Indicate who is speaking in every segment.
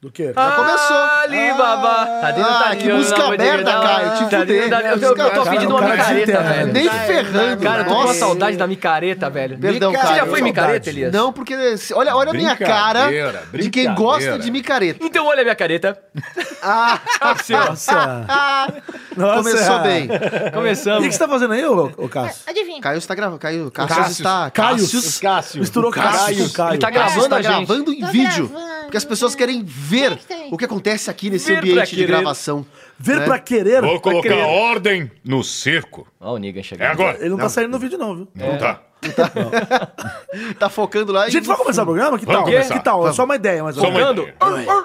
Speaker 1: Do quê?
Speaker 2: Ah.
Speaker 3: Já começou.
Speaker 4: Alibaba. Tá
Speaker 1: Ah,
Speaker 4: Tadinho
Speaker 3: ah,
Speaker 4: Tadinho,
Speaker 3: que música
Speaker 4: não,
Speaker 3: aberta,
Speaker 4: Tadinho,
Speaker 3: cara, eu te
Speaker 4: Tadinho,
Speaker 3: fudei.
Speaker 4: Tadinho, eu- eu- Eu tô
Speaker 3: Cara,
Speaker 4: afim de
Speaker 1: o
Speaker 4: uma
Speaker 1: cara te
Speaker 4: micareta,
Speaker 1: entende,
Speaker 4: velho.
Speaker 3: Nem ferrando.
Speaker 4: Cara, eu tô com uma
Speaker 3: nossa.
Speaker 4: saudade da micareta, velho.
Speaker 3: Perdão,
Speaker 1: Micareta.
Speaker 3: cara.
Speaker 4: Você já foi
Speaker 1: saudade.
Speaker 4: micareta, Elias?
Speaker 3: Não, porque. se- Olha, olha a minha cara
Speaker 5: Brincadeira,
Speaker 3: de quem gosta
Speaker 5: brincadeira.
Speaker 3: de micareta.
Speaker 4: Então olha a minha careta.
Speaker 3: Ah,
Speaker 4: Ah, seu.
Speaker 1: Nossa.
Speaker 3: ah,
Speaker 1: Nossa.
Speaker 3: começou bem.
Speaker 1: O que que
Speaker 4: Começamos.
Speaker 1: você tá fazendo aí, ô, ô Cássio?
Speaker 2: Adivinha.
Speaker 3: Caio está gravando. Caio, Cássio,
Speaker 5: Cássio.
Speaker 3: está.
Speaker 1: Cássio.
Speaker 3: Cássio
Speaker 5: Cássio.
Speaker 1: Misturou Cássio
Speaker 3: Cássio.
Speaker 1: com Caio.
Speaker 4: Ele tá
Speaker 3: Cássio
Speaker 4: gravando
Speaker 3: está
Speaker 4: a gente.
Speaker 3: gravando em
Speaker 2: Tô
Speaker 3: vídeo.
Speaker 2: gravando.
Speaker 3: Porque as pessoas querem ver
Speaker 2: O que que tem?
Speaker 3: o que acontece aqui nesse
Speaker 4: Ver pra
Speaker 3: ambiente de
Speaker 4: querer.
Speaker 3: gravação.
Speaker 1: Ver
Speaker 3: né?
Speaker 1: pra querer. é
Speaker 5: Vou
Speaker 4: querer.
Speaker 5: colocar ordem no circo.
Speaker 4: Ó o Negan
Speaker 5: É
Speaker 4: chegando.
Speaker 5: agora.
Speaker 1: Ele não, tá saindo no vídeo, não, viu?
Speaker 5: Não tá.
Speaker 3: Tá focando lá e.
Speaker 1: Gente, vamos começar o programa? Que
Speaker 5: Vamos
Speaker 1: tal?
Speaker 5: começar.
Speaker 1: Que tal? É só uma ideia, mais ou
Speaker 5: Só uma
Speaker 1: menos.
Speaker 4: Tocando?
Speaker 5: ideia.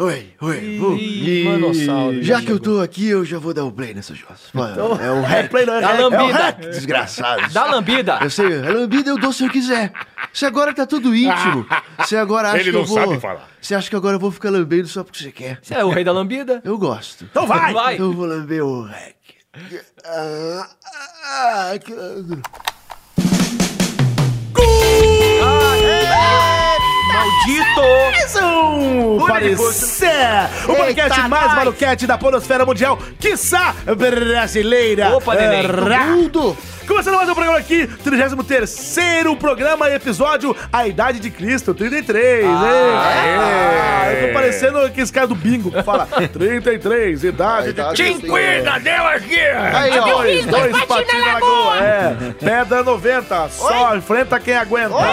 Speaker 3: Oi, oi.
Speaker 4: Ih, Então- manossauro.
Speaker 3: Já que eu tô aqui, eu já vou dar o play nessa Jossa. É um
Speaker 1: É
Speaker 3: hack.
Speaker 1: play, não é?
Speaker 5: Tá
Speaker 4: Dá lambida.
Speaker 3: Desgraçado.
Speaker 4: Dá lambida.
Speaker 3: Eu sei, é lambida, eu dou se eu quiser. Se agora tá tudo íntimo, se agora acha
Speaker 5: Ele
Speaker 3: que
Speaker 5: não
Speaker 3: eu vou...
Speaker 5: sabe falar.
Speaker 3: Você acha que agora eu vou ficar lambendo só porque você quer?
Speaker 4: Você é o rei da lambida?
Speaker 3: Eu gosto.
Speaker 1: Então vai!
Speaker 4: Vai.
Speaker 3: Então eu vou lamber o rec. Ah, ah, ah, que-
Speaker 4: Maldito!
Speaker 1: Mais um Parecer! O podcast
Speaker 3: Eita,
Speaker 1: mais
Speaker 3: nós.
Speaker 1: maluquete da podosfera mundial, quiçá brasileira.
Speaker 4: Opa, neném.
Speaker 1: Ra-
Speaker 3: Mundo!
Speaker 1: Começando mais um programa aqui, 33º programa e episódio A Idade de Cristo, 33, hein? Ah, eu tô parecendo aqueles caras do bingo que fala 33, idade de Cristo.
Speaker 5: Cuida, deu aqui.
Speaker 3: Aí, ó.
Speaker 1: Dois, dois patins na lagoa. É, pedra 90, só enfrenta quem aguenta.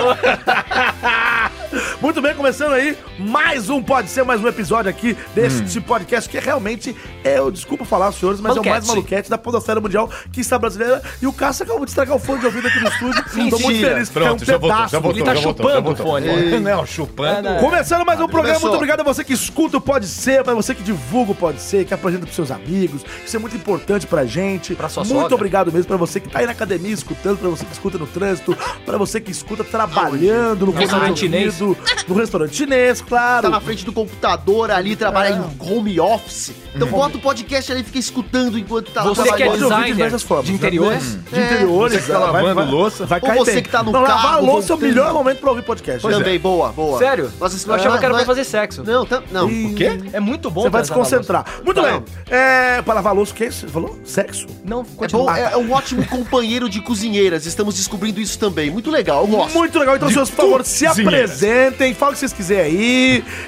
Speaker 1: Muito bem, começando aí mais um, pode ser mais um episódio aqui deste podcast que realmente é, eu desculpa falar, senhores, mas é o mais
Speaker 4: Maluquete.
Speaker 1: maluquete da podosfera mundial que está brasileira. E o Cássio acabou de estragar o fone de ouvido aqui no estúdio. Estou muito
Speaker 4: Mentira.
Speaker 1: feliz, é um
Speaker 5: Pronto,
Speaker 1: que caiu
Speaker 5: já voltou, já voltou,
Speaker 4: Ele tá
Speaker 5: já voltou, já
Speaker 4: chupando
Speaker 5: voltou.
Speaker 4: o fone.
Speaker 5: Não, chupando.
Speaker 1: Começando mais
Speaker 4: Ah,
Speaker 1: um programa,
Speaker 3: Começou.
Speaker 1: muito obrigado a você que escuta o Pode Ser, pra você que divulga o Pode Ser, que apresenta pros seus amigos, isso é muito importante pra gente.
Speaker 4: Pra sua
Speaker 1: Muito
Speaker 4: sogra.
Speaker 1: obrigado mesmo pra você que tá aí na academia escutando, pra você que escuta no trânsito, pra você que escuta trabalhando no
Speaker 4: Restaurante chinês.
Speaker 1: ouvido, no restaurante chinês,
Speaker 3: Tá na
Speaker 1: claro.
Speaker 3: frente do computador ali, trabalha em home office. Então bota o podcast ali e fica escutando enquanto tá lá
Speaker 4: Você que é
Speaker 1: Pode
Speaker 3: trabalhando.
Speaker 1: ouvir de
Speaker 4: designer
Speaker 1: diversas formas,
Speaker 4: de
Speaker 1: né?
Speaker 4: interiores?
Speaker 3: É.
Speaker 1: De interiores,
Speaker 5: Você que tá lavando louça.
Speaker 1: vai
Speaker 3: Ou
Speaker 1: cair
Speaker 3: você
Speaker 1: bem.
Speaker 3: que tá no
Speaker 1: Não, lavar a
Speaker 3: carro, é.
Speaker 1: louça é o
Speaker 3: voltando.
Speaker 1: melhor momento pra ouvir podcast. né?
Speaker 3: Também, boa, boa.
Speaker 4: Sério?
Speaker 3: Nossa,
Speaker 4: eu achava que era pra
Speaker 3: não-
Speaker 4: fazer sexo.
Speaker 3: Ah, Não, tam- não.
Speaker 1: Ih,
Speaker 4: É muito bom.
Speaker 1: Você vai se
Speaker 4: transar na
Speaker 1: concentrar. Muito
Speaker 3: Tá.
Speaker 1: bem. É, pra lavar a louça, o que é isso? Você falou? Sexo?
Speaker 4: louça. Não,
Speaker 3: É,
Speaker 4: continua.
Speaker 3: bom, é, é um ótimo companheiro de cozinheiras. Estamos descobrindo isso também. Muito legal, eu gosto.
Speaker 1: Muito legal. Então, senhores, por favor, se
Speaker 5: cozinha.
Speaker 1: apresentem, fala o que vocês quiserem aí,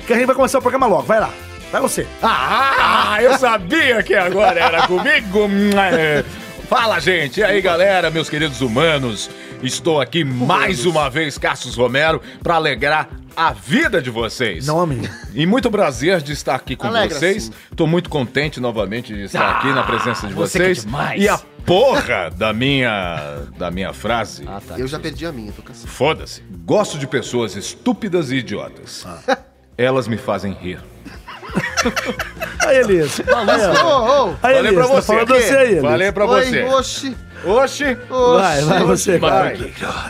Speaker 1: que a gente vai começar o programa logo. Vai lá. Vai você.
Speaker 5: Ah, eu sabia que agora era comigo. É. Fala, gente. E aí, galera, meus queridos humanos. Estou aqui mais uma vez, Cassius Romero, para alegrar a vida de vocês.
Speaker 1: Não, amigo.
Speaker 5: E muito prazer de estar aqui com
Speaker 3: Alegra-se.
Speaker 5: vocês. Tô muito contente novamente de estar aqui na presença de
Speaker 4: você que é
Speaker 5: vocês.
Speaker 4: demais.
Speaker 5: e a porra da minha da minha frase.
Speaker 4: Ah, tá.
Speaker 3: Eu já perdi a minha, tô cansado.
Speaker 5: Foda-se. Gosto de pessoas estúpidas e idiotas. Elas me fazem rir.
Speaker 1: Aí, Elias. Aí,
Speaker 3: Ô, ô.
Speaker 1: ó. aí Elias.
Speaker 5: pra
Speaker 1: Tá
Speaker 5: você.
Speaker 1: falando você aí, Elias.
Speaker 5: Falei pra
Speaker 3: Oi,
Speaker 5: você.
Speaker 3: Oxi,
Speaker 5: Oxi.
Speaker 3: oxi.
Speaker 1: Vai, vai você, cara.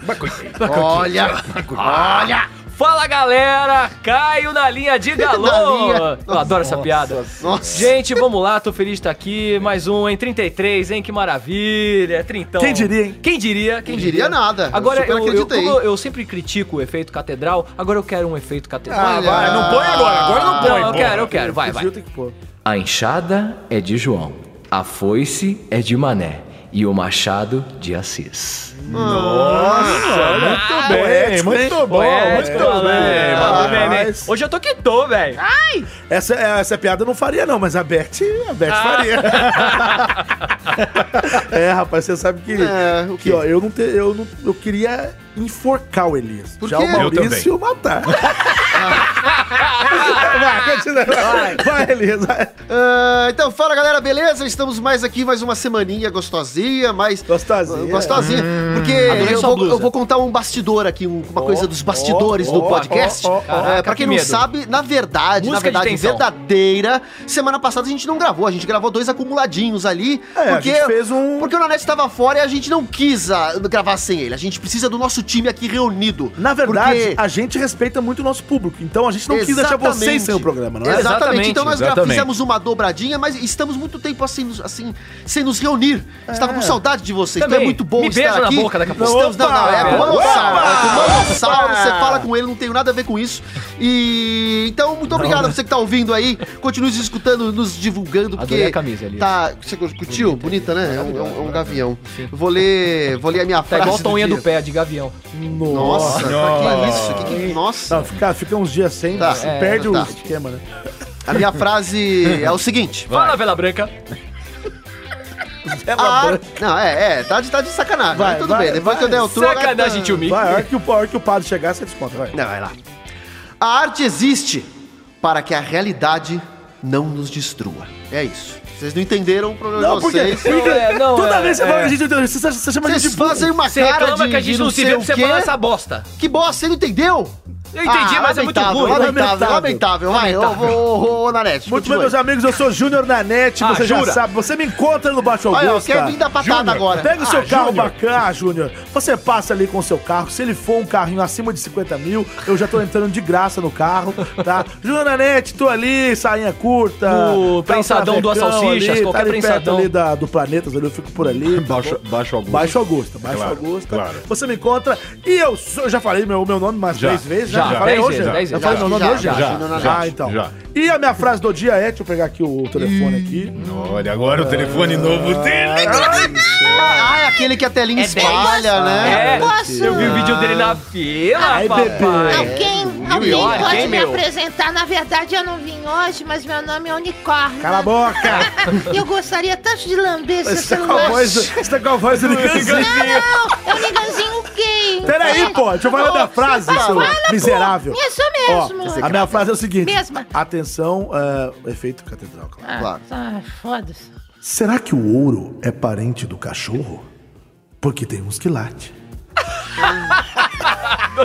Speaker 5: Vai.
Speaker 3: Olha, olha.
Speaker 4: Fala galera, Caio na linha de galô.
Speaker 3: linha.
Speaker 4: Eu adoro essa piada.
Speaker 3: Nossa.
Speaker 4: Gente, vamos lá, tô feliz de estar aqui. Mais um em 33, hein? Que maravilha. Trintão.
Speaker 1: Quem diria, hein?
Speaker 4: Quem diria? Quem,
Speaker 3: diria nada. Eu
Speaker 4: Agora,
Speaker 3: super
Speaker 4: eu, eu,
Speaker 3: acreditei.
Speaker 4: como eu sempre critico o efeito catedral, agora eu quero um efeito catedral.
Speaker 3: Ah, vai,
Speaker 5: não põe agora, agora não põe,
Speaker 4: Não, eu
Speaker 5: porra.
Speaker 4: quero, eu quero. Vai, vai.
Speaker 1: Viu, tem que pôr.
Speaker 4: A enxada é de João, a foice é de Mané e o machado de Assis.
Speaker 5: Muito bem, muito bom, muito
Speaker 4: ah, Poético,
Speaker 5: bom.
Speaker 4: né? Malu
Speaker 1: Rapaz.
Speaker 4: Neném. Hoje eu tô que tô, velho.
Speaker 1: Essa, essa piada eu não faria, não, mas a Beth, a Beth faria. é, rapaz, você sabe que,
Speaker 3: É, o
Speaker 1: que
Speaker 3: quê?
Speaker 1: ó, eu não, te, eu não eu queria enforcar o Elias.
Speaker 3: Por
Speaker 1: Já
Speaker 3: quê?
Speaker 1: o
Speaker 3: Eu
Speaker 1: Maurício matar. vai, continua. Vai, Elias. vai.
Speaker 3: Ah, então, fala galera, beleza? Estamos mais aqui, mais uma semaninha gostosinha, mais.
Speaker 1: Gostosinha. Hum.
Speaker 3: Gostosinha. Porque
Speaker 4: Adorei
Speaker 3: eu
Speaker 4: sua
Speaker 3: vou,
Speaker 4: blusa.
Speaker 3: eu vou contar um bastidor aqui, um- uma coisa dos bastidores
Speaker 1: ó,
Speaker 3: do
Speaker 1: ó,
Speaker 3: podcast.
Speaker 1: ó, ó, ó.
Speaker 3: É,
Speaker 4: Caraca,
Speaker 3: pra quem
Speaker 4: que
Speaker 3: não
Speaker 4: medo.
Speaker 3: sabe, na verdade,
Speaker 4: Música de
Speaker 3: na verdade,
Speaker 4: tensão.
Speaker 3: verdadeira, semana passada a gente não gravou, a gente gravou dois acumuladinhos ali.
Speaker 1: É, a gente fez um-
Speaker 3: Porque o Nanete estava fora e a gente não quis ah, gravar sem ele. A gente precisa do nosso time aqui reunido.
Speaker 1: Na verdade,
Speaker 3: Porque-
Speaker 1: a gente respeita muito o nosso público, então a gente não quis deixar
Speaker 3: Exatamente.
Speaker 1: vocês sem o programa, programa, não é?
Speaker 3: Exatamente.
Speaker 2: Exatamente,
Speaker 3: Então nós
Speaker 5: exatamente.
Speaker 3: fizemos uma dobradinha, mas estamos muito tempo assim, nos- assim sem nos reunir.
Speaker 1: É.
Speaker 3: Estava com saudade de vocês. Então é
Speaker 2: Também.
Speaker 3: muito bom
Speaker 2: Me
Speaker 3: estar
Speaker 2: beija na
Speaker 3: aqui.
Speaker 2: boca daqui a pouco.
Speaker 3: Estamos, não, não, é
Speaker 2: Opa!
Speaker 3: Manossauro. É com o Manossauro.
Speaker 2: Opa!
Speaker 3: Você fala com ele, não tenho nada a ver com isso. E então, muito obrigado
Speaker 1: né?
Speaker 3: a você que tá ouvindo aí. Continue nos escutando, nos divulgando. Porque
Speaker 4: Adorei a camisa ali.
Speaker 3: Tá, você curtiu? Bonita, né? É um, é um- é um gavião. Vou ler, vou ler a minha
Speaker 4: Tá
Speaker 3: frase
Speaker 4: igual a tonha do
Speaker 3: dia.
Speaker 4: pé de gavião.
Speaker 3: Nossa,
Speaker 5: Nossa.
Speaker 3: que isso? Que, que, nossa.
Speaker 1: Não, fica, fica uns dias sem,
Speaker 3: Tá.
Speaker 1: se
Speaker 3: É,
Speaker 1: perde
Speaker 3: tá.
Speaker 1: o esquema, né?
Speaker 3: A minha frase é o seguinte.
Speaker 2: Fala, Vela Branca.
Speaker 3: Ah, não, é, é, tá de, tá de sacanagem.
Speaker 1: Vai,
Speaker 3: mas tudo
Speaker 1: vai,
Speaker 3: bem, depois
Speaker 1: vai.
Speaker 3: que eu der o
Speaker 2: é
Speaker 3: troco.
Speaker 2: Sacanagem, tio Mi.
Speaker 1: Vai, a hora que o, a hora que o padre chegar, você desconta, vai.
Speaker 3: Não, vai lá. A arte existe para que a realidade não nos destrua. É isso. Vocês não entenderam o problema
Speaker 1: Não,
Speaker 3: de
Speaker 1: porque
Speaker 3: vocês.
Speaker 1: fica-
Speaker 2: é, não,
Speaker 1: toda
Speaker 2: é,
Speaker 1: vez que você
Speaker 2: é.
Speaker 1: fala que a gente entendeu, você, você chama a gente
Speaker 3: Vocês
Speaker 1: de burro.
Speaker 3: fazem uma
Speaker 2: Você
Speaker 3: cara
Speaker 2: reclama
Speaker 3: de,
Speaker 2: que a gente
Speaker 3: de
Speaker 2: não se vê
Speaker 3: sei
Speaker 2: porque você
Speaker 3: o quê.
Speaker 2: fala essa bosta.
Speaker 3: Que bosta, você não entendeu? Ah,
Speaker 2: Eu entendi, mas é muito
Speaker 3: lamentável,
Speaker 2: burro.
Speaker 3: Lamentável, lamentável. Vai, ô, ô, ô, ô, Nanete,
Speaker 1: Muito
Speaker 3: continua
Speaker 1: bem,
Speaker 3: aí.
Speaker 1: meus amigos, eu sou Júnior Nanete,
Speaker 2: Ah,
Speaker 1: você já
Speaker 2: jura?
Speaker 1: sabe, você me encontra no Baixo
Speaker 3: Olha, eu
Speaker 1: Augusta.
Speaker 3: quero vir dar patada
Speaker 1: Júnior,
Speaker 3: agora.
Speaker 1: Pega o seu
Speaker 3: Ah,
Speaker 1: carro
Speaker 3: Júnior.
Speaker 1: bacana, Júnior. Você passa ali com o seu carro, se ele for um carrinho acima de 50 mil, eu já tô entrando de graça no carro, tá? Júnior Nanete, tô ali, sainha curta.
Speaker 2: No
Speaker 1: tá um
Speaker 2: prensadão do
Speaker 1: travecão
Speaker 2: Salsichas,
Speaker 1: ali,
Speaker 2: qualquer
Speaker 1: tá ali perto
Speaker 2: prensadão.
Speaker 1: ali da- do Planetas, ali eu fico por ali.
Speaker 5: Baixo, baixo Augusto.
Speaker 1: Baixo Augusta, Baixo
Speaker 5: Claro,
Speaker 1: Augusta.
Speaker 5: claro.
Speaker 1: Você me encontra e eu sou, eu já falei meu, meu nome mais
Speaker 5: Já,
Speaker 1: três vezes,
Speaker 2: já,
Speaker 1: já, falei
Speaker 2: dez
Speaker 1: hoje.
Speaker 2: vezes,
Speaker 1: né?
Speaker 2: dez
Speaker 1: eu
Speaker 2: vezes.
Speaker 1: falei meu nome
Speaker 3: Já,
Speaker 1: hoje, já.
Speaker 3: já,
Speaker 1: Já,
Speaker 3: já,
Speaker 1: Ah, então.
Speaker 5: já.
Speaker 1: E a minha frase do dia é, deixa eu pegar aqui o telefone aqui.
Speaker 5: Olha, agora o telefone novo dele.
Speaker 3: Ah, é aquele que a telinha espalha, né?
Speaker 2: É, eu vi o vídeo dele na fila,
Speaker 1: Ai,
Speaker 3: é
Speaker 2: papai.
Speaker 1: bebê.
Speaker 6: Alguém,
Speaker 3: um,
Speaker 6: alguém
Speaker 2: York,
Speaker 6: pode
Speaker 2: hein,
Speaker 6: me
Speaker 2: meu?
Speaker 6: apresentar? Na verdade, eu não vim hoje, mas meu nome é Unicórnio.
Speaker 1: Cala a boca!
Speaker 6: Eu gostaria tanto de lamber seu
Speaker 1: Você tá com a
Speaker 6: celular.
Speaker 1: voz, você tá com a voz do Nicanzinho.
Speaker 6: Não, é um liganzinho gay.
Speaker 1: Peraí, pô, deixa eu falar minha frase, seu miserável.
Speaker 6: Pô, isso
Speaker 1: Ó,
Speaker 6: mesmo.
Speaker 1: a minha frase é o seguinte.
Speaker 6: Mesma.
Speaker 1: Atenção, é, efeito catedral, claro.
Speaker 3: Claro.
Speaker 6: Ah, foda-se.
Speaker 1: Será que o ouro é parente do cachorro? Porque tem uns que late.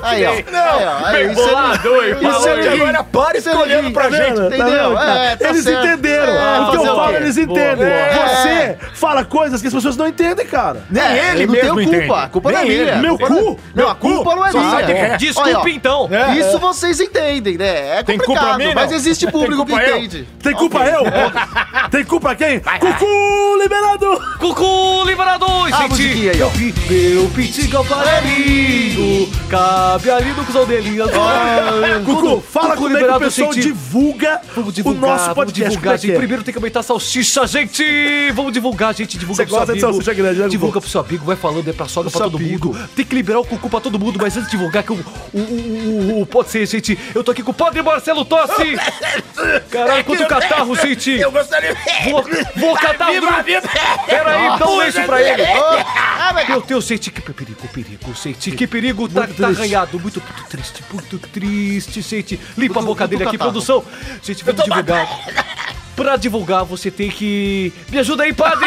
Speaker 3: Aí, ó. Aí, ó. Aí,
Speaker 5: Bem
Speaker 3: isso é-
Speaker 5: bolado, hein?
Speaker 3: isso é
Speaker 5: Falou de
Speaker 3: lindo.
Speaker 5: agora para
Speaker 3: Isso é
Speaker 5: escolhendo
Speaker 3: lindo,
Speaker 5: pra
Speaker 3: tá
Speaker 5: gente.
Speaker 3: vendo? Entendeu? É, tá
Speaker 1: eles
Speaker 3: certo.
Speaker 1: entenderam.
Speaker 3: É,
Speaker 1: o que eu
Speaker 3: fazer o
Speaker 1: falo,
Speaker 3: quê?
Speaker 1: eles entendem.
Speaker 5: Boa.
Speaker 1: Você fala coisas que as pessoas não entendem, cara.
Speaker 5: Nem
Speaker 3: É,
Speaker 5: ele
Speaker 3: eu não
Speaker 5: mesmo
Speaker 3: tenho
Speaker 5: entende.
Speaker 3: culpa, a culpa
Speaker 5: Nem
Speaker 3: não é minha.
Speaker 5: ele.
Speaker 3: A
Speaker 1: Meu
Speaker 3: culpa
Speaker 1: cu,
Speaker 3: não- Não, a
Speaker 5: meu
Speaker 3: culpa
Speaker 5: cu
Speaker 3: não é
Speaker 5: só sai de
Speaker 3: minha.
Speaker 5: ré.
Speaker 3: Olha, ó, Né?
Speaker 2: Desculpa, então.
Speaker 5: É.
Speaker 3: Isso vocês entendem, né? É
Speaker 5: Tem
Speaker 3: complicado,
Speaker 5: culpa minha, não?
Speaker 3: mas existe público que
Speaker 5: culpa eu?
Speaker 3: entende.
Speaker 1: Tem culpa eu? Tem culpa quem? Cucu liberado!
Speaker 2: Cucu, liberador,
Speaker 3: Ah, a musiquinha aí, ó.
Speaker 2: Meu pitico aparelhinho, cabe ali no cuzão dele. Ah,
Speaker 1: Ah, Cucu, fala como é que o pessoal
Speaker 2: divulga.
Speaker 1: divulga
Speaker 2: Vamos
Speaker 1: o
Speaker 2: divulgar,
Speaker 1: nosso
Speaker 2: vamos
Speaker 1: podcast.
Speaker 2: divulgar,
Speaker 1: Como
Speaker 2: gente.
Speaker 1: é que é?
Speaker 2: Primeiro tem que aumentar a salsicha, gente! Vamos divulgar, gente. Divulga
Speaker 1: Você gosta de salsicha grande, né, Gugu?
Speaker 2: Divulga pro seu amigo, vai falando, é pra sogra, pra todo mundo. Tem que liberar o cucu pra todo mundo, mas antes de divulgar, que o. o, o, o- o- pode ser, gente. Eu tô aqui com o Padre Marcelo Tossi! Caralho, quanto catarro, gente!
Speaker 5: Eu gostaria.
Speaker 2: Vou, vou catar o grupo! Peraí, então deixa pra ele!
Speaker 3: Ah, vai-
Speaker 2: Meu Deus, gente, que perigo, perigo, gente, que perigo, tá,
Speaker 1: Muito
Speaker 2: tá
Speaker 1: triste.
Speaker 2: arranhado, muito, muito triste, muito triste, gente. Limpa a boca
Speaker 3: Muito- muito
Speaker 2: dele aqui,
Speaker 3: catarro.
Speaker 2: produção. Gente, vamos divulgar. Pra divulgar, você tem que. Me ajuda aí, padre!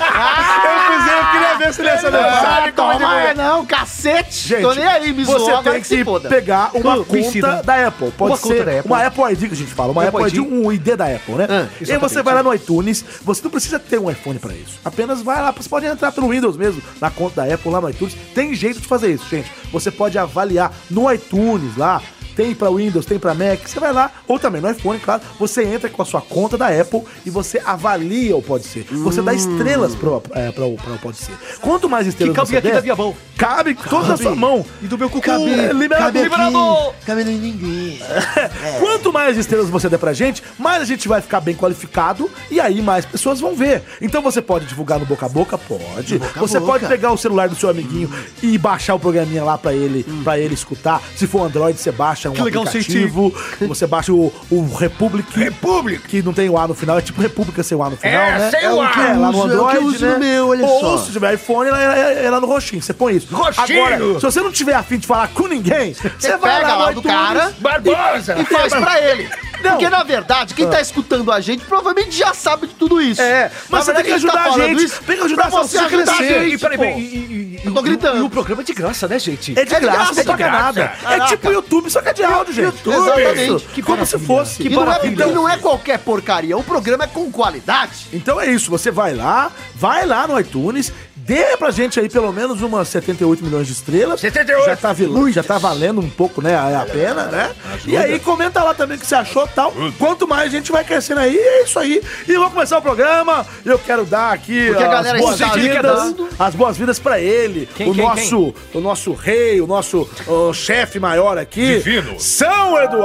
Speaker 1: Ah, Eu fiz, eu queria ver se ele ia saber. é
Speaker 3: Ah, toma, não, cacete.
Speaker 1: Gente,
Speaker 3: Tô nem aí, me
Speaker 1: você
Speaker 3: zoou, agora
Speaker 1: tem
Speaker 3: que se
Speaker 1: que
Speaker 3: foda.
Speaker 1: pegar uma
Speaker 2: Me
Speaker 1: conta
Speaker 2: ensina.
Speaker 1: da Apple. Pode
Speaker 2: Uma
Speaker 1: ser
Speaker 2: conta da Apple.
Speaker 1: uma Apple ID que a gente fala, uma Apple,
Speaker 2: Apple
Speaker 1: ID,
Speaker 2: ID.
Speaker 1: um ID da Apple, né?
Speaker 3: Ah,
Speaker 1: e aí você vai lá no iTunes, você não precisa ter um iPhone pra isso. Apenas vai lá, você pode entrar pelo Windows mesmo, na conta da Apple lá no iTunes. Tem jeito de fazer isso, gente. Você pode avaliar no iTunes lá. Tem pra Windows, tem pra Mac, você vai lá, ou também no iPhone, claro, você entra com a sua conta da Apple e você avalia o Pode Ser. Você
Speaker 2: Hum.
Speaker 1: dá estrelas pro, é, pra o- pra o Pode Ser. Quanto mais estrelas
Speaker 2: cabe
Speaker 1: você
Speaker 2: aqui
Speaker 1: der,
Speaker 2: da minha mão.
Speaker 1: Cabe toda a sua mão.
Speaker 2: E do meu cucu,
Speaker 1: Cabe-
Speaker 2: liberador,
Speaker 1: cabe
Speaker 2: liberador!
Speaker 3: Cabelo em ninguém. É.
Speaker 1: Quanto mais estrelas você der pra gente, mais a gente vai ficar bem qualificado e aí mais pessoas vão ver. Então você pode divulgar no boca a boca? Pode.
Speaker 3: boca.
Speaker 1: você
Speaker 3: Hum.
Speaker 1: pode pegar o celular do seu amiguinho e baixar o programinha lá pra ele, pra ele escutar. Se for Android, você baixa um
Speaker 2: Que legal,
Speaker 1: aplicativo. Você baixa o, o Republic.
Speaker 5: República.
Speaker 1: que não tem o A no final, é tipo República sem o A no final,
Speaker 5: É,
Speaker 1: né?
Speaker 5: sem o
Speaker 1: o
Speaker 5: A.
Speaker 1: que é, lá
Speaker 3: É
Speaker 1: no
Speaker 3: o que eu
Speaker 1: Android,
Speaker 3: uso
Speaker 1: né?
Speaker 3: no meu, olha
Speaker 1: Ou
Speaker 3: só.
Speaker 1: se tiver iPhone, ela é, lá no roxinho, você põe isso.
Speaker 5: Roxinho.
Speaker 1: Agora, se você não tiver afim de falar com ninguém, você vai
Speaker 3: pega
Speaker 1: lá
Speaker 3: lá do
Speaker 1: no iTunes,
Speaker 3: cara
Speaker 5: Barbosa.
Speaker 3: e faz pra ele.
Speaker 1: Não.
Speaker 3: Porque, na verdade, quem tá escutando a gente provavelmente já sabe de tudo isso.
Speaker 1: É, mas você
Speaker 3: Na
Speaker 1: tem que
Speaker 3: verdade, quem
Speaker 1: ajudar a
Speaker 3: falando
Speaker 1: gente.
Speaker 3: isso
Speaker 1: tem que ajudar
Speaker 3: pra
Speaker 1: a
Speaker 3: você
Speaker 1: você a
Speaker 3: ajudar a
Speaker 1: crescer.
Speaker 3: gente.
Speaker 2: É, E peraí,
Speaker 3: pô.
Speaker 2: peraí, e- e-
Speaker 3: Eu tô
Speaker 2: e-
Speaker 3: gritando.
Speaker 2: E o programa é de graça, né, gente?
Speaker 1: É de graça, não
Speaker 3: graça,
Speaker 1: paga
Speaker 5: de graça.
Speaker 1: nada. É
Speaker 3: Caraca.
Speaker 1: tipo YouTube, só que é de áudio, gente.
Speaker 3: YouTube,
Speaker 1: Exatamente.
Speaker 3: exatamente.
Speaker 1: Que Como se fosse.
Speaker 3: E
Speaker 1: Então,
Speaker 2: Que
Speaker 3: não, é,
Speaker 2: maravilha.
Speaker 3: e não é qualquer porcaria, o programa é com qualidade.
Speaker 1: Então é isso, você vai lá, vai lá no iTunes, dê pra gente aí pelo menos umas 78 milhões de estrelas.
Speaker 5: 78.
Speaker 1: Já tá, vil- já tá valendo um pouco, né? A a pena, né? E aí comenta lá também o que você achou e tal. Quanto mais a gente vai crescendo aí, é isso aí. E vamos começar o programa. Eu quero dar aqui
Speaker 3: Porque a galera
Speaker 1: as
Speaker 3: está
Speaker 1: boas-vindas.
Speaker 3: tá dando.
Speaker 1: As boas-vindas pra ele. o, nosso, o nosso rei, o nosso ó, chefe maior aqui.
Speaker 5: Divino.
Speaker 1: São Eduardo.
Speaker 2: O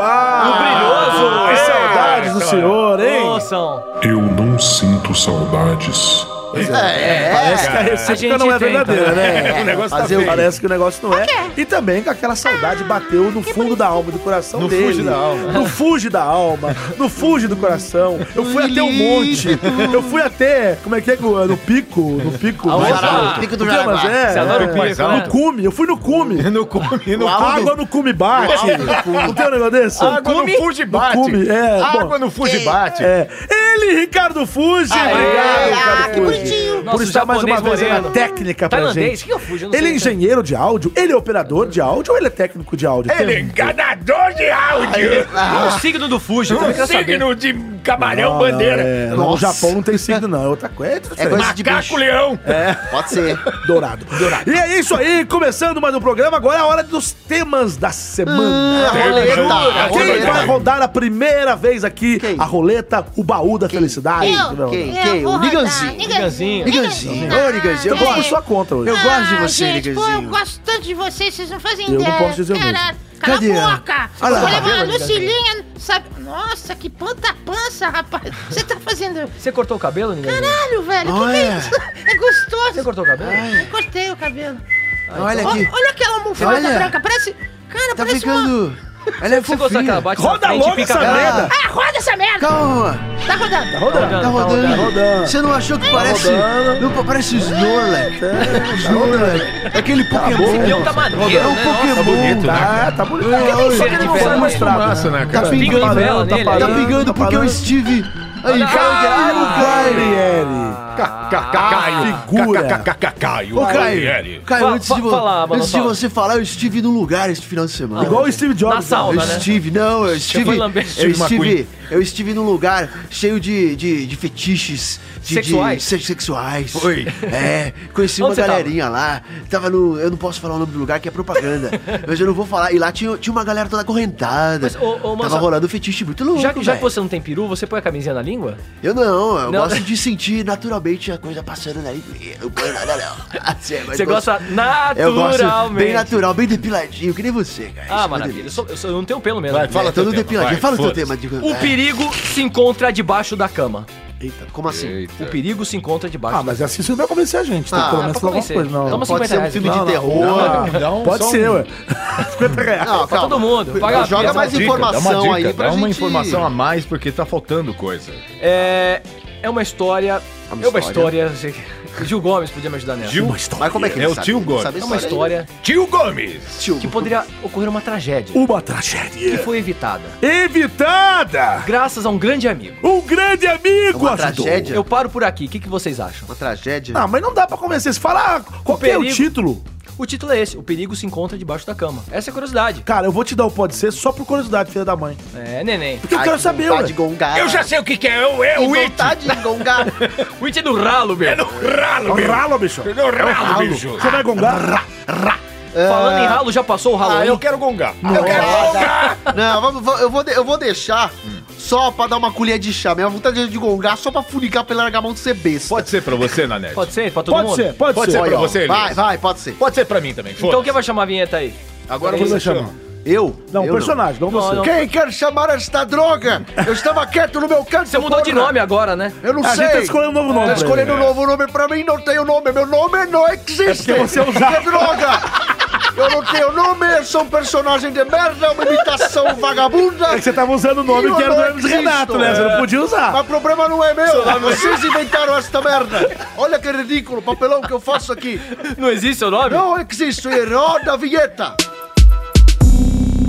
Speaker 2: brilhoso.
Speaker 3: Ah,
Speaker 1: Que
Speaker 2: É,
Speaker 1: saudades do
Speaker 5: cara.
Speaker 3: é.
Speaker 1: senhor, hein?
Speaker 2: Nossa,
Speaker 7: Eu não sinto saudades.
Speaker 3: É,
Speaker 1: Parece que a
Speaker 2: A
Speaker 1: receita
Speaker 2: gente
Speaker 1: não é
Speaker 2: tenta,
Speaker 1: verdadeira, né?
Speaker 5: O negócio tá
Speaker 1: Fazer o-
Speaker 5: feio.
Speaker 1: Parece que o negócio não é. E também com aquela saudade bateu no fundo da alma, do coração
Speaker 5: No
Speaker 1: dele.
Speaker 5: fuge da alma.
Speaker 1: No fuge da alma. No fuge do coração. Eu fui até um monte. Eu fui até. Como é que é? No pico. No pico.
Speaker 2: Aonde?
Speaker 1: Mas-
Speaker 2: Jaraguá.
Speaker 3: Pico do
Speaker 1: Não, mas
Speaker 3: Jaraguá.
Speaker 1: é,
Speaker 2: você adora
Speaker 1: é.
Speaker 2: o pico,
Speaker 5: alto.
Speaker 2: né?
Speaker 1: No cume. Eu fui no cume.
Speaker 5: No come, no
Speaker 3: Uau.
Speaker 5: come.
Speaker 1: Água no cume bate. Não tem um negócio desse?
Speaker 5: Água no
Speaker 1: Cume?
Speaker 5: fuge bate. Ah,
Speaker 1: No cume, é.
Speaker 5: Água
Speaker 1: bom.
Speaker 5: no fuge bate.
Speaker 1: É. Ele, Ricardo Fuji! Obrigado,
Speaker 3: ah,
Speaker 1: Ricardo
Speaker 3: que
Speaker 1: Fuji!
Speaker 3: bonitinho.
Speaker 1: Por
Speaker 2: Nosso
Speaker 1: estar mais uma
Speaker 2: japonês
Speaker 1: vez aí na
Speaker 2: moreno.
Speaker 1: técnica pra
Speaker 2: Tailandês,
Speaker 1: gente.
Speaker 2: que eu fujo, eu não
Speaker 1: Ele é
Speaker 2: sei.
Speaker 1: engenheiro de áudio? Ele é operador de áudio ou ele é técnico de áudio?
Speaker 5: Ele é
Speaker 1: Tem-
Speaker 5: enganador de áudio.
Speaker 2: O signo do Fuji, eu também
Speaker 5: Um
Speaker 2: quero saber.
Speaker 5: signo de camarão
Speaker 1: Não,
Speaker 5: bandeira.
Speaker 1: é, não, o
Speaker 3: Nossa.
Speaker 1: Japão não tem signo, não. É outra coisa.
Speaker 3: É coisa de
Speaker 5: Macaco
Speaker 3: bicho. É,
Speaker 5: leão.
Speaker 3: Pode ser.
Speaker 1: Dourado. Dourado. E é isso aí, começando mais um programa. Agora é a hora dos temas da
Speaker 3: Hum,
Speaker 1: semana.
Speaker 3: Ah, Roleta.
Speaker 1: Quem
Speaker 3: roleta.
Speaker 1: vai rodar a primeira vez aqui
Speaker 3: Quem?
Speaker 1: a roleta, o baú da felicidade?
Speaker 6: Eu,
Speaker 1: Não,
Speaker 3: Quem?
Speaker 6: eu
Speaker 3: Quem?
Speaker 6: vou
Speaker 3: O
Speaker 6: rodar.
Speaker 3: Niganzinho.
Speaker 2: Niganzinho.
Speaker 3: Niganzinho.
Speaker 6: Ah,
Speaker 3: Ô, Niganzinho, eu
Speaker 1: Eu gosto
Speaker 6: é.
Speaker 1: por sua conta hoje.
Speaker 3: Eu gosto de você,
Speaker 6: Ah, gente, pô, eu
Speaker 3: Niganzinho.
Speaker 6: gosto tanto de vocês, vocês não fazem
Speaker 1: Eu não
Speaker 6: ideia.
Speaker 1: posso dizer mesmo.
Speaker 6: Caralho, cala
Speaker 3: Cadê ela?
Speaker 6: a boca.
Speaker 3: Olha lá.
Speaker 6: Vou levar a
Speaker 3: Cabelo,
Speaker 6: Lucilinha, sabe? Nossa, que planta pança, rapaz. Você tá fazendo...
Speaker 2: Você cortou o cabelo, Niganzinho?
Speaker 6: Caralho, velho, o que, que é
Speaker 3: Olha.
Speaker 6: isso? É gostoso.
Speaker 2: Você cortou o cabelo?
Speaker 6: Eu cortei o cabelo.
Speaker 3: Olha
Speaker 6: Ó,
Speaker 3: aqui.
Speaker 6: Olha, aquela almofada
Speaker 3: Olha.
Speaker 6: branca, parece... Cara,
Speaker 3: Tá
Speaker 6: parece uma...
Speaker 3: ficando. Ela é
Speaker 2: Você gostou daquela
Speaker 3: fofinha.
Speaker 2: bate na
Speaker 1: Roda
Speaker 2: frente e
Speaker 1: logo
Speaker 2: pica
Speaker 1: essa
Speaker 2: a perna?
Speaker 1: merda!
Speaker 6: Ah, roda essa merda.
Speaker 3: Calma.
Speaker 6: Tá rodando.
Speaker 1: Tá rodando.
Speaker 3: Tá rodando.
Speaker 2: Tá
Speaker 1: rodando.
Speaker 3: Você não achou que parece.
Speaker 1: rodando.
Speaker 3: Não parece Snorlax? Snorlax. Aquele
Speaker 2: Esse
Speaker 3: Pokémon.
Speaker 2: peão tá maneiro,
Speaker 3: É um
Speaker 2: né?
Speaker 3: Pokémon.
Speaker 2: Nossa,
Speaker 5: bonito, né?
Speaker 1: Tá, tá bonito. Por que
Speaker 3: Olha,
Speaker 1: tem
Speaker 3: olha,
Speaker 1: que ele não
Speaker 2: olha,
Speaker 1: foi
Speaker 2: olha,
Speaker 1: mostrado?
Speaker 5: Fumaça, né,
Speaker 3: é Tá
Speaker 5: cara?
Speaker 2: Pinga
Speaker 3: pingando.
Speaker 2: nela
Speaker 1: tá
Speaker 2: nele
Speaker 3: Tá
Speaker 1: parando,
Speaker 2: aí.
Speaker 3: pingando porque eu
Speaker 1: parando.
Speaker 3: estive. Aí, Caio, Caio.
Speaker 1: Ariel.
Speaker 5: Ca- ca- ca- Ah, Caio.
Speaker 1: figura.
Speaker 5: Ca- ca- ca- ca- Caio.
Speaker 3: Ô, Caio.
Speaker 5: Ranieri.
Speaker 3: Caio,
Speaker 2: Fa-
Speaker 3: antes de
Speaker 2: fa-
Speaker 3: vo-
Speaker 2: fala, Manon,
Speaker 3: antes de
Speaker 2: fala.
Speaker 3: você falar, eu estive num lugar este final de semana.
Speaker 1: Igual o Steve Jobs.
Speaker 2: Na sauna,
Speaker 3: Eu
Speaker 2: né?
Speaker 3: estive, não, eu estive.
Speaker 2: foi lamber-
Speaker 3: Eu
Speaker 2: Steve
Speaker 3: estive, eu estive num lugar cheio de, de, de fetiches. De,
Speaker 2: Sexuais?
Speaker 3: De, se- sexuais.
Speaker 5: Foi.
Speaker 3: É, conheci
Speaker 2: Onde
Speaker 3: uma
Speaker 2: você tava?
Speaker 3: galerinha lá. Tava no. Eu não posso falar o nome do lugar que é propaganda. mas eu não vou falar. E lá tinha, tinha uma galera toda acorrentada.
Speaker 2: Mas, ô, ô, moça,
Speaker 3: tava rolando um fetiche muito louco.
Speaker 2: Já, que- já que
Speaker 3: velho.
Speaker 2: você não tem peru, você põe a camisinha na língua?
Speaker 3: Eu não, eu
Speaker 2: Não.
Speaker 3: gosto de sentir naturalmente a coisa passando na língua. Eu ponho nada, não. Assim, é mais
Speaker 2: Você
Speaker 3: gostoso.
Speaker 2: gosta
Speaker 3: Eu
Speaker 2: naturalmente.
Speaker 3: gosto bem natural, bem depiladinho, que nem você, cara. Isso é
Speaker 2: Ah,
Speaker 3: uma
Speaker 2: maravilha. Eu,
Speaker 3: delícia.
Speaker 2: sou- eu sou- eu não tenho pelo mesmo.
Speaker 5: Vai, fala
Speaker 3: É, todo
Speaker 5: teu tema, vai,
Speaker 3: depiladinho. Fala o teu
Speaker 5: foda-se.
Speaker 3: tema, digo.
Speaker 2: O
Speaker 3: é.
Speaker 2: perigo se encontra debaixo da cama.
Speaker 3: Eita, como assim?
Speaker 2: O perigo se encontra debaixo
Speaker 1: Ah, mas assim você não vai convencer a gente, tá?
Speaker 3: Ah,
Speaker 1: Pelo
Speaker 2: da
Speaker 1: menos
Speaker 2: cama.
Speaker 1: falar alguma coisa, não.
Speaker 2: Toma 50
Speaker 3: Pode ser um
Speaker 2: reais.
Speaker 3: filme de
Speaker 2: Não, não.
Speaker 3: terror.
Speaker 5: Não, dá um-
Speaker 1: Pode
Speaker 5: só
Speaker 1: ser,
Speaker 5: um-
Speaker 1: ué. 50 reais.
Speaker 3: Não,
Speaker 2: Pra
Speaker 3: calma.
Speaker 2: todo mundo. Paga a
Speaker 3: Joga
Speaker 2: pizza.
Speaker 3: mais
Speaker 5: Dá uma um dica,
Speaker 3: informação
Speaker 5: dá uma dica,
Speaker 3: aí pra
Speaker 5: dá uma
Speaker 3: gente-
Speaker 5: informação a mais, porque tá faltando coisa.
Speaker 2: É, é uma história.
Speaker 3: uma
Speaker 2: É uma história. Gil Gomes podia me ajudar nessa.
Speaker 5: Gil,
Speaker 3: Mas como é que ele
Speaker 5: É o
Speaker 3: sabe?
Speaker 5: tio
Speaker 3: Ele
Speaker 5: Gomes.
Speaker 3: sabe
Speaker 2: É uma história
Speaker 5: tio Gomes.
Speaker 3: Tio.
Speaker 2: que poderia ocorrer uma tragédia
Speaker 1: Uma tragédia.
Speaker 2: que foi evitada
Speaker 1: Evitada!
Speaker 2: graças a um grande amigo.
Speaker 1: Um grande amigo
Speaker 3: Uma
Speaker 1: ajudou.
Speaker 3: tragédia.
Speaker 2: Eu paro por aqui. O que, que vocês acham?
Speaker 3: Uma tragédia.
Speaker 1: Ah, mas não dá pra convencer. Se falar qual
Speaker 2: O
Speaker 1: que é o
Speaker 2: perigo.
Speaker 1: título,
Speaker 2: O título é esse: O perigo se encontra debaixo da cama. Essa é a curiosidade.
Speaker 1: cara, eu vou te dar o pode ser só por curiosidade, filha da mãe.
Speaker 2: É, neném.
Speaker 1: Porque eu quero saber, ué.
Speaker 3: vontade tá de gongar.
Speaker 5: Eu já sei o que que é, eu é
Speaker 3: Que
Speaker 5: o It.
Speaker 3: vontade de gongar.
Speaker 2: O it é do ralo, meu.
Speaker 5: É no ralo, bicho.
Speaker 1: um Ralo, bicho.
Speaker 5: É no ralo, bicho.
Speaker 1: Você vai gongar?
Speaker 2: Falando em ralo, já passou o ralo
Speaker 5: Ah,
Speaker 2: aí?
Speaker 5: eu quero gongar. Eu quero Ah, gongar.
Speaker 3: Não, vamos- vamos- eu, vou de- eu vou deixar só pra dar uma colher de chá. Minha vontade é de gongar só pra funicar pela largar a mão de ser besta.
Speaker 5: Pode ser pra você, Nanete?
Speaker 2: Pode ser? Pra todo
Speaker 1: Pode
Speaker 2: mundo?
Speaker 1: ser, pode,
Speaker 5: Pode
Speaker 1: ser.
Speaker 5: ser
Speaker 3: Olha,
Speaker 5: pra
Speaker 3: ó,
Speaker 5: você, Elias.
Speaker 3: Vai, vai, pode ser.
Speaker 5: Pode ser pra mim também.
Speaker 2: Então
Speaker 5: foda-se.
Speaker 2: quem vai chamar a vinheta aí?
Speaker 5: Agora
Speaker 1: Quem
Speaker 5: você
Speaker 1: vai
Speaker 5: chama.
Speaker 1: chamar?
Speaker 3: Eu?
Speaker 1: é Não,
Speaker 3: eu
Speaker 1: personagem, não, você.
Speaker 2: Não, não.
Speaker 3: Quem quer chamar esta droga? Eu estava quieto no meu canto.
Speaker 2: Você mudou de
Speaker 3: porra.
Speaker 2: nome agora, né?
Speaker 3: Eu não
Speaker 1: A
Speaker 3: sei.
Speaker 1: gente tá escolhendo um novo nome.
Speaker 3: Tá
Speaker 1: pra ele.
Speaker 3: escolhendo um novo nome pra mim, não tenho nome. Meu nome não existe.
Speaker 1: É porque você é usado.
Speaker 3: Que droga! Eu não tenho nome, eu sou um personagem de merda, uma imitação vagabunda.
Speaker 1: É que você tava usando o nome
Speaker 3: Eu
Speaker 1: que era do
Speaker 3: não
Speaker 1: Hermes
Speaker 3: existo.
Speaker 1: Renato, né? Você
Speaker 3: é.
Speaker 1: não podia usar.
Speaker 3: Mas o problema não é meu, vocês inventaram esta merda. Olha que ridículo, papelão que eu faço aqui.
Speaker 2: Não existe seu nome?
Speaker 3: Não existe, roda a vinheta.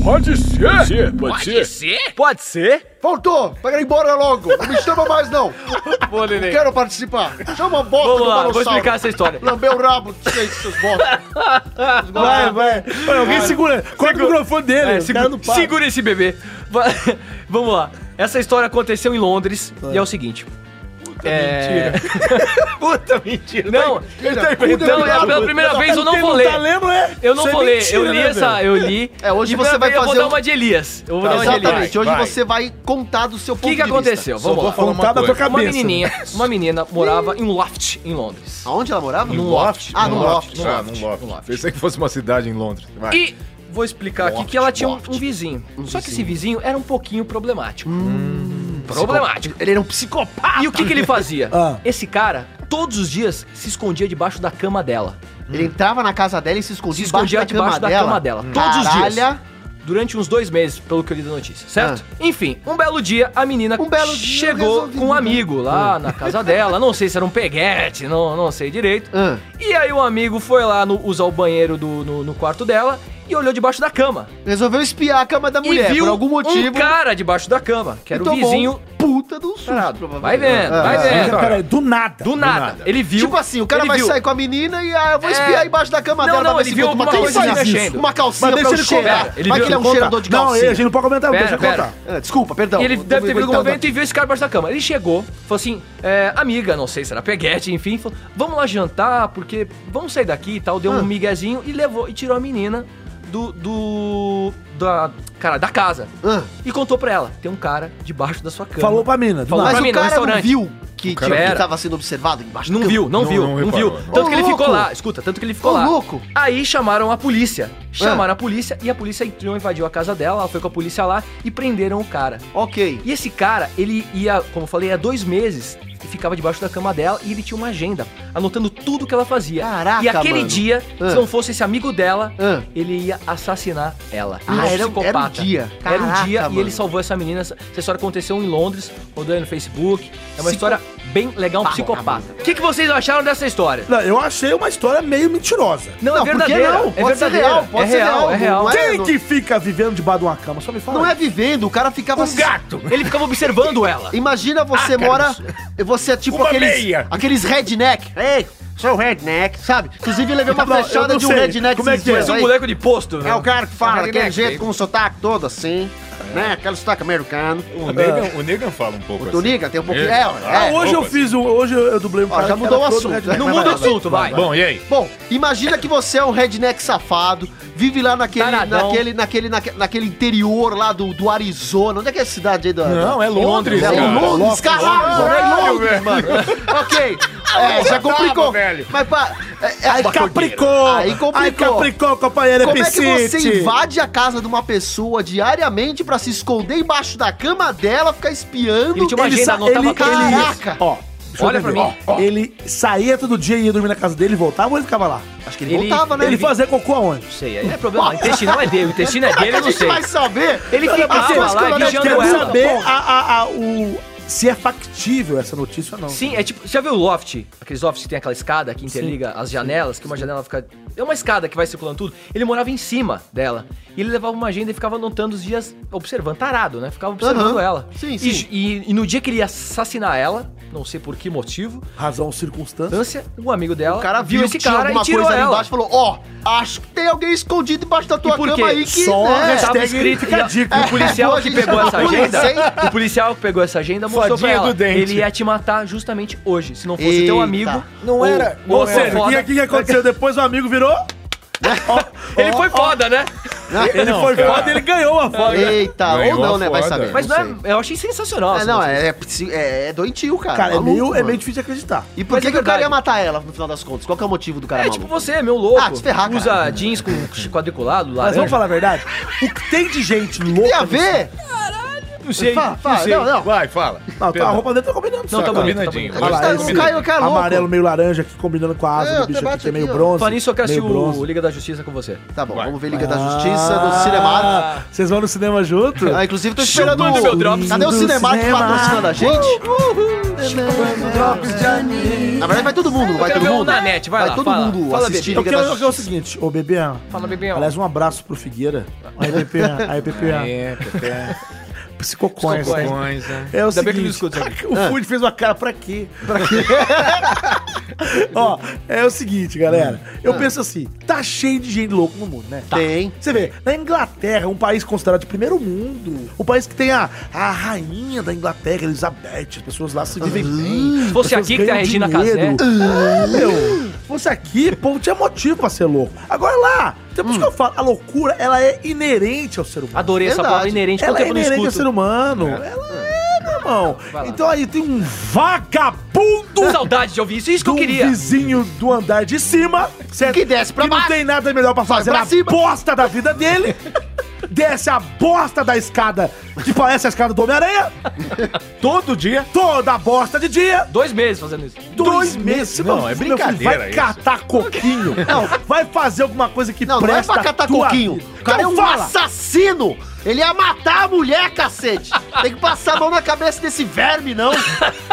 Speaker 5: Pode ser. Pode ser, pode ser.
Speaker 2: Pode ser?
Speaker 3: Faltou, pega embora logo. Não me chama mais não,
Speaker 2: Pô, neném.
Speaker 3: quero participar. Chama a bosta
Speaker 2: Vamos
Speaker 3: do
Speaker 2: lá, vou
Speaker 3: manossauro.
Speaker 2: explicar essa história.
Speaker 3: Lambeu o rabo de vocês, seus bosta.
Speaker 1: Vai, vai. Vai, alguém segura. Corta o microfone dele.
Speaker 2: É,
Speaker 1: o
Speaker 2: segura,
Speaker 1: cara não para.
Speaker 2: segura esse bebê. Va- Vamos lá. Essa história aconteceu em Londres e é o seguinte.
Speaker 5: Puta mentira. Puta mentira.
Speaker 2: Não,
Speaker 5: tá
Speaker 2: então, é, pela primeira vez eu
Speaker 5: um
Speaker 2: não vou
Speaker 1: tá
Speaker 2: ler.
Speaker 1: é-
Speaker 2: Eu
Speaker 5: é
Speaker 2: não vou ler, eu
Speaker 1: né,
Speaker 5: né,
Speaker 2: li essa, eu li.
Speaker 3: É, hoje
Speaker 2: E
Speaker 3: você
Speaker 2: pela primeira
Speaker 3: vai
Speaker 2: vez Eu
Speaker 3: fazer
Speaker 2: vou
Speaker 3: um-
Speaker 2: dar uma de Elias. Eu vou dar uma de Elias.
Speaker 3: Exatamente. Hoje
Speaker 5: vai.
Speaker 3: você vai contar do seu
Speaker 2: O
Speaker 3: ponto
Speaker 2: que que
Speaker 3: de vista.
Speaker 2: aconteceu?
Speaker 5: Só
Speaker 2: Vamos
Speaker 5: vou
Speaker 2: lá.
Speaker 5: falar uma
Speaker 1: Contada
Speaker 5: coisa.
Speaker 1: tua cabeça.
Speaker 2: Uma menininha, uma menina morava em um loft em Londres.
Speaker 3: Aonde ela morava?
Speaker 2: Num loft.
Speaker 3: Ah, num loft.
Speaker 5: Ah, num
Speaker 2: Num
Speaker 5: loft.
Speaker 2: loft.
Speaker 5: Pensei que fosse uma cidade em Londres. Vai.
Speaker 2: E vou explicar aqui
Speaker 5: Morte,
Speaker 2: que ela tinha um,
Speaker 5: morte.
Speaker 2: um vizinho. Só que esse vizinho era um pouquinho problemático.
Speaker 5: Hum.
Speaker 2: problemático.
Speaker 3: Ele era um psicopata.
Speaker 2: E o que, que ele fazia?
Speaker 1: Ah.
Speaker 2: Esse cara, todos os dias, se escondia debaixo da cama dela.
Speaker 3: Ele entrava na casa dela e se
Speaker 2: Hum. Se
Speaker 3: escondia,
Speaker 2: escondia debaixo da cama dela. Todos os dias.
Speaker 3: Caralho.
Speaker 2: Durante uns dois meses, pelo que eu li da notícia, certo? Enfim, um belo dia, a menina
Speaker 3: Um belo dia
Speaker 2: chegou
Speaker 3: resolvido,
Speaker 2: com um amigo lá na casa dela. Não sei se era um peguete, não, não sei direito.
Speaker 3: Ah.
Speaker 2: E aí o amigo foi lá no- usar o banheiro do- no- no quarto dela e olhou debaixo da cama.
Speaker 3: Resolveu espiar a cama da mulher.
Speaker 2: e viu
Speaker 3: por algum motivo.
Speaker 2: um cara debaixo da cama, que era o
Speaker 3: tomou um
Speaker 2: vizinho.
Speaker 3: Puta do susto.
Speaker 2: Tarado. Vai
Speaker 3: provavelmente.
Speaker 2: vendo,
Speaker 3: Ah.
Speaker 2: vai
Speaker 1: é. Mas,
Speaker 2: vendo.
Speaker 1: Peraí, do nada.
Speaker 2: é. Do nada. Ele viu.
Speaker 3: Tipo assim, o cara
Speaker 2: ele
Speaker 3: vai
Speaker 2: viu.
Speaker 3: sair com a menina e ah, eu vou
Speaker 2: É.
Speaker 3: espiar embaixo da cama
Speaker 2: Não,
Speaker 3: dela
Speaker 2: não,
Speaker 3: pra ver
Speaker 2: ele
Speaker 3: se
Speaker 2: viu
Speaker 3: encontra uma
Speaker 2: alguma
Speaker 3: calcinha.
Speaker 2: coisa mexendo.
Speaker 3: Uma calcinha
Speaker 1: Mas
Speaker 3: pra
Speaker 1: deixa
Speaker 3: eu
Speaker 1: ele
Speaker 3: cheirar.
Speaker 1: contar.
Speaker 2: Ele
Speaker 3: vai
Speaker 2: viu-
Speaker 3: que ele é um
Speaker 1: Conta.
Speaker 3: cheirador de
Speaker 1: Não,
Speaker 3: calcinha.
Speaker 1: a gente não pode comentar,
Speaker 2: Pera,
Speaker 1: deixa eu
Speaker 2: pera.
Speaker 1: contar.
Speaker 3: Ah, Desculpa, perdão.
Speaker 2: E ele
Speaker 3: Eu
Speaker 2: deve ter
Speaker 3: vou
Speaker 2: vindo algum
Speaker 3: inventando
Speaker 2: momento e viu esse cara debaixo da cama. Ele chegou, falou assim, é, amiga, não sei se era peguete, enfim, falou, vamos lá jantar, porque vamos sair daqui e tal. Deu um miguezinho e levou, e tirou a menina do, do, da, cara, da casa.
Speaker 3: Ah.
Speaker 2: E contou pra ela, tem um cara debaixo da sua cama.
Speaker 1: Falou pra mina, do
Speaker 2: Falou
Speaker 1: nada.
Speaker 2: pra
Speaker 3: Mas
Speaker 2: mim,
Speaker 3: o
Speaker 2: no
Speaker 3: cara não
Speaker 2: restaurante.
Speaker 3: viu que,
Speaker 2: cara-
Speaker 3: que
Speaker 2: Pera.
Speaker 3: tava sendo observado embaixo
Speaker 2: Não
Speaker 3: da
Speaker 2: viu, não
Speaker 5: Não,
Speaker 2: viu,
Speaker 5: não
Speaker 2: não,
Speaker 5: reparou,
Speaker 2: viu.
Speaker 5: não.
Speaker 2: Tanto que ele
Speaker 3: Ô,
Speaker 2: ficou
Speaker 3: louco.
Speaker 2: lá, escuta, tanto que ele ficou
Speaker 3: Ô,
Speaker 2: lá.
Speaker 3: louco.
Speaker 2: Aí chamaram a polícia. Chamaram a polícia e a polícia entrou, invadiu a casa dela, ela foi com a polícia lá e prenderam o cara.
Speaker 3: Ok.
Speaker 2: E esse cara, ele ia, como eu falei, há dois meses e ficava debaixo da cama dela e ele tinha uma agenda, anotando tudo que ela fazia.
Speaker 3: Caraca,
Speaker 2: e aquele
Speaker 3: mano.
Speaker 2: dia,
Speaker 3: Ah.
Speaker 2: se não fosse esse amigo dela,
Speaker 3: Ah.
Speaker 2: ele ia assassinar ela.
Speaker 3: Ah,
Speaker 2: Ele
Speaker 3: era- era um dia.
Speaker 2: era um dia
Speaker 3: Caraca,
Speaker 2: e ele
Speaker 3: mano.
Speaker 2: salvou essa menina. Essa essa história aconteceu em Londres, rodou aí no Facebook. É uma
Speaker 3: Psico-
Speaker 2: história bem legal, um psicopata. O que, que vocês acharam dessa história?
Speaker 1: Não, eu achei uma história meio mentirosa.
Speaker 2: Não, é
Speaker 3: Não, por que
Speaker 2: verdadeira.
Speaker 3: não?
Speaker 2: É
Speaker 3: Pode ser
Speaker 2: verdadeira.
Speaker 3: real, pode
Speaker 2: é
Speaker 3: ser
Speaker 2: real,
Speaker 3: real,
Speaker 2: é real.
Speaker 3: não é-
Speaker 1: Quem que fica vivendo debaixo de uma cama? Só me fala.
Speaker 3: Não é vivendo, o cara ficava.
Speaker 5: Um gato.
Speaker 3: é?
Speaker 2: Ele ficava observando ela.
Speaker 3: Imagina você
Speaker 5: Ah, cara,
Speaker 3: mora. Você é tipo
Speaker 5: Uma
Speaker 3: aqueles.
Speaker 5: meia.
Speaker 3: Aqueles redneck. Ei, sou um redneck, sabe? Inclusive eu levei uma
Speaker 1: Não, Tá eu
Speaker 3: flechada
Speaker 1: não
Speaker 3: de um
Speaker 1: sei.
Speaker 3: redneck
Speaker 1: Como é
Speaker 3: esses
Speaker 1: que é?
Speaker 3: dias
Speaker 2: Mas um
Speaker 3: aí.
Speaker 2: boneco de posto, né?
Speaker 3: É o cara que fala daquele
Speaker 5: Redneck,
Speaker 3: jeito,
Speaker 5: hein?
Speaker 3: com o sotaque todo assim, né? Aquele sotaque americano.
Speaker 5: O Negan, o Negan fala um pouco
Speaker 3: Do
Speaker 5: assim.
Speaker 3: Niga, tem um pouquinho.
Speaker 5: Ele.
Speaker 3: É, é.
Speaker 1: Ah, hoje eu
Speaker 5: roupas.
Speaker 1: fiz um. Hoje eu eu dublei um
Speaker 3: Ó, já
Speaker 1: que
Speaker 3: mudou
Speaker 1: era
Speaker 3: o
Speaker 1: todo
Speaker 3: assunto,
Speaker 1: redneck.
Speaker 3: né?
Speaker 2: Não
Speaker 3: Vai,
Speaker 2: muda o
Speaker 3: vai, vai,
Speaker 2: assunto, vai.
Speaker 5: assim. Bom, e aí?
Speaker 3: Bom, imagina que você é um redneck safado, vive lá naquele,
Speaker 2: Taradão.
Speaker 3: naquele, naquele, naque- naquele interior lá do, do Arizona. Onde é que é essa cidade aí? Do,
Speaker 5: Não, é Londres,
Speaker 3: É
Speaker 5: cara.
Speaker 3: Londres,
Speaker 1: Ah,
Speaker 3: caralho, é
Speaker 5: Caralho,
Speaker 3: Londres,
Speaker 5: velho.
Speaker 3: mano. ok, é,
Speaker 5: Tava,
Speaker 3: já complicou.
Speaker 5: velho.
Speaker 3: Mas pá, é, é, aí
Speaker 1: Capricou!
Speaker 3: Aí complicou.
Speaker 1: Aí Capricou, companheiro.
Speaker 3: Como é que você
Speaker 1: Epicite.
Speaker 3: invade a casa de uma pessoa diariamente pra se esconder embaixo da cama dela, ficar espiando?
Speaker 2: Ele tinha uma
Speaker 1: Ele
Speaker 2: agenda,
Speaker 1: sa-
Speaker 2: anotava
Speaker 1: ele-
Speaker 2: tudo.
Speaker 1: ele-
Speaker 3: Caraca!
Speaker 1: Ó, deixa eu
Speaker 2: Olha pra
Speaker 1: entender.
Speaker 2: mim.
Speaker 1: Ó, ó. Ele saía todo dia e ia dormir na casa dele, voltava ou ele ficava lá?
Speaker 3: Acho que ele,
Speaker 2: ele-
Speaker 3: voltava, né?
Speaker 1: Ele
Speaker 2: vi-
Speaker 1: fazia cocô aonde?
Speaker 2: Não sei, aí é problema. O intestino não é dele, o intestino é dele, eu
Speaker 3: a
Speaker 2: não
Speaker 3: gente
Speaker 2: sei.
Speaker 3: vai saber.
Speaker 2: Ele ficava
Speaker 3: Depois que
Speaker 2: lá
Speaker 3: ela
Speaker 2: vigiando
Speaker 1: Assim, Quero
Speaker 2: ela.
Speaker 1: saber a- a- a- o- se é factível essa notícia ou não.
Speaker 2: Sim, é tipo, já viu o loft? Aqueles lofts que tem aquela escada que interliga as janelas, que uma janela fica. É uma escada que vai circulando tudo. Ele morava em cima dela. E ele levava uma agenda e ficava anotando os dias, observando, tarado, né? Ficava observando
Speaker 3: Aham.
Speaker 2: ela.
Speaker 3: Sim,
Speaker 2: E-
Speaker 3: sim.
Speaker 2: E, e no dia que ele ia assassinar ela, não sei por que motivo,
Speaker 1: Razão, circunstância.
Speaker 2: Ânsia, o amigo dela,
Speaker 3: O cara viu,
Speaker 2: esse
Speaker 3: que tinha
Speaker 2: cara e
Speaker 3: alguma
Speaker 2: tirou
Speaker 3: coisa ali
Speaker 2: ela.
Speaker 3: embaixo e falou, ó, acho que tem alguém escondido embaixo da tua
Speaker 2: E por
Speaker 3: cama
Speaker 2: quê?
Speaker 3: aí que...
Speaker 1: Só a
Speaker 3: né?
Speaker 2: Tava
Speaker 1: Hashtag
Speaker 2: escrito
Speaker 1: fica
Speaker 2: e
Speaker 1: a
Speaker 2: a-
Speaker 1: dica.
Speaker 2: O policial
Speaker 3: Boa,
Speaker 2: que
Speaker 3: gente,
Speaker 2: pegou
Speaker 3: já
Speaker 2: essa
Speaker 3: pulei,
Speaker 2: agenda,
Speaker 3: hein?
Speaker 2: o policial que pegou essa agenda mostrou pra
Speaker 5: Fadinha
Speaker 2: ela,
Speaker 5: do dente.
Speaker 2: ele ia te matar justamente hoje, se não fosse teu
Speaker 3: Eita.
Speaker 2: amigo.
Speaker 5: Não
Speaker 2: ou-
Speaker 5: era-
Speaker 2: ou
Speaker 1: Ou seja, o
Speaker 2: foda.
Speaker 1: que, é que aconteceu? Depois o amigo virou,
Speaker 2: Ele foi foda, né?
Speaker 1: ele
Speaker 5: Não,
Speaker 1: foi
Speaker 5: cara.
Speaker 1: foda e ele ganhou uma foda.
Speaker 3: Eita, ou
Speaker 5: Ganhou
Speaker 3: não,
Speaker 5: a
Speaker 3: né? Vai
Speaker 5: foda.
Speaker 3: saber.
Speaker 2: Mas não,
Speaker 3: não sei.
Speaker 2: é, eu achei sensacional.
Speaker 3: É,
Speaker 2: essa
Speaker 3: não,
Speaker 2: notícia.
Speaker 3: é, é psi- é- é doentio, cara.
Speaker 1: Cara, é,
Speaker 3: Maluco,
Speaker 1: meio, é
Speaker 3: mano.
Speaker 1: meio difícil de acreditar.
Speaker 3: E por
Speaker 2: Mas
Speaker 3: que,
Speaker 2: é
Speaker 3: que o cara
Speaker 2: verdade.
Speaker 3: ia matar ela, no final das contas? Qual que é o motivo do cara
Speaker 2: É
Speaker 3: maluco?
Speaker 2: tipo você, meu louco.
Speaker 3: Ah, se ferrar, cara.
Speaker 2: Usa jeans com quadriculado,
Speaker 1: Mas
Speaker 2: laranja.
Speaker 1: vamos falar a verdade? O que tem de gente louca...
Speaker 3: Tem a
Speaker 1: no-
Speaker 3: ver?
Speaker 2: Não sei,
Speaker 3: Fala,
Speaker 2: não
Speaker 3: fala,
Speaker 2: sei.
Speaker 3: não, não.
Speaker 5: Vai, fala.
Speaker 1: Não, tá, a
Speaker 5: Perdão.
Speaker 1: roupa dele tá combinando.
Speaker 2: Não, tá
Speaker 1: certo?
Speaker 2: bonito.
Speaker 5: combinadinho.
Speaker 2: Tá
Speaker 1: Olha
Speaker 2: bonito.
Speaker 1: lá,
Speaker 3: Tá
Speaker 1: esse
Speaker 3: com cara, o cara é louco.
Speaker 1: amarelo meio laranja aqui, combinando com a asa
Speaker 3: É,
Speaker 1: do
Speaker 3: eu até
Speaker 1: bicho aqui,
Speaker 3: bato
Speaker 1: que é meio
Speaker 3: aqui, ó.
Speaker 1: bronze.
Speaker 2: Falando nisso, eu quero assistir
Speaker 1: meio
Speaker 2: o
Speaker 1: bronze.
Speaker 2: Liga da Justiça com você.
Speaker 3: Tá bom,
Speaker 5: Vai.
Speaker 3: vamos ver Liga da Justiça, do Cinemático.
Speaker 1: Ah, Vocês vão no cinema junto?
Speaker 3: Ah, inclusive, tô esperando
Speaker 2: Chupando meu
Speaker 3: o...
Speaker 2: drops.
Speaker 3: Cadê o
Speaker 1: Do
Speaker 3: Cinemático
Speaker 1: cinema.
Speaker 3: patrocinando a gente? Na verdade, vai todo mundo, não vai
Speaker 2: quero
Speaker 3: todo
Speaker 2: ver um
Speaker 3: mundo?
Speaker 2: na net, vai lá,
Speaker 3: todo
Speaker 2: fala.
Speaker 3: mundo
Speaker 2: Fala,
Speaker 3: assistir
Speaker 1: Eu
Speaker 3: Liga
Speaker 1: quero
Speaker 3: da
Speaker 1: eu quero o seguinte, ô bebê.
Speaker 2: Fala, bebê. É,
Speaker 1: Aliás, um abraço pro Figueira. Aí, bebê. Aí, bebê. Psicocões. né?
Speaker 5: Coins, né?
Speaker 1: É o
Speaker 2: Ainda bem que
Speaker 1: seguinte,
Speaker 2: não escuta isso Ah.
Speaker 1: o Food fez uma cara pra quê? Pra quê? Ó, é o seguinte, galera. Eu penso assim, tá cheio de gente louco no mundo, né?
Speaker 3: Tem.
Speaker 1: Você vê, na Inglaterra, um país considerado de primeiro mundo, o país que tem a, a rainha da Inglaterra, Elizabeth, as pessoas lá se vivem bem. as
Speaker 2: Hum. Fosse
Speaker 1: pessoas
Speaker 2: aqui que tem a
Speaker 1: ganham
Speaker 2: Regina
Speaker 1: dinheiro.
Speaker 2: Casé.
Speaker 1: Ah, meu, fosse aqui, o povo tinha motivo pra ser louco. Agora lá, tem
Speaker 2: Hum.
Speaker 1: por isso que eu falo, a loucura, ela é inerente ao ser humano.
Speaker 2: Adorei essa
Speaker 3: Verdade.
Speaker 2: palavra inerente,
Speaker 1: Ela
Speaker 2: quanto
Speaker 1: é
Speaker 2: tempo eu não
Speaker 1: inerente ao ser
Speaker 2: escuto.
Speaker 1: humano. Ela é, meu irmão. Então aí tem um vagabundo
Speaker 2: Saudade de ouvir isso, isso que
Speaker 1: do
Speaker 2: eu queria.
Speaker 1: vizinho do andar de cima, certo?
Speaker 3: Que desce pra
Speaker 1: que
Speaker 3: baixo. É
Speaker 1: não tem nada melhor pra fazer
Speaker 3: pra
Speaker 1: na
Speaker 3: cima.
Speaker 1: bosta da vida dele. Desce a bosta da escada, que parece a escada do Homem-Aranha. Todo dia. Toda a bosta de dia.
Speaker 2: Dois meses fazendo isso.
Speaker 1: Dois meses.
Speaker 5: Não,
Speaker 1: meu
Speaker 5: é
Speaker 1: filho,
Speaker 5: brincadeira
Speaker 1: Vai
Speaker 5: isso.
Speaker 1: catar coquinho. Não, vai fazer alguma coisa que
Speaker 3: Não, não é
Speaker 1: presta
Speaker 3: pra catar
Speaker 1: a tua
Speaker 3: coquinho.
Speaker 1: vida.
Speaker 3: O cara é
Speaker 1: Então
Speaker 3: um
Speaker 1: fala.
Speaker 3: assassino. Ele ia matar a mulher, cacete. Tem que passar a mão na cabeça desse verme, não.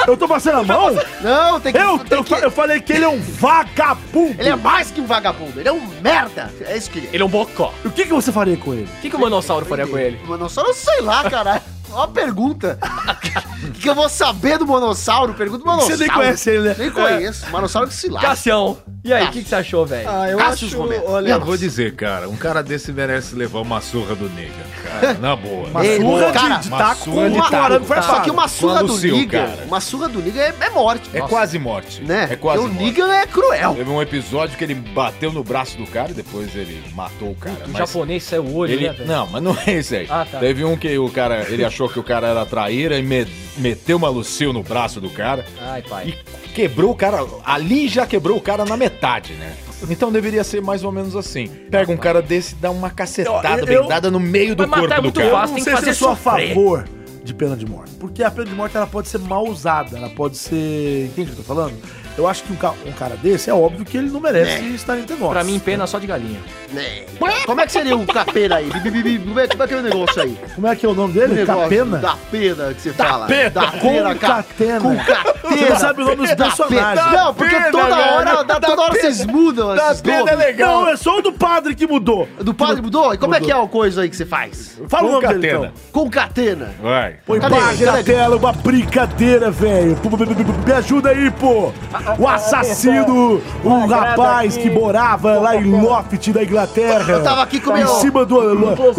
Speaker 1: Eu tô passando a mão?
Speaker 3: Não, tem que...
Speaker 1: Eu,
Speaker 3: tem
Speaker 1: eu,
Speaker 3: que-
Speaker 1: fa- eu falei que ele é um vagabundo.
Speaker 3: Ele é mais que um vagabundo. Ele é um merda. É isso que ele é.
Speaker 2: Ele é um bocó.
Speaker 1: O que, que você faria com ele?
Speaker 2: O que, que o Manossauro faria com
Speaker 3: é.
Speaker 2: ele?
Speaker 3: Monossauro, sei lá, caralho. Ó a pergunta. O que, que eu vou saber do monossauro? Pergunta do monossauro.
Speaker 1: Você nem conhece ele, né?
Speaker 3: Nem conheço. Monossauro que se lasca.
Speaker 2: Cassião. E aí, o que, que você achou, velho?
Speaker 8: Ah, eu
Speaker 3: Cássio
Speaker 8: acho.
Speaker 3: Romero.
Speaker 8: Olha,
Speaker 3: Minha
Speaker 5: Eu vou dizer, cara, um cara desse merece levar uma surra do nega, cara. Na boa.
Speaker 1: Uma
Speaker 3: Ei,
Speaker 1: surra
Speaker 3: cara,
Speaker 1: de, de
Speaker 5: uma
Speaker 1: taco
Speaker 5: surra
Speaker 1: com
Speaker 5: de
Speaker 1: uma
Speaker 5: taco.
Speaker 1: arame farpado.
Speaker 3: Só que uma surra
Speaker 5: Quando
Speaker 3: do
Speaker 5: o seu,
Speaker 3: Negan,
Speaker 5: cara.
Speaker 3: uma surra do Negan é, é morte.
Speaker 5: É quase morte.
Speaker 3: né?
Speaker 5: É quase
Speaker 3: Porque
Speaker 2: um
Speaker 3: o
Speaker 5: morte.
Speaker 3: Negan é cruel.
Speaker 5: Teve um episódio que ele bateu no braço do cara e depois ele matou o cara.
Speaker 2: O
Speaker 5: mas
Speaker 2: japonês saiu o olho,
Speaker 5: ele...
Speaker 2: né, velho?
Speaker 5: Não, mas não é isso aí.
Speaker 2: Ah, tá.
Speaker 5: Teve um que o cara, ele achou que o cara era traíra e me- meteu uma Lucil no braço do cara.
Speaker 2: Ai, pai.
Speaker 5: E quebrou o cara. Ali já quebrou o cara na metade, né? Então deveria ser mais ou menos assim. Pega um cara desse e dá uma cacetada
Speaker 1: Eu- eu-
Speaker 5: bem dada no meio do
Speaker 2: Mas matar
Speaker 5: corpo
Speaker 2: é
Speaker 5: do
Speaker 2: muito
Speaker 5: cara.
Speaker 2: fácil.
Speaker 1: Eu
Speaker 2: tem
Speaker 1: não sei
Speaker 2: que
Speaker 1: se eu
Speaker 2: fazer
Speaker 1: sou a
Speaker 2: sofrer.
Speaker 1: favor de pena de morte. Porque a pena de morte ela pode ser mal usada, ela pode ser. Entende o que eu tô falando? Eu acho que um, ca- um cara desse é óbvio que ele não merece estar entre nós.
Speaker 2: Pra mim, pena só de galinha.
Speaker 3: Né? Como é que seria o capena aí? Bi, bi, bi, bi, Como é, como é que é o negócio aí?
Speaker 1: Como é que é o nome
Speaker 3: O
Speaker 1: dele?
Speaker 3: um negócio
Speaker 1: Capena?
Speaker 3: Da pena que você fala.
Speaker 5: pena.
Speaker 3: Da
Speaker 1: Com
Speaker 3: ca-
Speaker 1: catena.
Speaker 3: Com catena.
Speaker 1: Você não sabe o nome dos
Speaker 3: Da
Speaker 1: personagens.
Speaker 3: pena. Não, porque
Speaker 5: Da
Speaker 3: toda
Speaker 5: pena,
Speaker 3: hora,
Speaker 5: galera.
Speaker 3: da, toda hora vocês mudam
Speaker 5: Da
Speaker 3: esses
Speaker 5: pena é
Speaker 3: nomes.
Speaker 5: legal.
Speaker 1: Não, é só o do padre que mudou.
Speaker 3: Do padre mudou? E como é que é
Speaker 1: Mudou.
Speaker 3: o coisa aí que você faz?
Speaker 1: Fala o
Speaker 5: Com
Speaker 1: nome dele,
Speaker 5: catena.
Speaker 1: então.
Speaker 3: Com catena.
Speaker 5: Vai.
Speaker 1: Põe
Speaker 3: Cadê?
Speaker 1: padre na tela, uma brincadeira, velho. Pô, pô, pô, pô, pô, Me ajuda aí, pô. O assassino, um rapaz que morava lá em Loft, da Inglaterra.
Speaker 3: Eu tava aqui com
Speaker 1: Em
Speaker 3: meu-
Speaker 1: cima do Lo- Loft.
Speaker 7: Eu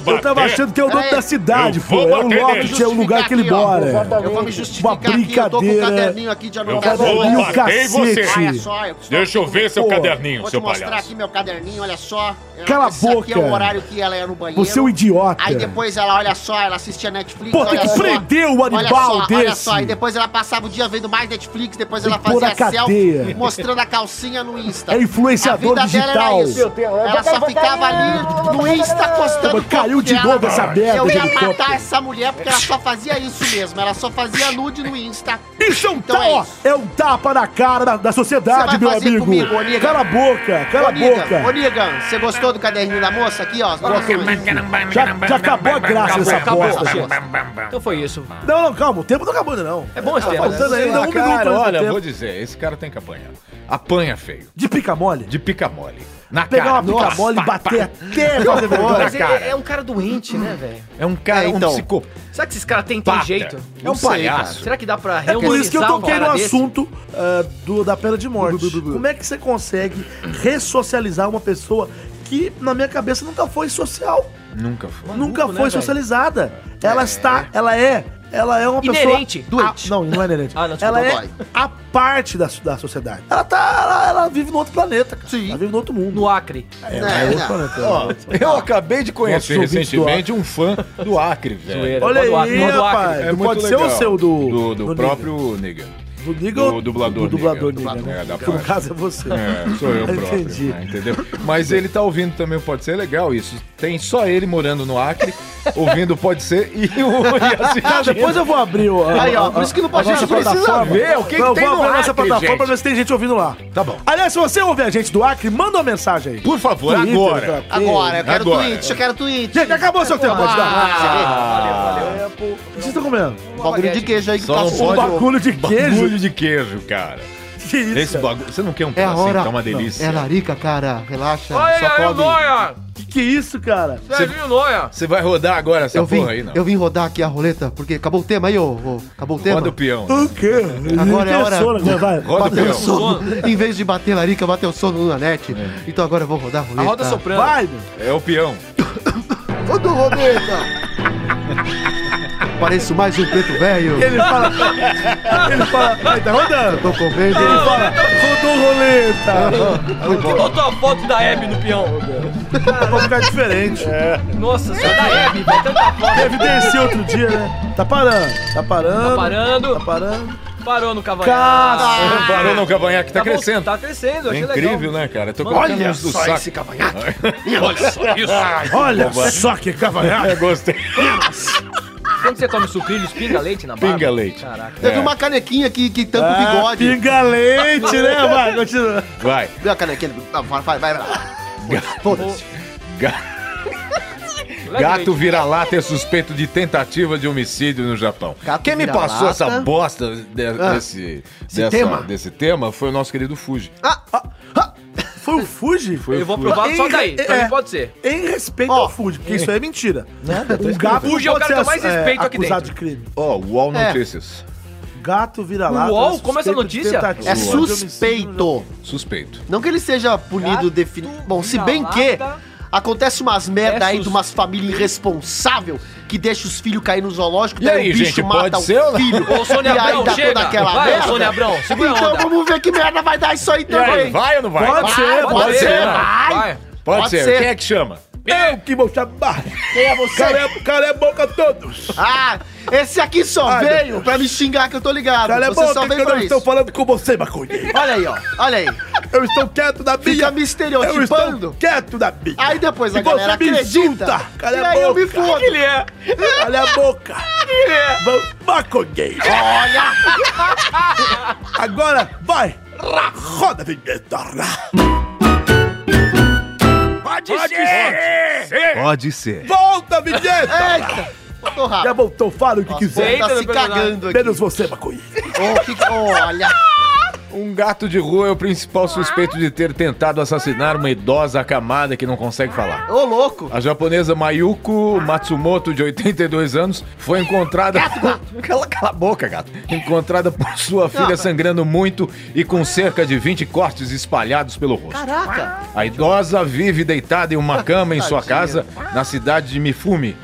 Speaker 7: vou
Speaker 1: Eu tava
Speaker 7: bater.
Speaker 1: achando que é o nome
Speaker 3: Peraí.
Speaker 1: da cidade,
Speaker 7: Eu
Speaker 1: pô.
Speaker 7: vou
Speaker 1: É o
Speaker 7: bater
Speaker 1: Loft,
Speaker 7: nele.
Speaker 1: é o lugar que ele
Speaker 3: Justificar aqui, ó.
Speaker 1: mora.
Speaker 3: Eu vou me justificar
Speaker 1: Uma
Speaker 3: aqui, eu tô com um
Speaker 1: brincadeira.
Speaker 3: caderninho aqui de
Speaker 7: Eu
Speaker 3: anotação.
Speaker 7: vou
Speaker 1: E o
Speaker 7: bater em você.
Speaker 1: cacete.
Speaker 3: Olha só, eu
Speaker 7: Deixa eu ver seu
Speaker 1: Pô,
Speaker 7: caderninho,
Speaker 3: Vou
Speaker 7: seu
Speaker 3: te mostrar
Speaker 7: palhaço.
Speaker 3: aqui meu caderninho, olha só.
Speaker 1: Cala
Speaker 3: Esse
Speaker 1: a
Speaker 3: aqui é
Speaker 1: boca.
Speaker 3: o horário que ela ia no banheiro.
Speaker 1: Você é um idiota.
Speaker 3: Aí depois ela, olha só, ela assistia Netflix.
Speaker 1: Pô, tem
Speaker 3: olha
Speaker 1: que
Speaker 3: só.
Speaker 1: prender o
Speaker 3: Olha
Speaker 1: animal
Speaker 3: só, Olha
Speaker 1: desse.
Speaker 3: só, aí depois ela passava o dia vendo mais Netflix, depois
Speaker 1: Tem
Speaker 3: ela
Speaker 1: que pôr
Speaker 3: fazia
Speaker 1: na
Speaker 3: selfie,
Speaker 1: cadeia.
Speaker 3: mostrando a calcinha no Insta.
Speaker 1: É influenciador
Speaker 3: a vida dela
Speaker 1: digital.
Speaker 3: era isso. Ela só ficava ali no Insta postando
Speaker 1: Mas caiu
Speaker 3: foto
Speaker 1: de
Speaker 3: dela.
Speaker 1: novo essa merda
Speaker 3: Eu
Speaker 1: de
Speaker 3: ia
Speaker 1: helicóptero.
Speaker 3: matar essa mulher porque ela só fazia isso mesmo. Ela só fazia nude no Insta.
Speaker 1: Isso é um,
Speaker 3: Então
Speaker 1: ta-
Speaker 3: é
Speaker 1: ó,
Speaker 3: isso.
Speaker 1: é um tapa na cara da, da
Speaker 3: Você vai
Speaker 1: sociedade, meu
Speaker 3: fazer
Speaker 1: amigo.
Speaker 3: comigo, ô, nega.
Speaker 1: cala a boca, cala
Speaker 3: Ô, Nigan,
Speaker 1: a boca.
Speaker 3: ô, Nigan, você gostou do caderninho da moça aqui, ó? as anotações?
Speaker 1: Já, já acabou a graça dessa
Speaker 2: acabou,
Speaker 1: bosta.
Speaker 2: acabou.
Speaker 1: gente.
Speaker 2: Então foi isso.
Speaker 1: Não, não, calma, o tempo não acabou ainda não.
Speaker 2: É bom esse tema.
Speaker 1: Faltando
Speaker 2: né?
Speaker 1: ainda um minuto
Speaker 5: Cara,
Speaker 1: antes do
Speaker 5: olha,
Speaker 1: tempo.
Speaker 5: vou dizer, esse cara tem que apanhar. Apanha feio.
Speaker 1: De pica mole.
Speaker 5: De pica mole. Na
Speaker 1: Pegar
Speaker 5: cara.
Speaker 1: uma pica
Speaker 5: Nossa,
Speaker 1: mole e
Speaker 5: pá,
Speaker 1: bater
Speaker 5: pá.
Speaker 1: até fazer vergonha.
Speaker 2: Mas ele
Speaker 5: cara.
Speaker 2: é um cara doente, né, velho?
Speaker 5: É um cara,
Speaker 3: É,
Speaker 5: um
Speaker 3: então.
Speaker 5: psicopata.
Speaker 2: Será que esses caras têm tem jeito?
Speaker 5: É um
Speaker 3: sei,
Speaker 5: palhaço.
Speaker 2: Será que dá pra
Speaker 1: É
Speaker 2: reunir
Speaker 1: por isso que eu toquei no assunto ah, do, da pena de morte. Como é que você consegue ressocializar uma pessoa que, na minha cabeça, nunca foi social?
Speaker 5: Nunca foi.
Speaker 1: nunca
Speaker 2: né,
Speaker 1: foi
Speaker 2: velho?
Speaker 1: socializada. Ela está, ela é, ela é uma
Speaker 2: Inerente.
Speaker 1: pessoa doente. não, não é inerente.
Speaker 2: Ah, não, desculpa,
Speaker 1: ela é
Speaker 3: dói.
Speaker 1: a parte da, da sociedade. Ela tá, ela, ela vive no outro planeta, cara.
Speaker 3: Sim.
Speaker 1: Ela vive no outro mundo.
Speaker 2: No Acre.
Speaker 1: É,
Speaker 3: Não,
Speaker 1: ela é outro
Speaker 3: não.
Speaker 1: planeta.
Speaker 5: Ó, eu acabei de conhecer
Speaker 1: Nosso ouvinte do
Speaker 5: recentemente um fã do Acre, velho.
Speaker 2: Zoeira.
Speaker 1: Olha
Speaker 2: Manda o Acre,
Speaker 1: aí,
Speaker 2: manda o Acre.
Speaker 1: rapaz.
Speaker 5: É muito
Speaker 1: Pode ser
Speaker 5: legal.
Speaker 1: o seu do-
Speaker 5: Do, do
Speaker 1: do
Speaker 5: próprio Nigga.
Speaker 1: Do Nigel,
Speaker 5: Do dublador
Speaker 1: do dublador
Speaker 5: Nigga.
Speaker 1: Nigel, né?
Speaker 5: É, da
Speaker 1: Que no
Speaker 5: parte.
Speaker 1: caso é você.
Speaker 5: É, sou eu próprio,
Speaker 1: Entendi.
Speaker 5: né, entendeu? Mas ele tá ouvindo também o Pode Ser, é legal isso. Tem só ele morando no Acre, ouvindo o Pode Ser e o e
Speaker 1: Ah,
Speaker 5: assistindo.
Speaker 1: depois eu vou abrir o. a-
Speaker 3: Aí, ó,
Speaker 1: a-
Speaker 3: por isso que não pode
Speaker 1: a nossa
Speaker 3: ser, precisa
Speaker 1: plataforma.
Speaker 5: ver o que
Speaker 1: Não,
Speaker 5: que tem
Speaker 1: eu vou
Speaker 5: no
Speaker 1: abrir a nossa
Speaker 5: Acre,
Speaker 1: plataforma
Speaker 5: gente.
Speaker 1: pra ver se tem gente ouvindo lá.
Speaker 5: Tá bom.
Speaker 1: Aliás, se você ouvir a gente do Acre, manda uma mensagem aí.
Speaker 5: Por favor,
Speaker 1: Twitter,
Speaker 5: agora.
Speaker 1: tá ok?
Speaker 3: Agora, eu quero
Speaker 5: Agora.
Speaker 3: tweet, eu quero tweet.
Speaker 1: Gente, acabou seu tempo. pode dar.
Speaker 3: Ah,
Speaker 1: O que vocês estão comendo?
Speaker 3: Um bagulho de queijo aí que tá Assim,
Speaker 5: Só não
Speaker 3: passou.
Speaker 5: pode-
Speaker 1: bagulho de queijo.
Speaker 5: Bagulho de queijo, cara.
Speaker 1: Que isso,
Speaker 5: Esse
Speaker 1: cara?
Speaker 5: bagulho. Você não quer um
Speaker 3: É a
Speaker 5: pedacinho,
Speaker 3: hora.
Speaker 5: tá uma
Speaker 3: É
Speaker 5: delícia.
Speaker 3: larica, cara. Relaxa.
Speaker 2: Olha aí, o
Speaker 3: sacode.
Speaker 2: Noia!
Speaker 1: Que, que isso, cara?
Speaker 2: Serginho Noia!
Speaker 5: Você vai rodar agora essa
Speaker 3: Eu vim,
Speaker 5: porra aí, não.
Speaker 3: eu vim rodar aqui a roleta, porque acabou o tema aí, ô. ô, acabou o tema.
Speaker 5: Roda o peão.
Speaker 1: O quê?
Speaker 3: Agora é
Speaker 1: Tem
Speaker 3: hora.
Speaker 1: sono agora, né? vai.
Speaker 5: Roda o
Speaker 3: Bateu
Speaker 5: peão.
Speaker 3: o sono. em vez de bater larica, bateu o sono na net. Então agora eu vou rodar a
Speaker 2: A
Speaker 3: roleta.
Speaker 2: roda soprando.
Speaker 1: Vai, meu.
Speaker 5: É o peão.
Speaker 3: Roda a roleta! Pareço mais um preto velho.
Speaker 1: Ele fala. Ele fala. Aí, tá rodando.
Speaker 3: Tô comendo.
Speaker 1: Ele fala. Rodou tá? roleta.
Speaker 2: Por que botou a foto da Hebe no peão?
Speaker 1: Ah, Vai ficar diferente.
Speaker 5: É.
Speaker 2: Nossa, só da Hebe, Então tá vai tanta foto.
Speaker 1: Deve descer outro dia, né? Tá parando. Tá parando.
Speaker 2: Tá parando.
Speaker 1: Tá parando.
Speaker 2: Parou no cavanhaque.
Speaker 1: Cara.
Speaker 5: Ah, Parou no cavanhaque, tá crescendo.
Speaker 2: Tá crescendo,
Speaker 5: É
Speaker 2: achei
Speaker 5: incrível,
Speaker 2: legal.
Speaker 5: né, cara? Eu tô
Speaker 2: Olha
Speaker 5: colocando uns do saco.
Speaker 3: cavanhaque.
Speaker 5: Olha só isso.
Speaker 1: Olha só que cavanhaque.
Speaker 5: Eu gostei.
Speaker 2: Quando você come sucrilhos, pinga leite na barba?
Speaker 5: Pinga leite.
Speaker 2: Caraca.
Speaker 3: Teve uma canequinha que, que tampa o
Speaker 1: Ah,
Speaker 3: bigode.
Speaker 1: pinga leite, né? Vai, continua.
Speaker 5: Vai.
Speaker 3: Viu a canequinha? Ah, Vai, vai, vai. vai. Foda-se.
Speaker 5: Ga-
Speaker 2: Leve
Speaker 5: Gato
Speaker 2: leite.
Speaker 5: vira-lata é suspeito de tentativa de homicídio no Japão.
Speaker 3: Gato
Speaker 5: Quem me
Speaker 3: vira-lata.
Speaker 5: passou essa bosta de-
Speaker 3: Ah,
Speaker 5: desse,
Speaker 3: esse
Speaker 5: dessa-
Speaker 3: tema?
Speaker 5: desse tema foi o nosso querido Fuji.
Speaker 3: Ah, ah, ah.
Speaker 1: Foi o Fuji? Foi
Speaker 2: Eu vou provar só daí,
Speaker 3: é.
Speaker 2: pra mim pode ser.
Speaker 1: Em respeito
Speaker 3: Ó.
Speaker 1: ao Fuji, porque isso aí é mentira. Um gato
Speaker 2: Fuji é o cara
Speaker 1: pode
Speaker 2: que eu
Speaker 1: ser,
Speaker 2: mais
Speaker 1: é,
Speaker 2: respeito aqui
Speaker 1: acusado
Speaker 2: dentro.
Speaker 1: de crime.
Speaker 5: Ó, UOL
Speaker 3: É.
Speaker 5: Notícias.
Speaker 1: Gato vira lá. um
Speaker 2: Uou, como essa notícia?
Speaker 3: É suspeito.
Speaker 5: Suspeito.
Speaker 3: Não que ele seja punido
Speaker 2: Gato
Speaker 3: definido. Bom, se bem que
Speaker 2: vira-lata.
Speaker 3: acontece umas merda aí de
Speaker 2: sus-
Speaker 3: umas famílias irresponsável que deixa os filhos cair no zoológico,
Speaker 5: E aí, gente, pode
Speaker 3: o
Speaker 5: ser ou não?
Speaker 3: filho.
Speaker 2: Ô, Sônia
Speaker 3: e aí
Speaker 2: Abrão,
Speaker 3: dá
Speaker 2: chega.
Speaker 3: toda aquela
Speaker 2: Vai, ô,
Speaker 3: merda.
Speaker 2: Sônia Abrão, segura a
Speaker 3: Então
Speaker 2: onda.
Speaker 3: vamos ver que merda vai dar isso aí
Speaker 5: E aí,
Speaker 3: também.
Speaker 5: vai ou não vai? Vai,
Speaker 1: Pode ser,
Speaker 5: pode,
Speaker 1: pode
Speaker 5: ser.
Speaker 2: ser,
Speaker 5: Vai.
Speaker 2: vai.
Speaker 5: Pode,
Speaker 3: Pode
Speaker 5: ser.
Speaker 3: ser.
Speaker 5: Quem é que chama?
Speaker 1: Eu que vou chamar. Quem é você? Cala, cala a boca a todos.
Speaker 3: Ah, esse aqui só
Speaker 1: Ai, meu
Speaker 3: veio pra me xingar que eu tô ligado.
Speaker 1: Cala a
Speaker 3: Você só
Speaker 1: é boca que
Speaker 3: veio
Speaker 1: eu não
Speaker 3: pra
Speaker 1: estou
Speaker 3: isso.
Speaker 1: falando com você, maconheiro.
Speaker 3: Olha aí, ó. Olha aí.
Speaker 1: Eu estou quieto na
Speaker 3: Fica
Speaker 1: minha.
Speaker 3: me
Speaker 1: Eu
Speaker 3: estereotipando.
Speaker 1: estou quieto na minha.
Speaker 3: Aí depois a
Speaker 1: E você
Speaker 3: galera
Speaker 1: me
Speaker 3: acredita.
Speaker 1: insulta. Cala
Speaker 3: e
Speaker 1: a
Speaker 3: aí eu me
Speaker 1: boca.
Speaker 3: fodo.
Speaker 2: Ele é.
Speaker 1: Olha a boca! Vamos, maconheiro! Olha! Agora vai! Ra- Roda a vinheta! Ra-
Speaker 5: Pode, ser. Pode ser.
Speaker 1: Volta a vinheta!
Speaker 3: Eita! Tô
Speaker 1: Já
Speaker 3: rápido.
Speaker 1: voltou, fala o que quiser.
Speaker 2: Eita,
Speaker 3: Tá se
Speaker 2: meu personagem.
Speaker 3: cagando aqui.
Speaker 1: Menos você, maconheiro.
Speaker 3: Ô, que- Olha.
Speaker 5: Um gato de rua é o principal suspeito de ter tentado assassinar uma idosa acamada que não consegue falar.
Speaker 3: Ô, louco.
Speaker 5: A japonesa Mayuko Matsumoto, de 82 anos, foi encontrada. Cala, cala a boca, gato. Encontrada por sua filha sangrando muito e com cerca de 20 cortes espalhados pelo rosto.
Speaker 3: Caraca.
Speaker 5: A idosa vive deitada em uma cama em sua casa, na cidade de Mifumi.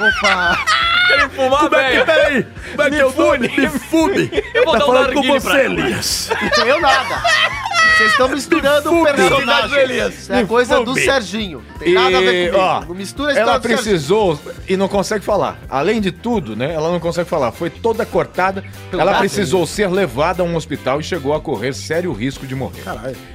Speaker 3: Opa.
Speaker 2: Querem fumar,
Speaker 1: Como é que,
Speaker 2: velho?
Speaker 1: peraí! Como é que é o nome? Me fume!
Speaker 2: Eu vou
Speaker 1: Tá
Speaker 2: dar um
Speaker 1: falando com
Speaker 2: narguile pra
Speaker 1: você,
Speaker 2: ela.
Speaker 1: Elias!
Speaker 3: Eu nada. Vocês estão misturando o
Speaker 2: Cidade do
Speaker 3: personagem.
Speaker 2: Elias.
Speaker 3: Isso é coisa do
Speaker 1: fome.
Speaker 3: Serginho. Tem nada a ver
Speaker 5: E, ó,
Speaker 3: comigo. Não mistura a
Speaker 5: Ela
Speaker 3: história do Serginho.
Speaker 5: precisou e não consegue falar. Além de tudo, né? Ela não consegue falar. Foi toda cortada. Ela
Speaker 3: gato?
Speaker 5: precisou ser levada a um hospital e chegou a correr sério risco de morrer.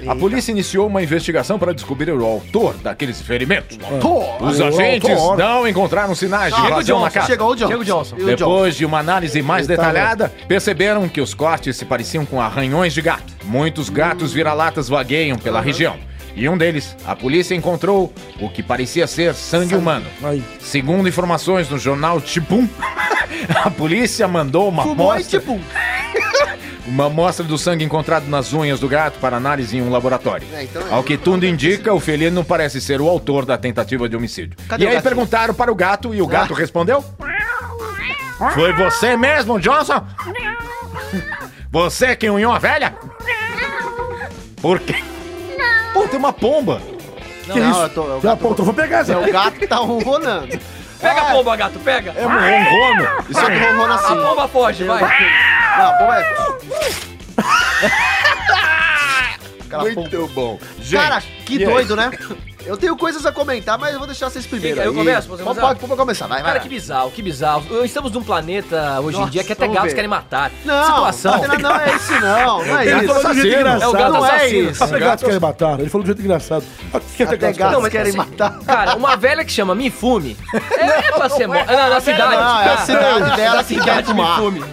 Speaker 5: A polícia iniciou uma investigação para descobrir o autor daqueles ferimentos.
Speaker 3: Pô,
Speaker 5: Os
Speaker 1: O
Speaker 5: agentes
Speaker 1: autor.
Speaker 5: não encontraram sinais de
Speaker 3: Chega o
Speaker 5: invasão na
Speaker 3: Johnson,
Speaker 5: casa.
Speaker 3: chegou o Johnson.
Speaker 2: Chega o Johnson.
Speaker 3: E o Johnson.
Speaker 5: Depois de uma análise mais detalhada, perceberam que os cortes se pareciam com arranhões de gato. Muitos gatos vira-latas vagueiam pela região. E um deles, a polícia encontrou o que parecia ser sangue humano.
Speaker 1: Aí.
Speaker 5: Segundo informações no jornal Tibum, a polícia mandou uma
Speaker 3: Fumou e
Speaker 5: amostra,
Speaker 3: tipo...
Speaker 5: uma amostra do sangue encontrado nas unhas do gato para análise em um laboratório.
Speaker 3: É, então é-
Speaker 5: Ao que tudo indica, o felino parece ser o autor da tentativa de homicídio.
Speaker 3: Cadê
Speaker 5: e
Speaker 3: o Ah.
Speaker 5: aí
Speaker 3: gatinho?
Speaker 5: perguntaram para o gato e o gato respondeu: Foi você mesmo, Johnson? Você que unhou a velha? Por quê? Pô, tem uma pomba.
Speaker 1: que
Speaker 3: não,
Speaker 1: isso?
Speaker 3: eu tô- eu
Speaker 1: Já
Speaker 3: tô-
Speaker 1: apontou, então vou pegar essa.
Speaker 3: É o gato que tá ronronando.
Speaker 2: Pega a pomba, gato, pega.
Speaker 5: É um ronrono.
Speaker 3: Só que
Speaker 2: A
Speaker 3: ronrona assim.
Speaker 2: pomba foge, vai.
Speaker 3: Não, pô, é... Aquela pomba.
Speaker 5: Muito bom.
Speaker 3: Cara,
Speaker 5: Gente,
Speaker 3: que
Speaker 5: e aí?
Speaker 3: doido, né? Eu tenho coisas a comentar, mas eu vou deixar vocês primeiro.
Speaker 2: Eu
Speaker 3: aí.
Speaker 2: começo? Posso
Speaker 3: Pode,
Speaker 2: começar?
Speaker 3: pode, pode começar, vai, vai.
Speaker 2: Cara, que bizarro, que bizarro. Estamos num planeta hoje em
Speaker 3: Nossa,
Speaker 2: dia que até
Speaker 3: vamos
Speaker 2: gatos
Speaker 3: ver.
Speaker 2: querem matar.
Speaker 3: Não,
Speaker 2: Situação.
Speaker 3: não, não é isso não, não é
Speaker 1: Ele
Speaker 3: isso.
Speaker 1: falou do jeito
Speaker 5: assassino.
Speaker 1: engraçado.
Speaker 2: É o gato
Speaker 3: Não é
Speaker 2: assassino.
Speaker 3: isso.
Speaker 1: Até gatos querem matar. Ele falou do jeito engraçado. Ah, que
Speaker 3: Até gato.
Speaker 1: gatos querem-
Speaker 3: Não, mas
Speaker 2: assim,
Speaker 3: querem matar.
Speaker 2: Cara, uma velha que chama Mifume é pra ser morta. Não, na cidade.
Speaker 3: Não, é a cidade dela que quer fumar.
Speaker 2: Mifume.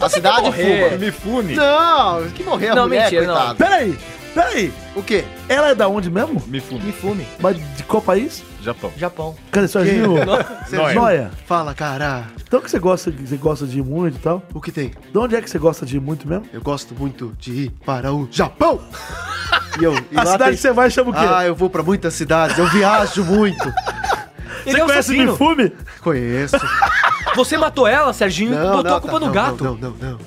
Speaker 3: A cidade
Speaker 2: morrer.
Speaker 3: fuma.
Speaker 5: Mifune.
Speaker 3: Não, que morrer a
Speaker 2: Não,
Speaker 3: mulher,
Speaker 2: mentira, não.
Speaker 3: coitada.
Speaker 1: Peraí, peraí.
Speaker 3: O quê?
Speaker 1: Ela é da onde mesmo?
Speaker 5: Mifune.
Speaker 2: Mifume.
Speaker 1: Mas de qual país?
Speaker 5: Japão.
Speaker 2: Japão.
Speaker 1: Cara, Serginho,
Speaker 5: Nóia.
Speaker 1: Noia,
Speaker 3: Fala, cara,
Speaker 1: então que você gosta, você gosta de ir muito e tal?
Speaker 3: o que tem?
Speaker 1: De onde é que você gosta de ir muito mesmo?
Speaker 3: Eu gosto muito de ir para o Japão. e eu, e
Speaker 1: A
Speaker 3: lá
Speaker 1: cidade
Speaker 3: tem-
Speaker 1: que você vai chama o quê?
Speaker 3: Ah, eu vou para muitas cidades, eu viajo muito.
Speaker 1: você
Speaker 2: é um
Speaker 1: conhece
Speaker 2: assassino.
Speaker 1: perfume?
Speaker 3: Conheço.
Speaker 2: Você matou ela, Serginho, e botou a
Speaker 3: tá,
Speaker 2: culpa no
Speaker 3: não,
Speaker 2: gato.
Speaker 3: Não, não, não.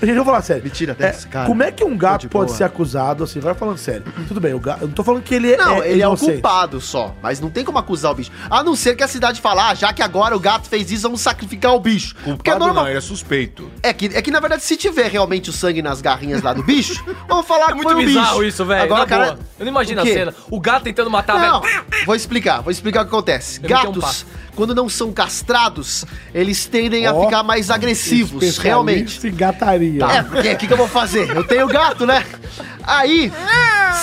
Speaker 1: Gente, eu vou falar sério.
Speaker 3: Me tira dessa, cara.
Speaker 1: Como é que um gato
Speaker 3: Tô de
Speaker 1: pode
Speaker 3: boa.
Speaker 1: ser acusado, assim, vai falando sério. Tudo bem, o gato, eu não tô falando que ele é
Speaker 3: Não, ele é o
Speaker 1: inocente.
Speaker 3: culpado só. Mas não tem como acusar o bicho. A não ser que a cidade fale, ah, já que agora o gato fez isso, vamos sacrificar o bicho. Porque é
Speaker 5: Culpado
Speaker 3: normal.
Speaker 5: não, ele é suspeito.
Speaker 3: É que, é que, na verdade, se tiver realmente o sangue nas garrinhas lá do bicho, vamos falar
Speaker 2: É
Speaker 3: que
Speaker 2: muito
Speaker 3: foi o bicho.
Speaker 2: bizarro isso, velho.
Speaker 3: Agora,
Speaker 2: na
Speaker 3: cara...
Speaker 2: boa. Eu não imagino
Speaker 3: O
Speaker 2: a
Speaker 3: quê?
Speaker 2: cena. O gato tentando matar a
Speaker 3: Não,
Speaker 2: velha.
Speaker 3: vou explicar, vou explicar o que acontece.
Speaker 2: Eu meti um
Speaker 3: Gatos,
Speaker 2: passo.
Speaker 3: quando não são castrados, eles tendem a
Speaker 1: Ó,
Speaker 3: ficar mais agressivos,
Speaker 1: Especialista
Speaker 3: realmente.
Speaker 1: em gataria.
Speaker 2: Tá.
Speaker 3: É, porque o que, que eu vou fazer? Eu tenho gato, né? Aí,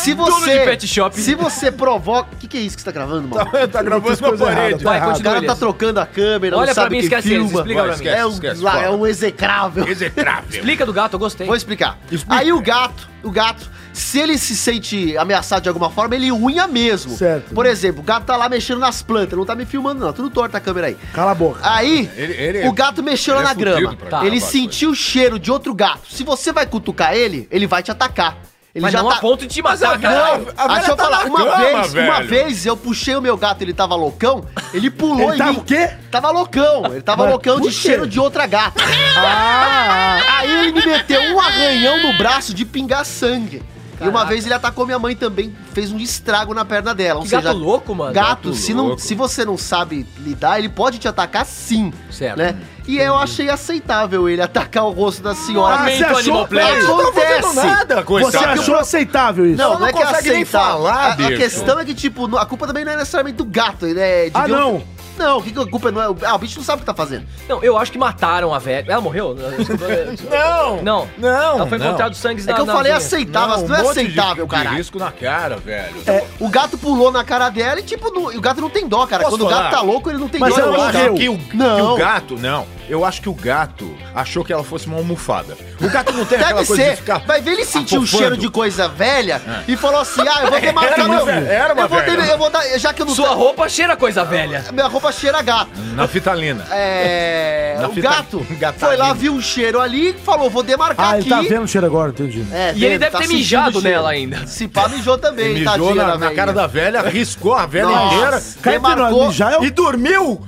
Speaker 3: se você.
Speaker 2: Dono de pet shop.
Speaker 3: Se você provoca. O que, que é isso que você tá gravando, mano?
Speaker 5: tá gravando na
Speaker 1: coisa errada,
Speaker 5: parede.
Speaker 1: tá
Speaker 2: Vai,
Speaker 1: errado.
Speaker 3: O cara tá
Speaker 2: Elias.
Speaker 3: trocando a câmera,
Speaker 2: Olha
Speaker 3: não
Speaker 2: pra
Speaker 3: sabe
Speaker 2: mim,
Speaker 3: o que
Speaker 2: esquece eles,
Speaker 3: filma.
Speaker 2: explica pra
Speaker 5: Vai,
Speaker 2: mim.
Speaker 5: esquece.
Speaker 3: É um, lá, é um execrável.
Speaker 5: Execrável.
Speaker 2: Explica do gato, eu gostei.
Speaker 3: Vou explicar. Aí o gato, o gato, se ele se sente ameaçado de alguma forma, ele unha mesmo.
Speaker 1: Certo.
Speaker 3: Por exemplo, o gato tá lá mexendo nas plantas, não tá me filmando não, tudo torto a câmera aí.
Speaker 1: Cala a boca.
Speaker 3: Aí,
Speaker 5: Ele- ele-
Speaker 3: o gato mexeu lá
Speaker 5: ele é
Speaker 3: na
Speaker 5: fudido
Speaker 3: grama.
Speaker 5: pra
Speaker 2: Tá.
Speaker 3: Ele
Speaker 5: acabar
Speaker 3: sentiu o cheiro de outro gato. Se você vai cutucar ele, ele vai te atacar. Ele
Speaker 2: Mas
Speaker 3: já
Speaker 2: não
Speaker 3: tá...
Speaker 2: a ponto de te matar,
Speaker 3: Não,
Speaker 2: cara.
Speaker 3: ah, deixa eu falar, uma
Speaker 5: cama,
Speaker 3: vez, uma
Speaker 5: velho.
Speaker 3: vez eu puxei o meu gato, ele tava loucão, ele pulou
Speaker 1: Ele
Speaker 3: em
Speaker 1: tava
Speaker 3: mim.
Speaker 1: o quê?
Speaker 3: Tava loucão, ele tava
Speaker 1: Mas
Speaker 3: loucão
Speaker 1: por
Speaker 3: de
Speaker 1: quê?
Speaker 3: cheiro de outra gata. Aí ele me meteu um arranhão no braço de pingar sangue. E uma
Speaker 2: Caraca.
Speaker 3: vez ele atacou minha mãe também, fez um estrago na perna dela. Ou
Speaker 2: Que
Speaker 3: seja,
Speaker 2: gato louco, mano.
Speaker 3: tá Gato,
Speaker 5: Gato
Speaker 3: se, não,
Speaker 5: louco.
Speaker 3: se você não sabe lidar, ele pode te atacar sim.
Speaker 2: Certo.
Speaker 3: Né? E eu achei aceitável ele atacar o rosto da senhora.
Speaker 2: Ah,
Speaker 1: você
Speaker 2: Mentou
Speaker 1: achou?
Speaker 2: Animal
Speaker 1: Peraí,
Speaker 2: Planet.
Speaker 3: acontece.
Speaker 1: Você achou Ah, tá aceitável isso?
Speaker 3: Não, não,
Speaker 5: não
Speaker 3: é que é
Speaker 5: consegue nem
Speaker 3: aceitável.
Speaker 5: falar,
Speaker 3: A- a,
Speaker 5: bicho.
Speaker 3: questão é que, tipo, não- a culpa também não é necessariamente do gato. Ele é
Speaker 1: Ah,
Speaker 3: devia-
Speaker 1: não.
Speaker 3: Não, o que, que a culpa não é? Ah, o bicho não sabe o que tá fazendo.
Speaker 2: Não, eu acho que mataram a velha. Ela morreu?
Speaker 5: Não!
Speaker 2: Não.
Speaker 5: Não!
Speaker 2: Ela foi
Speaker 5: não.
Speaker 2: encontrada os sangues
Speaker 3: É que eu falei aceitável, mas não, é
Speaker 5: um monte de-
Speaker 3: aceitável,
Speaker 5: de
Speaker 3: caralho.
Speaker 5: risco na cara, velho.
Speaker 3: O gato pulou na cara dela e, tipo, não- e o gato não tem dó, cara.
Speaker 5: Posso
Speaker 3: Quando o
Speaker 5: falar? é
Speaker 3: gato tá louco, ele não tem
Speaker 1: Mas
Speaker 3: dó.
Speaker 1: ela
Speaker 3: do
Speaker 5: eu
Speaker 3: gato.
Speaker 5: acho
Speaker 1: morreu.
Speaker 5: que o, que
Speaker 3: Não.
Speaker 5: o gato, não. Eu acho que o gato achou que ela fosse uma almofada. O gato não tem aquela
Speaker 3: Deve
Speaker 5: coisa
Speaker 3: ser.
Speaker 5: de ficar.
Speaker 3: Vai ver ele sentiu o
Speaker 5: afofando.
Speaker 3: cheiro de coisa velha e falou assim: ah, eu vou ter
Speaker 5: Era
Speaker 3: matar
Speaker 5: uma
Speaker 3: meu.
Speaker 5: velha, era uma
Speaker 3: eu vou ter,
Speaker 5: velha.
Speaker 3: eu vou dar. Já que eu não
Speaker 2: Sua
Speaker 3: tenho-
Speaker 2: roupa cheira coisa velha.
Speaker 3: Minha roupa cheira a gato.
Speaker 5: Na fitalina.
Speaker 3: É.
Speaker 5: Na
Speaker 3: o
Speaker 5: fita-
Speaker 3: gato
Speaker 5: gatalina.
Speaker 3: foi lá, viu um cheiro ali e falou: vou demarcar
Speaker 1: Ah,
Speaker 3: aqui.
Speaker 1: ele tá vendo o cheiro agora, entendi.
Speaker 3: É,
Speaker 2: E ele deve ter
Speaker 3: sentindo
Speaker 2: mijado
Speaker 3: o cheiro.
Speaker 2: nela ainda.
Speaker 3: Se pá, mijou também,
Speaker 5: Mijou
Speaker 3: tadinha
Speaker 5: na,
Speaker 3: da
Speaker 5: na
Speaker 3: velhinha.
Speaker 5: cara da velha, riscou a velha inteira
Speaker 3: Nossa,
Speaker 1: Cara, entre nós,
Speaker 3: demarcou
Speaker 1: mijar é o-
Speaker 5: e dormiu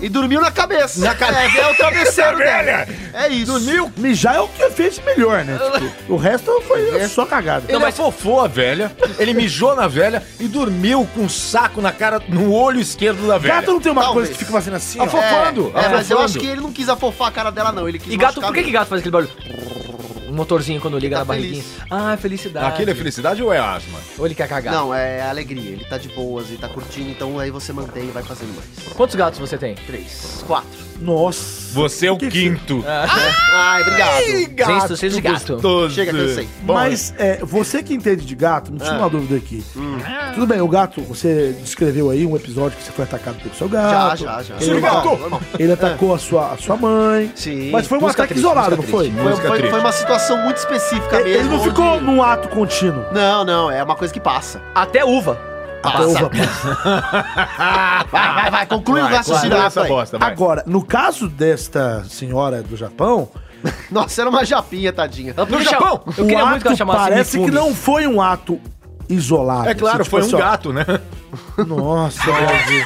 Speaker 3: e dormiu na cabeça.
Speaker 5: Na cara-
Speaker 3: É, é o travesseiro
Speaker 5: Velha!
Speaker 3: dela. É isso.
Speaker 5: Dormiu?
Speaker 1: Mijar é o que fez de melhor, né? Tipo, o resto foi só cagada.
Speaker 5: Ele afofou a velha, ele mijou na velha e dormiu com um saco na cara, no olho esquerdo da velha.
Speaker 1: Gato não tem uma
Speaker 3: Talvez.
Speaker 1: coisa que fica fazendo assim, ó.
Speaker 3: É,
Speaker 5: Afofando,
Speaker 3: É, mas eu
Speaker 5: afofando.
Speaker 3: acho que ele não quis afofar a cara dela, não. Ele quis
Speaker 2: E gato,
Speaker 3: machucar
Speaker 2: por que, que
Speaker 3: mesmo.
Speaker 2: gato faz aquele barulho? Um motorzinho quando liga
Speaker 3: é Ele tá
Speaker 2: na barriguinha.
Speaker 3: feliz.
Speaker 2: Ah, felicidade.
Speaker 5: Aquilo é felicidade ou é asma?
Speaker 2: Ou ele quer cagar?
Speaker 3: Não, é alegria. Ele tá de boas e tá curtindo, então aí você mantém e vai fazendo mais.
Speaker 2: Quantos gatos você tem?
Speaker 3: Três, quatro.
Speaker 1: Nossa.
Speaker 5: Você é o
Speaker 1: Que que-
Speaker 5: quinto.
Speaker 3: Ai, obrigado.
Speaker 2: Gato, vocês de gato.
Speaker 5: Gostoso.
Speaker 3: Chega, cansei.
Speaker 5: Bom,
Speaker 1: Mas é, você que entende de gato, me tira uma dúvida aqui. Tudo bem, o gato, você descreveu aí um episódio que você foi atacado pelo seu gato.
Speaker 3: Já, já, já.
Speaker 1: Ele, tá-
Speaker 5: gato!
Speaker 1: ele atacou a, sua, a sua mãe.
Speaker 3: Sim.
Speaker 1: Mas foi um
Speaker 2: Música
Speaker 1: ataque
Speaker 2: triste,
Speaker 1: isolado, não
Speaker 2: música
Speaker 1: foi?
Speaker 3: Foi,
Speaker 5: Música
Speaker 3: foi-
Speaker 5: triste.
Speaker 3: foi uma situação muito específica
Speaker 1: Ele,
Speaker 3: mesmo.
Speaker 1: ele não
Speaker 3: onde-
Speaker 1: ficou num ato contínuo. Então,
Speaker 3: Não, não, é uma coisa que passa.
Speaker 2: Até uva.
Speaker 1: A
Speaker 3: Passa.
Speaker 1: uva-
Speaker 3: Vai, vai, vai, conclui o
Speaker 5: vai,
Speaker 3: raciocínio
Speaker 5: continua essa
Speaker 3: aí.
Speaker 5: bosta, vai.
Speaker 1: Agora, no caso desta senhora do Japão,
Speaker 3: Nossa, era uma japinha, tadinha.
Speaker 1: Tá
Speaker 2: Ela podia
Speaker 5: No
Speaker 2: chamar-
Speaker 5: Japão,
Speaker 2: Eu queria
Speaker 1: o
Speaker 2: muito que ela
Speaker 1: Um ato
Speaker 2: chamasse
Speaker 1: parece que
Speaker 2: Mifune.
Speaker 1: não foi um ato isolado.
Speaker 5: É claro,
Speaker 1: assim,
Speaker 5: foi um
Speaker 1: tipo assim, ó,
Speaker 5: gato, né?
Speaker 1: Nossa, Brasil.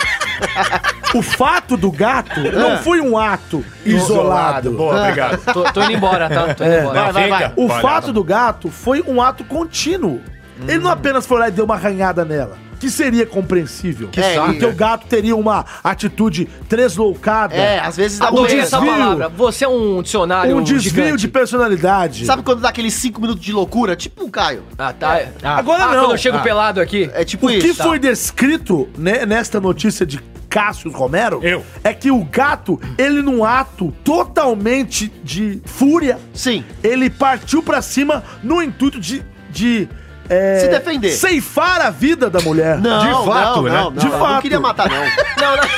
Speaker 1: O fato do gato não foi um ato isolado.
Speaker 5: Boa, obrigado.
Speaker 2: Tô, tô indo embora, tá? Tô indo
Speaker 3: É,
Speaker 5: Vai,
Speaker 2: embora.
Speaker 5: vai, vai.
Speaker 1: O
Speaker 5: Palhaço.
Speaker 1: fato do gato foi um ato contínuo. Ele não apenas foi lá e deu uma arranhada nela, que seria compreensível. Que
Speaker 3: É, saco.
Speaker 1: Porque o gato teria uma atitude tresloucada. um
Speaker 3: É, às vezes dá
Speaker 1: Adorei
Speaker 2: Adorei
Speaker 3: bobeira.
Speaker 1: essa
Speaker 2: essa
Speaker 1: desvio.
Speaker 2: palavra. Você é um dicionário
Speaker 1: Um desvio
Speaker 2: gigante.
Speaker 1: de personalidade.
Speaker 3: Sabe quando dá aqueles 5 minutos de loucura? Tipo o Caio.
Speaker 2: Ah, tá. Ah,
Speaker 1: É. Agora
Speaker 2: ah,
Speaker 1: não.
Speaker 2: quando eu chego pelado aqui.
Speaker 3: É tipo
Speaker 1: o
Speaker 3: isso.
Speaker 1: que
Speaker 3: tá?
Speaker 1: foi descrito né, nesta notícia de Cássio Romero
Speaker 5: Eu.
Speaker 1: é que o gato, ele num ato totalmente de fúria,
Speaker 3: Sim.
Speaker 1: ele partiu pra cima no intuito de. de é,
Speaker 3: Se defender.
Speaker 1: Ceifar a vida da mulher.
Speaker 3: Não,
Speaker 5: De fato,
Speaker 3: não,
Speaker 5: né?
Speaker 3: Não, não,
Speaker 1: De
Speaker 3: eu
Speaker 1: fato.
Speaker 3: não queria matar, não.
Speaker 2: Não, não.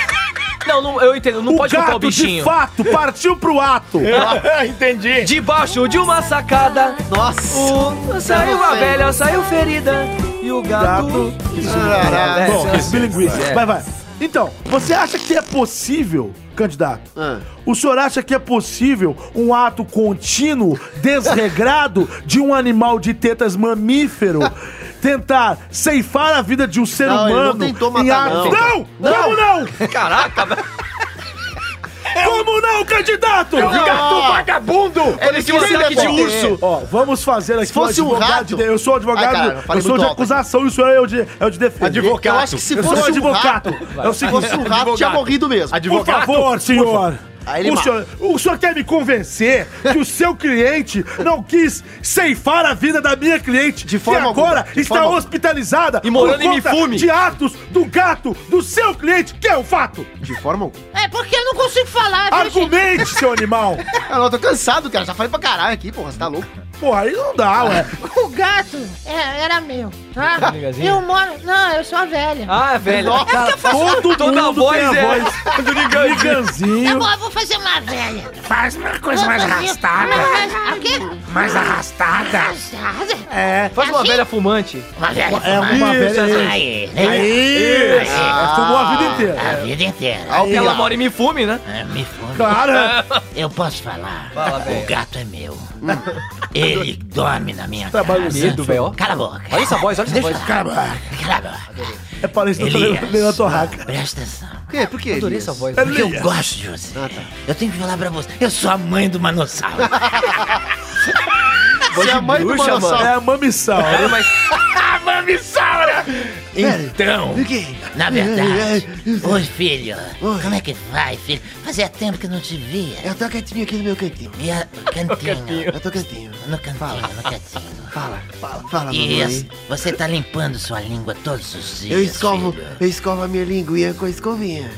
Speaker 2: Não, não, eu entendo. Não
Speaker 1: o
Speaker 2: pode
Speaker 1: gato,
Speaker 2: culpar o
Speaker 1: de
Speaker 2: bichinho.
Speaker 1: fato, partiu pro ato.
Speaker 5: Entendi.
Speaker 2: Debaixo de uma sacada,
Speaker 3: Nossa.
Speaker 2: o... saiu
Speaker 3: Eu não
Speaker 2: a
Speaker 3: sei.
Speaker 2: velha, saiu ferida. E e o gato.
Speaker 3: Sarará.
Speaker 1: Bom,
Speaker 2: É,
Speaker 1: bilinguice.
Speaker 2: é.
Speaker 1: Vai, vai. Então, você acha que é possível, candidato?
Speaker 3: Ah.
Speaker 1: O senhor acha que é possível um ato contínuo, desregrado, de um animal de tetas mamífero tentar ceifar a vida de um ser
Speaker 3: Não, ele não
Speaker 1: humano?
Speaker 3: tentou
Speaker 1: em
Speaker 3: matar,
Speaker 1: ato-
Speaker 3: não.
Speaker 1: Não! Como não?
Speaker 2: Caraca, velho.
Speaker 1: Como não, candidato?
Speaker 5: Gato vagabundo!
Speaker 2: Ele tinha um
Speaker 1: é
Speaker 3: quis
Speaker 2: ataque de
Speaker 3: defender.
Speaker 2: urso.
Speaker 1: Ó, vamos fazer aqui.
Speaker 3: é. Se fosse
Speaker 1: o
Speaker 3: um
Speaker 1: advogado
Speaker 3: rato-
Speaker 1: de- eu sou advogado.
Speaker 3: Ai, caralho, eu
Speaker 1: eu
Speaker 3: falei
Speaker 1: sou de
Speaker 3: muito alto
Speaker 1: acusação e o senhor é o de, é o de defesa.
Speaker 5: Advogado.
Speaker 3: Eu acho que se
Speaker 1: Eu
Speaker 3: fosse
Speaker 1: sou
Speaker 3: um
Speaker 1: advogado.
Speaker 3: rato,
Speaker 1: É o
Speaker 3: se
Speaker 1: seguinte.
Speaker 3: fosse um rato, tinha
Speaker 5: Advogado.
Speaker 3: morrido mesmo.
Speaker 1: Por favor, senhor.
Speaker 3: Aí ele
Speaker 1: o,
Speaker 3: mata.
Speaker 1: senhor, o senhor quer me convencer que o seu cliente não quis ceifar a vida da minha cliente,
Speaker 3: De forma
Speaker 1: que agora
Speaker 3: alguma, de
Speaker 1: está
Speaker 3: forma alguma.
Speaker 1: hospitalizada
Speaker 2: E morando em Mifume.
Speaker 1: de atos do gato do seu cliente, que é um fato.
Speaker 3: De forma alguma.
Speaker 6: É porque eu não consigo falar,
Speaker 1: Ah,
Speaker 6: viu, gente?
Speaker 1: Argumente, seu animal.
Speaker 3: Ah, não, eu tô cansado, cara. Já falei pra caralho aqui, porra. Você tá louco?
Speaker 1: Porra, aí não dá, ué.
Speaker 6: O gato é- era meu, tá? Eu moro. Não, eu sou a velha.
Speaker 2: Ah,
Speaker 3: É.
Speaker 2: velho.
Speaker 1: Cara, todo
Speaker 2: Toda a
Speaker 1: mundo
Speaker 2: voz
Speaker 1: tem a
Speaker 2: é-
Speaker 1: voz do Niganzinho.
Speaker 6: Eu vou, Tá eu vou fazer uma velha.
Speaker 8: Faz uma coisa mais arrastada.
Speaker 6: Mas, mas, o quê?
Speaker 8: Mais arrastada.
Speaker 6: Casada?
Speaker 2: Faz uma
Speaker 6: Assim?
Speaker 2: velha fumante.
Speaker 8: Uma velha.
Speaker 1: É
Speaker 3: um
Speaker 1: uma velha.
Speaker 8: Aí,
Speaker 3: É
Speaker 8: né?
Speaker 1: Isso.
Speaker 8: Ah.
Speaker 1: Fumou a vida inteira.
Speaker 8: A vida inteira.
Speaker 3: Aí,
Speaker 2: Ela
Speaker 3: ó.
Speaker 2: mora em Mifume, né?
Speaker 1: É.
Speaker 8: Ah, Me fome.
Speaker 1: Cara,
Speaker 8: Eu posso falar.
Speaker 2: Fala, velho.
Speaker 8: o gato é meu. Ele dorme na minha
Speaker 3: Tá
Speaker 8: casa.
Speaker 1: Trabalho
Speaker 2: Medo, velho.
Speaker 8: Cala a boca.
Speaker 2: Olha essa voz, olha essa voz.
Speaker 8: Cala a boca. Cala a boca.
Speaker 1: é palestra do
Speaker 8: Elias.
Speaker 1: Leandro Torraca.
Speaker 8: Presta atenção.
Speaker 3: Por quê? Por quê?
Speaker 2: Adorei
Speaker 3: Elias?
Speaker 2: essa voz.
Speaker 8: Porque eu gosto de você.
Speaker 3: Ah, tá.
Speaker 8: Eu tenho que falar pra você. Eu sou a mãe do Manossauro.
Speaker 3: Você é a mãe do
Speaker 2: bruxa,
Speaker 3: Manossauro.
Speaker 1: É a mamissal.
Speaker 2: É, mas
Speaker 8: a mamissaura! Então,
Speaker 3: Por quê?
Speaker 8: na verdade... Oi, filho. Como é que vai, filho? Fazia tempo que eu não te via.
Speaker 3: Eu tô quietinho aqui no meu cantinho.
Speaker 8: Via cantinho.
Speaker 3: Eu tô quietinho.
Speaker 8: No cantinho, no cantinho.
Speaker 3: Fala, fala, fala,
Speaker 8: Isso.
Speaker 3: mamãe.
Speaker 8: Você tá limpando sua língua todos os dias.
Speaker 3: Eu escovo,
Speaker 8: filho.
Speaker 3: eu escovo a minha linguinha com a escovinha.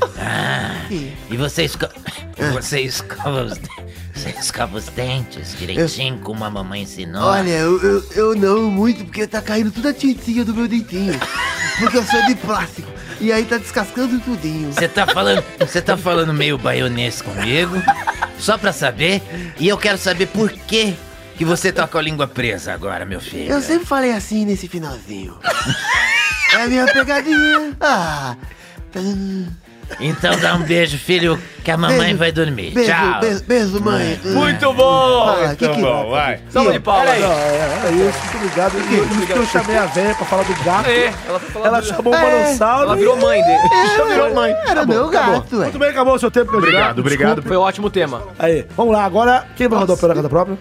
Speaker 3: E
Speaker 8: E você escova. Você escova os dentes. Você escova os dentes direitinho, como a mamãe ensinou.
Speaker 3: Olha, eu, eu, eu não muito, porque tá caindo toda a tintinha do meu dentinho. Porque eu sou de plástico. E aí tá descascando tudinho.
Speaker 8: Você tá falando. Você tá falando meio baionês comigo. Só pra saber. E eu quero saber por que que você tá com a língua presa agora, meu filho.
Speaker 3: Eu sempre falei assim nesse finalzinho. É a minha pegadinha. Ah. hum.
Speaker 8: Então dá um beijo, filho, que a mamãe
Speaker 3: Beijo,
Speaker 8: vai dormir.
Speaker 3: Beijo,
Speaker 8: Tchau.
Speaker 3: beijo, beijo, mãe.
Speaker 2: muito bom.
Speaker 3: Ah, que que
Speaker 5: bom, então vai.
Speaker 2: Salva de palmas.
Speaker 1: Não, é, é isso, muito obrigado. Por isso que eu chamei a velha pra falar do gato.
Speaker 2: É, ela tá falando.
Speaker 1: Ela
Speaker 2: do-
Speaker 1: chamou o Manossauro.
Speaker 2: Ela virou mãe dele.
Speaker 3: Então
Speaker 1: Já virou mãe.
Speaker 3: Era meu gato, ué.
Speaker 1: Muito bem, acabou o seu tempo,
Speaker 5: Obrigado,
Speaker 1: candidato.
Speaker 5: obrigado.
Speaker 2: Foi um ótimo tema.
Speaker 1: Desculpa. Aí, vamos lá, agora quem vai rodar o pela casa própria?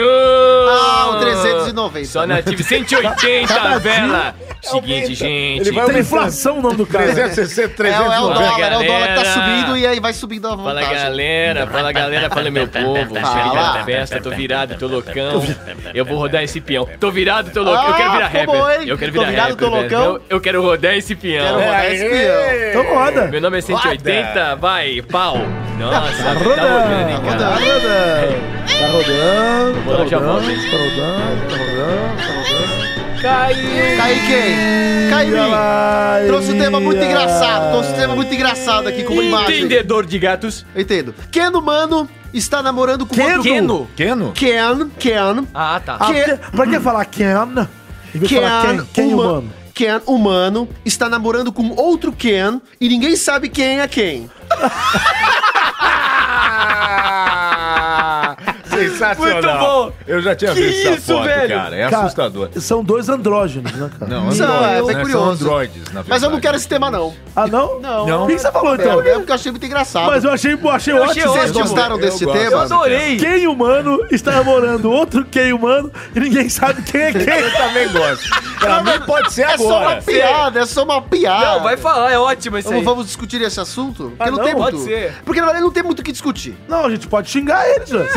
Speaker 2: Ah,
Speaker 3: o 390.
Speaker 2: Só na TV 180, vela.
Speaker 3: é
Speaker 2: Seguinte, gente.
Speaker 1: Tem inflação o nome do cara.
Speaker 5: 360,
Speaker 3: É, é o
Speaker 5: 390.
Speaker 3: dólar, é o dólar que tá
Speaker 2: Galera.
Speaker 3: subindo e aí vai subindo a
Speaker 2: Fala
Speaker 3: vantagem.
Speaker 2: galera, fala galera, fala meu povo. Chega
Speaker 3: Fala.
Speaker 2: da festa, tô virado, tô loucão. Eu vou rodar esse peão. Tô virado, tô loucão. Eu quero virar
Speaker 3: Ah, como
Speaker 2: rapper.
Speaker 3: ele?
Speaker 2: Eu quero
Speaker 3: Tô
Speaker 2: virar
Speaker 3: virado,
Speaker 2: rapper.
Speaker 3: tô
Speaker 2: velho.
Speaker 3: loucão.
Speaker 2: Eu- Eu quero rodar esse
Speaker 3: Quero
Speaker 5: É,
Speaker 2: peão.
Speaker 3: rodar esse peão.
Speaker 1: Então roda.
Speaker 2: Meu nome é 180, vai, pau. Nossa,
Speaker 1: Roda.
Speaker 2: tá rodando, hein,
Speaker 1: Roda,
Speaker 2: cara.
Speaker 1: roda. Tá rodando, tá
Speaker 2: Bora, já volto,
Speaker 1: rodando,
Speaker 2: hein.
Speaker 1: tá rodando, tá rodando, tá rodando.
Speaker 2: Caiu.
Speaker 3: Cai quem? Cai mim.
Speaker 1: Ai,
Speaker 3: Trouxe um tema muito
Speaker 1: ai.
Speaker 3: engraçado. Trouxe um tema muito engraçado aqui com imagem.
Speaker 2: Entendedor de gatos.
Speaker 3: Eu entendo. Keno Mano está namorando com outro...
Speaker 2: Keno.
Speaker 5: Keno?
Speaker 3: Ken, Ken,
Speaker 2: Ah, tá.
Speaker 1: Ah,
Speaker 3: Que-
Speaker 1: porque- Pra que falar Ken? Em vez de falar
Speaker 3: Ken,
Speaker 1: Ken, Ken
Speaker 3: huma-
Speaker 1: humano.
Speaker 3: Ken humano está namorando com outro Ken e ninguém sabe quem é quem.
Speaker 5: Sensacional.
Speaker 2: Muito bom.
Speaker 5: Eu já tinha
Speaker 2: Que
Speaker 5: visto essa
Speaker 2: isso,
Speaker 5: foto,
Speaker 2: velho?
Speaker 5: cara. É
Speaker 1: Cara,
Speaker 5: assustador.
Speaker 1: São dois andrógenos, né, cara?
Speaker 5: Não,
Speaker 3: Isso é
Speaker 5: androides,
Speaker 3: bem
Speaker 5: né? São
Speaker 3: curioso.
Speaker 5: androides, na verdade.
Speaker 3: Mas eu não quero esse tema, não.
Speaker 1: Ah, não?
Speaker 5: Não.
Speaker 1: O que que você falou, então?
Speaker 3: É, porque eu achei muito engraçado.
Speaker 1: Mas eu achei, eu achei
Speaker 2: Eu achei
Speaker 1: ótimo.
Speaker 3: Vocês
Speaker 2: ótimo.
Speaker 3: gostaram
Speaker 5: Tipo, Eu
Speaker 3: desse
Speaker 5: gosto.
Speaker 2: Eu
Speaker 3: tema?
Speaker 2: adorei.
Speaker 1: Quem humano está namorando outro quem humano e ninguém sabe quem é
Speaker 5: Eu
Speaker 1: quem.
Speaker 5: também gosto. Pra mim pode ser
Speaker 3: É só uma
Speaker 5: agora.
Speaker 3: piada, é só uma piada.
Speaker 2: Não, vai falar, é ótimo isso
Speaker 3: Vamos,
Speaker 2: aí.
Speaker 3: vamos discutir esse assunto? Porque
Speaker 1: Ah,
Speaker 3: não,
Speaker 1: não?
Speaker 3: tem
Speaker 2: Pode
Speaker 3: muito.
Speaker 2: ser.
Speaker 3: Porque na verdade não tem muito o que discutir.
Speaker 1: Não, a gente pode xingar eles, velho.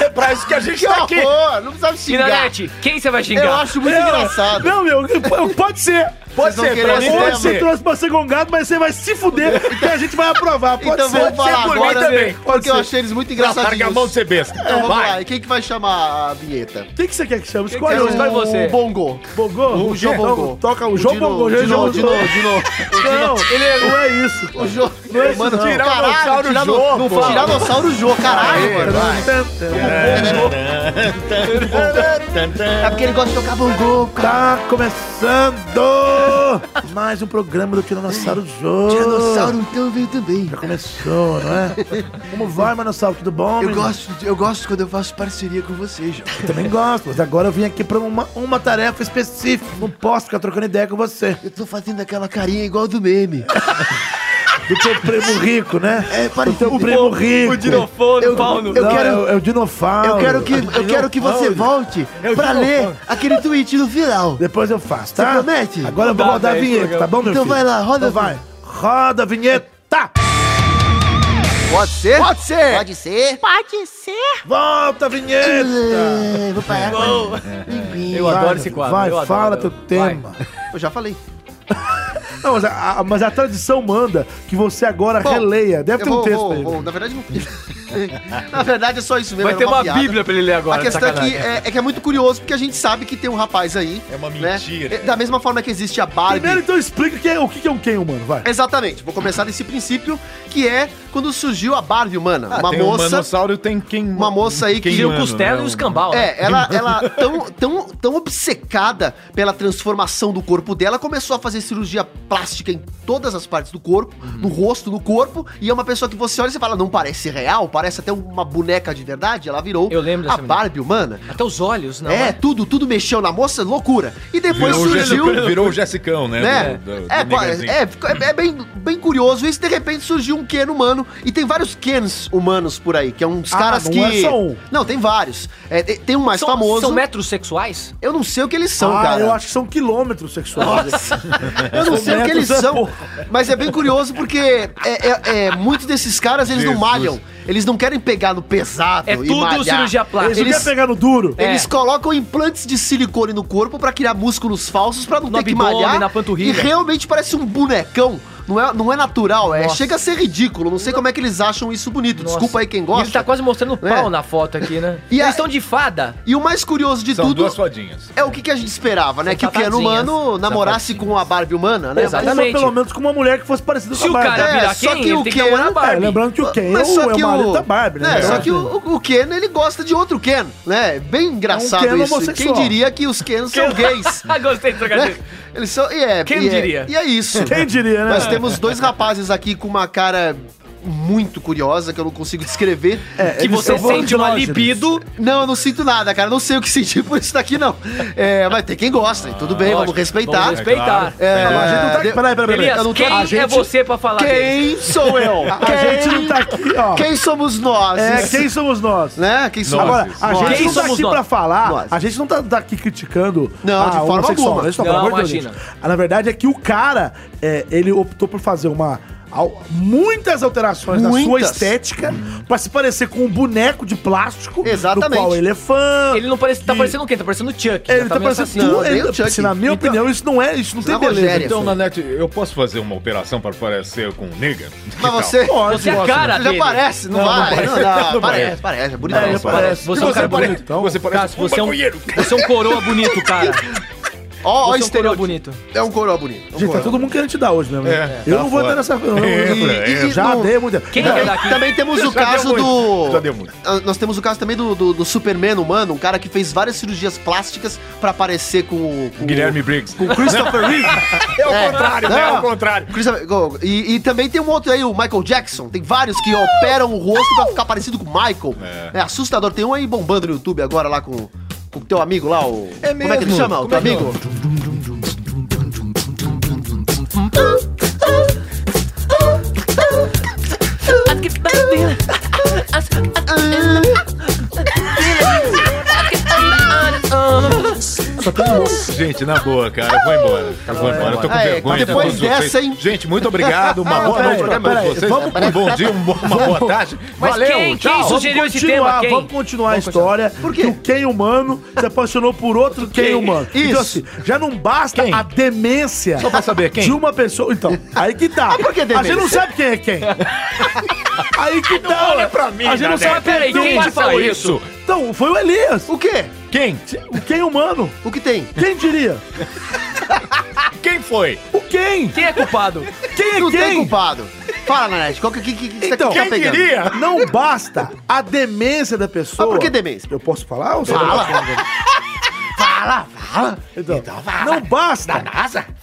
Speaker 5: É pra isso que a gente
Speaker 3: Que
Speaker 5: tá aqui.
Speaker 3: horror! Não precisa xingar.
Speaker 2: Kinanete, quem você vai xingar?
Speaker 3: Eu acho muito
Speaker 1: Eu-
Speaker 3: engraçado.
Speaker 1: Não, meu, eu- pode ser.
Speaker 5: Pode
Speaker 3: Vocês vão
Speaker 5: ser,
Speaker 3: querer
Speaker 5: pra mim
Speaker 3: esse
Speaker 1: Hoje
Speaker 5: pode
Speaker 3: tema?
Speaker 1: você
Speaker 5: ser.
Speaker 1: trouxe pra ser gongado, mas você vai se fuder e a gente vai aprovar. Pode
Speaker 3: Então
Speaker 1: ser.
Speaker 3: vamos falar
Speaker 5: por mim
Speaker 3: agora,
Speaker 5: também,
Speaker 3: porque
Speaker 1: pode
Speaker 3: eu
Speaker 1: ser.
Speaker 3: achei eles muito
Speaker 5: Não, Larga a
Speaker 3: engraçadinhos.
Speaker 5: mão de ser besta.
Speaker 3: Então vamos
Speaker 5: Vai.
Speaker 3: lá, e quem que vai chamar a vinheta?
Speaker 1: O que, que você quer que chame? Escolhe um,
Speaker 2: Eu
Speaker 3: É
Speaker 2: quero
Speaker 1: o
Speaker 2: escolhe você.
Speaker 3: O Bongo.
Speaker 1: Bongô.
Speaker 3: O João
Speaker 1: Então,
Speaker 3: Bongô.
Speaker 1: Toca o
Speaker 3: O
Speaker 1: João
Speaker 3: de
Speaker 1: Bongô.
Speaker 3: novo,
Speaker 1: gente,
Speaker 3: de novo,
Speaker 1: João
Speaker 3: de
Speaker 1: Bongô.
Speaker 3: novo, de novo.
Speaker 1: Não, ele é- não é isso.
Speaker 3: O Jô.
Speaker 1: Não é isso,
Speaker 3: Mano,
Speaker 1: não.
Speaker 3: caralho,
Speaker 5: Tiranossauro Jô,
Speaker 3: tirano-
Speaker 5: pô.
Speaker 3: Tiranossauro Jô, caralho, mano.
Speaker 1: Tan, tan, tan.
Speaker 3: É porque ele gosta de tocar bongô, cara.
Speaker 1: Tá começando mais um programa do Tiranossauro Joe.
Speaker 3: Dinossauro então veio também.
Speaker 1: Já começou, não é? Como vai, Manossauro? Tudo bom?
Speaker 3: Eu
Speaker 1: menino?
Speaker 3: gosto, de- eu gosto quando eu faço parceria com você, João.
Speaker 1: Eu também gosto, mas agora eu vim aqui pra uma, uma tarefa específica. Não posso ficar trocando ideia com você.
Speaker 3: Eu tô fazendo aquela carinha igual do meme.
Speaker 1: Do teu primo rico, né?
Speaker 3: É,
Speaker 1: Do
Speaker 3: parecido.
Speaker 1: teu primo rico.
Speaker 2: O dinofone,
Speaker 3: Eu-
Speaker 2: pau no...
Speaker 3: eu-
Speaker 1: Não,
Speaker 3: quero-
Speaker 1: é, o- é o dinossauro.
Speaker 3: Eu quero que, eu quero que
Speaker 1: né?
Speaker 3: você volte pra ler aquele tweet no final.
Speaker 1: Depois eu faço, tá?
Speaker 3: Você promete?
Speaker 1: Agora eu vou
Speaker 2: Tá,
Speaker 1: rodar a
Speaker 2: velho,
Speaker 1: vinheta, tá bom, meu
Speaker 3: Então
Speaker 1: filho?
Speaker 3: vai lá, roda
Speaker 1: Então
Speaker 3: a
Speaker 1: vai.
Speaker 3: vinheta.
Speaker 1: Roda a vinheta!
Speaker 3: Pode ser? Pode ser.
Speaker 6: Pode ser? Pode ser.
Speaker 1: Volta a vinheta!
Speaker 3: É, vou parar com
Speaker 2: Eu
Speaker 1: Vai,
Speaker 2: adoro
Speaker 1: meu
Speaker 2: esse
Speaker 1: filho,
Speaker 2: quadro.
Speaker 1: Vai,
Speaker 2: eu adoro.
Speaker 1: fala teu
Speaker 2: Vai.
Speaker 1: tema.
Speaker 3: Eu já falei.
Speaker 1: Não, mas a, a- mas a tradição manda que você agora
Speaker 3: Bom,
Speaker 1: releia. Deve
Speaker 3: Eu
Speaker 1: ter um
Speaker 3: vou-
Speaker 1: texto
Speaker 3: vou-
Speaker 1: aí.
Speaker 3: vou- Na verdade, não. Na verdade, é só isso mesmo.
Speaker 2: Vai
Speaker 3: era
Speaker 2: ter uma
Speaker 3: piada.
Speaker 2: bíblia pra ele ler agora.
Speaker 3: a questão
Speaker 2: sacanagem.
Speaker 3: aqui é, é que é muito curioso, porque a gente sabe que tem um rapaz aí.
Speaker 5: É uma
Speaker 3: né?
Speaker 5: mentira.
Speaker 3: É, Da mesma forma que existe a Barbie.
Speaker 1: Primeiro, então, explica o que é- o que que é um quem humano, vai.
Speaker 3: Exatamente, vou começar desse princípio, que é quando surgiu a Barbie humana. uma
Speaker 5: tem Um
Speaker 3: moça.
Speaker 5: manossauro e tem quem?
Speaker 3: Uma moça aí que-
Speaker 2: Tira o
Speaker 5: humano,
Speaker 2: costelo
Speaker 5: né?
Speaker 2: e os cambal. né?
Speaker 3: É, ela, ela tão, tão, tão obcecada pela transformação do corpo dela, começou a fazer cirurgia plástica em todas as partes do corpo, no rosto, no corpo, e é uma pessoa que você olha e você fala, não parece real, parece até uma boneca de verdade, ela virou
Speaker 2: Eu lembro
Speaker 3: a
Speaker 2: dessa menina.
Speaker 3: Barbie humana.
Speaker 2: Até os olhos, não.
Speaker 3: é, tudo, tudo mexeu na moça, loucura. E depois
Speaker 5: Virou o
Speaker 3: surgiu...
Speaker 5: Jessicão- Virou o Jessicão, né?
Speaker 3: Né?
Speaker 5: Do- do- do
Speaker 3: É, qua-
Speaker 5: Niganzinho.
Speaker 3: é, fica- é bem, bem curioso isso. De repente surgiu um Ken humano. E tem vários Kens humanos por aí, que é uns
Speaker 1: Ah,
Speaker 3: caras
Speaker 1: não
Speaker 3: que.
Speaker 1: é só um.
Speaker 3: Não, tem vários. É, te- tem um mais
Speaker 2: são,
Speaker 3: famoso.
Speaker 2: São metrosexuais?
Speaker 3: Eu não sei o que eles são,
Speaker 1: ah,
Speaker 3: cara.
Speaker 1: eu acho que são quilômetros sexuais.
Speaker 3: Eu não
Speaker 1: São
Speaker 3: sei o que eles
Speaker 1: metros, é
Speaker 3: são,
Speaker 1: pouco.
Speaker 3: mas é bem curioso porque é, é- é, muitos desses caras eles não
Speaker 5: Jesus.
Speaker 3: malham, eles não querem pegar no pesado
Speaker 2: É
Speaker 3: e
Speaker 2: tudo
Speaker 3: malhar.
Speaker 2: cirurgia plástica.
Speaker 1: Eles, não querem pegar no duro.
Speaker 2: É.
Speaker 3: Eles colocam implantes de silicone no corpo pra criar músculos falsos pra não
Speaker 2: No
Speaker 3: ter que
Speaker 2: Um abdômen,
Speaker 3: malhar.
Speaker 2: na panturrilha.
Speaker 3: E realmente parece um bonecão. Não é, não é natural, é, chega a ser ridículo. Não sei como é que eles acham isso bonito.
Speaker 2: Nossa.
Speaker 3: Desculpa aí quem
Speaker 2: E
Speaker 3: gosta.
Speaker 2: Ele tá quase mostrando o pau
Speaker 3: É.
Speaker 2: na foto aqui, né?
Speaker 3: E a-
Speaker 2: Eles estão de fada.
Speaker 3: E o mais curioso de
Speaker 5: São
Speaker 3: tudo
Speaker 5: duas fadinhas.
Speaker 3: é o que, que a gente esperava, né?
Speaker 2: São
Speaker 3: Que o Keanu
Speaker 2: safadinhas.
Speaker 3: Humano namorasse com a Barbie humana, né?
Speaker 2: Exato.
Speaker 1: Uma,
Speaker 2: exatamente.
Speaker 1: pelo menos com uma mulher que fosse parecida
Speaker 2: Se o
Speaker 1: Barbie.
Speaker 2: cara virar
Speaker 3: é, só
Speaker 2: quem,
Speaker 3: que
Speaker 2: ele
Speaker 3: o
Speaker 2: tem que
Speaker 3: Ken-
Speaker 2: namorar a
Speaker 1: É,
Speaker 2: Barbie.
Speaker 1: lembrando que o Ken é
Speaker 3: Mas
Speaker 1: o,
Speaker 3: só
Speaker 1: é
Speaker 3: que
Speaker 1: o marido
Speaker 3: o-
Speaker 1: da Barbie, né?
Speaker 3: É, só que o, o Ken, ele gosta de outro Ken, né? Bem engraçado
Speaker 1: Ken
Speaker 3: isso.
Speaker 1: É um homossexual.
Speaker 3: Quem diria que os Kens são gays?
Speaker 2: Ah, gostei de
Speaker 3: né?
Speaker 2: trocadilho.
Speaker 3: Eles são. E é,
Speaker 2: Quem
Speaker 3: e é-
Speaker 2: diria?
Speaker 3: E é isso.
Speaker 1: Quem diria, né?
Speaker 3: Nós temos dois rapazes aqui com uma cara muito curiosa que eu não consigo descrever.
Speaker 1: É,
Speaker 2: Que
Speaker 1: eles
Speaker 2: você
Speaker 1: são
Speaker 2: sente uma
Speaker 1: andrógenos.
Speaker 2: libido.
Speaker 3: Não, eu não sinto nada, cara. Não sei o que sentir por isso daqui, não. É, mas tem quem gosta, e tudo bem, É, vamos
Speaker 2: Lógico,
Speaker 3: respeitar.
Speaker 2: Vamos respeitar.
Speaker 3: É,
Speaker 1: Não, a gente não tá aqui.
Speaker 3: de-
Speaker 1: Peraí, peraí, peraí.
Speaker 2: Elias,
Speaker 3: eu não tô-
Speaker 2: quem
Speaker 3: a
Speaker 2: é
Speaker 3: gente-
Speaker 2: você pra falar dele?
Speaker 3: Quem sou eu?
Speaker 1: A
Speaker 3: quem,
Speaker 1: gente não tá aqui, ó.
Speaker 3: é quem somos nós?
Speaker 1: É, quem somos nós?
Speaker 3: Né? Quem somos
Speaker 1: Agora, a
Speaker 3: Nós.
Speaker 1: gente
Speaker 2: Quem
Speaker 1: não tá
Speaker 2: somos
Speaker 1: aqui
Speaker 2: nós?
Speaker 1: pra falar,
Speaker 3: Nós.
Speaker 1: a gente não tá, tá aqui criticando
Speaker 3: Não, de
Speaker 1: a
Speaker 3: forma
Speaker 1: homossexual,
Speaker 3: alguma.
Speaker 1: né? Só,
Speaker 2: Não,
Speaker 1: pelo amor de Deus,
Speaker 2: imagina.
Speaker 1: gente. Ah, Na verdade é que o cara, é, ele optou por fazer uma al- muitas alterações na sua
Speaker 3: Muitas.
Speaker 1: estética pra se parecer com um boneco de plástico do
Speaker 3: Exatamente.
Speaker 1: qual ele é fã.
Speaker 2: Ele não parece. Tá
Speaker 1: E-
Speaker 2: parecendo quem? Tá parecendo o Chuck.
Speaker 1: ele
Speaker 2: já
Speaker 1: tá parecendo
Speaker 2: meio assassino.
Speaker 3: Não,
Speaker 1: tudo.
Speaker 3: nem
Speaker 1: ele-
Speaker 3: o Chuck.
Speaker 1: assim, na minha
Speaker 2: Então,
Speaker 1: opinião, isso não é, isso não
Speaker 3: Isso
Speaker 1: tem
Speaker 3: não é
Speaker 1: beleza.
Speaker 3: Rogério.
Speaker 5: Então, Nanete, eu posso fazer uma operação para parecer com um nigga? Que
Speaker 3: Mas
Speaker 5: tal?
Speaker 3: você. um
Speaker 1: Pode,
Speaker 2: Você é a
Speaker 1: pode.
Speaker 2: cara
Speaker 3: Você já
Speaker 2: dele.
Speaker 3: parece, não,
Speaker 1: Então. Não, não
Speaker 3: vai?
Speaker 1: parece.
Speaker 3: Não, não,
Speaker 5: Não
Speaker 3: parece,
Speaker 5: parece.
Speaker 3: parece, é bonitão.
Speaker 1: É, ele
Speaker 2: Você
Speaker 1: parece.
Speaker 5: Você,
Speaker 2: é um cara
Speaker 5: parece,
Speaker 2: bonitão.
Speaker 5: você parece
Speaker 2: Cássio, você é um,
Speaker 5: maconheiro.
Speaker 2: você é um coroa bonito, cara.
Speaker 3: Ó, ó,
Speaker 2: Você é um coroa
Speaker 3: estereótipo.
Speaker 2: bonito.
Speaker 3: É um coroa bonito.
Speaker 1: Gente, tá todo mundo querendo te dar hoje mesmo. né?
Speaker 5: É,
Speaker 1: eu
Speaker 5: tá
Speaker 1: não vou
Speaker 5: fora.
Speaker 1: entrar nessa. eu não-
Speaker 5: É,
Speaker 1: e-
Speaker 5: é,
Speaker 1: e-
Speaker 3: é.
Speaker 1: já
Speaker 3: Não.
Speaker 1: dei muito.
Speaker 2: Quem
Speaker 1: Não,
Speaker 2: é daqui?
Speaker 3: Também temos o
Speaker 5: Já deu
Speaker 3: caso
Speaker 5: muito.
Speaker 3: do.
Speaker 5: Já deu muito.
Speaker 3: Ah, Nós temos o caso também do, do, do Superman humano, um cara que fez várias cirurgias plásticas pra parecer com o. com o-
Speaker 5: Guilherme Briggs.
Speaker 3: Com o Christopher Reeve.
Speaker 5: É o contrário, né? É
Speaker 3: Não.
Speaker 5: o contrário.
Speaker 3: Christopher- go- E, e também tem um outro aí, o Michael Jackson. Tem vários que operam o rosto pra ficar parecido com o Michael. É. assustador. Tem um aí bombando no YouTube agora lá com com o teu amigo lá, o.
Speaker 5: É
Speaker 3: Como é que ele
Speaker 5: mesmo?
Speaker 3: chama?
Speaker 5: Como
Speaker 3: O teu
Speaker 5: é que é?
Speaker 3: amigo?
Speaker 5: Gente, na boa, cara, eu vou embora. Eu vou embora, eu tô com
Speaker 3: É,
Speaker 5: vergonha. de
Speaker 3: depois
Speaker 5: todos vocês.
Speaker 3: dessa, hein?
Speaker 5: Gente, muito obrigado, uma
Speaker 3: Ah,
Speaker 5: boa
Speaker 3: peraí,
Speaker 5: noite pra todos
Speaker 1: peraí,
Speaker 5: vocês.
Speaker 1: vamos-
Speaker 5: um bom dia, uma, uma boa tarde.
Speaker 2: Mas
Speaker 5: Valeu,
Speaker 2: quem- quem
Speaker 5: tchau.
Speaker 2: sugeriu-
Speaker 1: Vamos
Speaker 2: esse tema,
Speaker 1: continuar,
Speaker 2: quem?
Speaker 1: Vamos continuar a
Speaker 2: Vamos
Speaker 1: história
Speaker 3: Por
Speaker 1: que
Speaker 3: quê?
Speaker 1: o quem humano se apaixonou por outro quem humano.
Speaker 3: Isso.
Speaker 1: Então, assim, já não basta
Speaker 5: Quem?
Speaker 1: a demência
Speaker 5: Só pra saber quem?
Speaker 1: de uma pessoa. Então, aí que tá.
Speaker 3: por que
Speaker 1: a
Speaker 3: demência?
Speaker 1: gente não sabe quem é quem. aí que tá.
Speaker 5: olha pra mim,
Speaker 1: a gente não
Speaker 5: Nanete.
Speaker 1: sabe
Speaker 2: Peraí,
Speaker 1: quem
Speaker 2: quem
Speaker 1: é
Speaker 2: te falou isso?
Speaker 1: Então, foi o Elias.
Speaker 3: O quê?
Speaker 5: Quem?
Speaker 1: O quem humano.
Speaker 3: O que tem?
Speaker 1: Quem diria?
Speaker 5: Quem foi?
Speaker 1: O quem?
Speaker 2: Quem é culpado?
Speaker 1: Quem é
Speaker 3: Não tem
Speaker 1: quem?
Speaker 3: culpado. Fala, Nanete, qual que, que, que, que você
Speaker 1: Então,
Speaker 3: tá
Speaker 1: quem
Speaker 3: pegando?
Speaker 5: diria?
Speaker 1: Não basta a demência da pessoa.
Speaker 3: Mas por que demência?
Speaker 1: Eu posso falar? Ou fala. fala, fala. Então, Não basta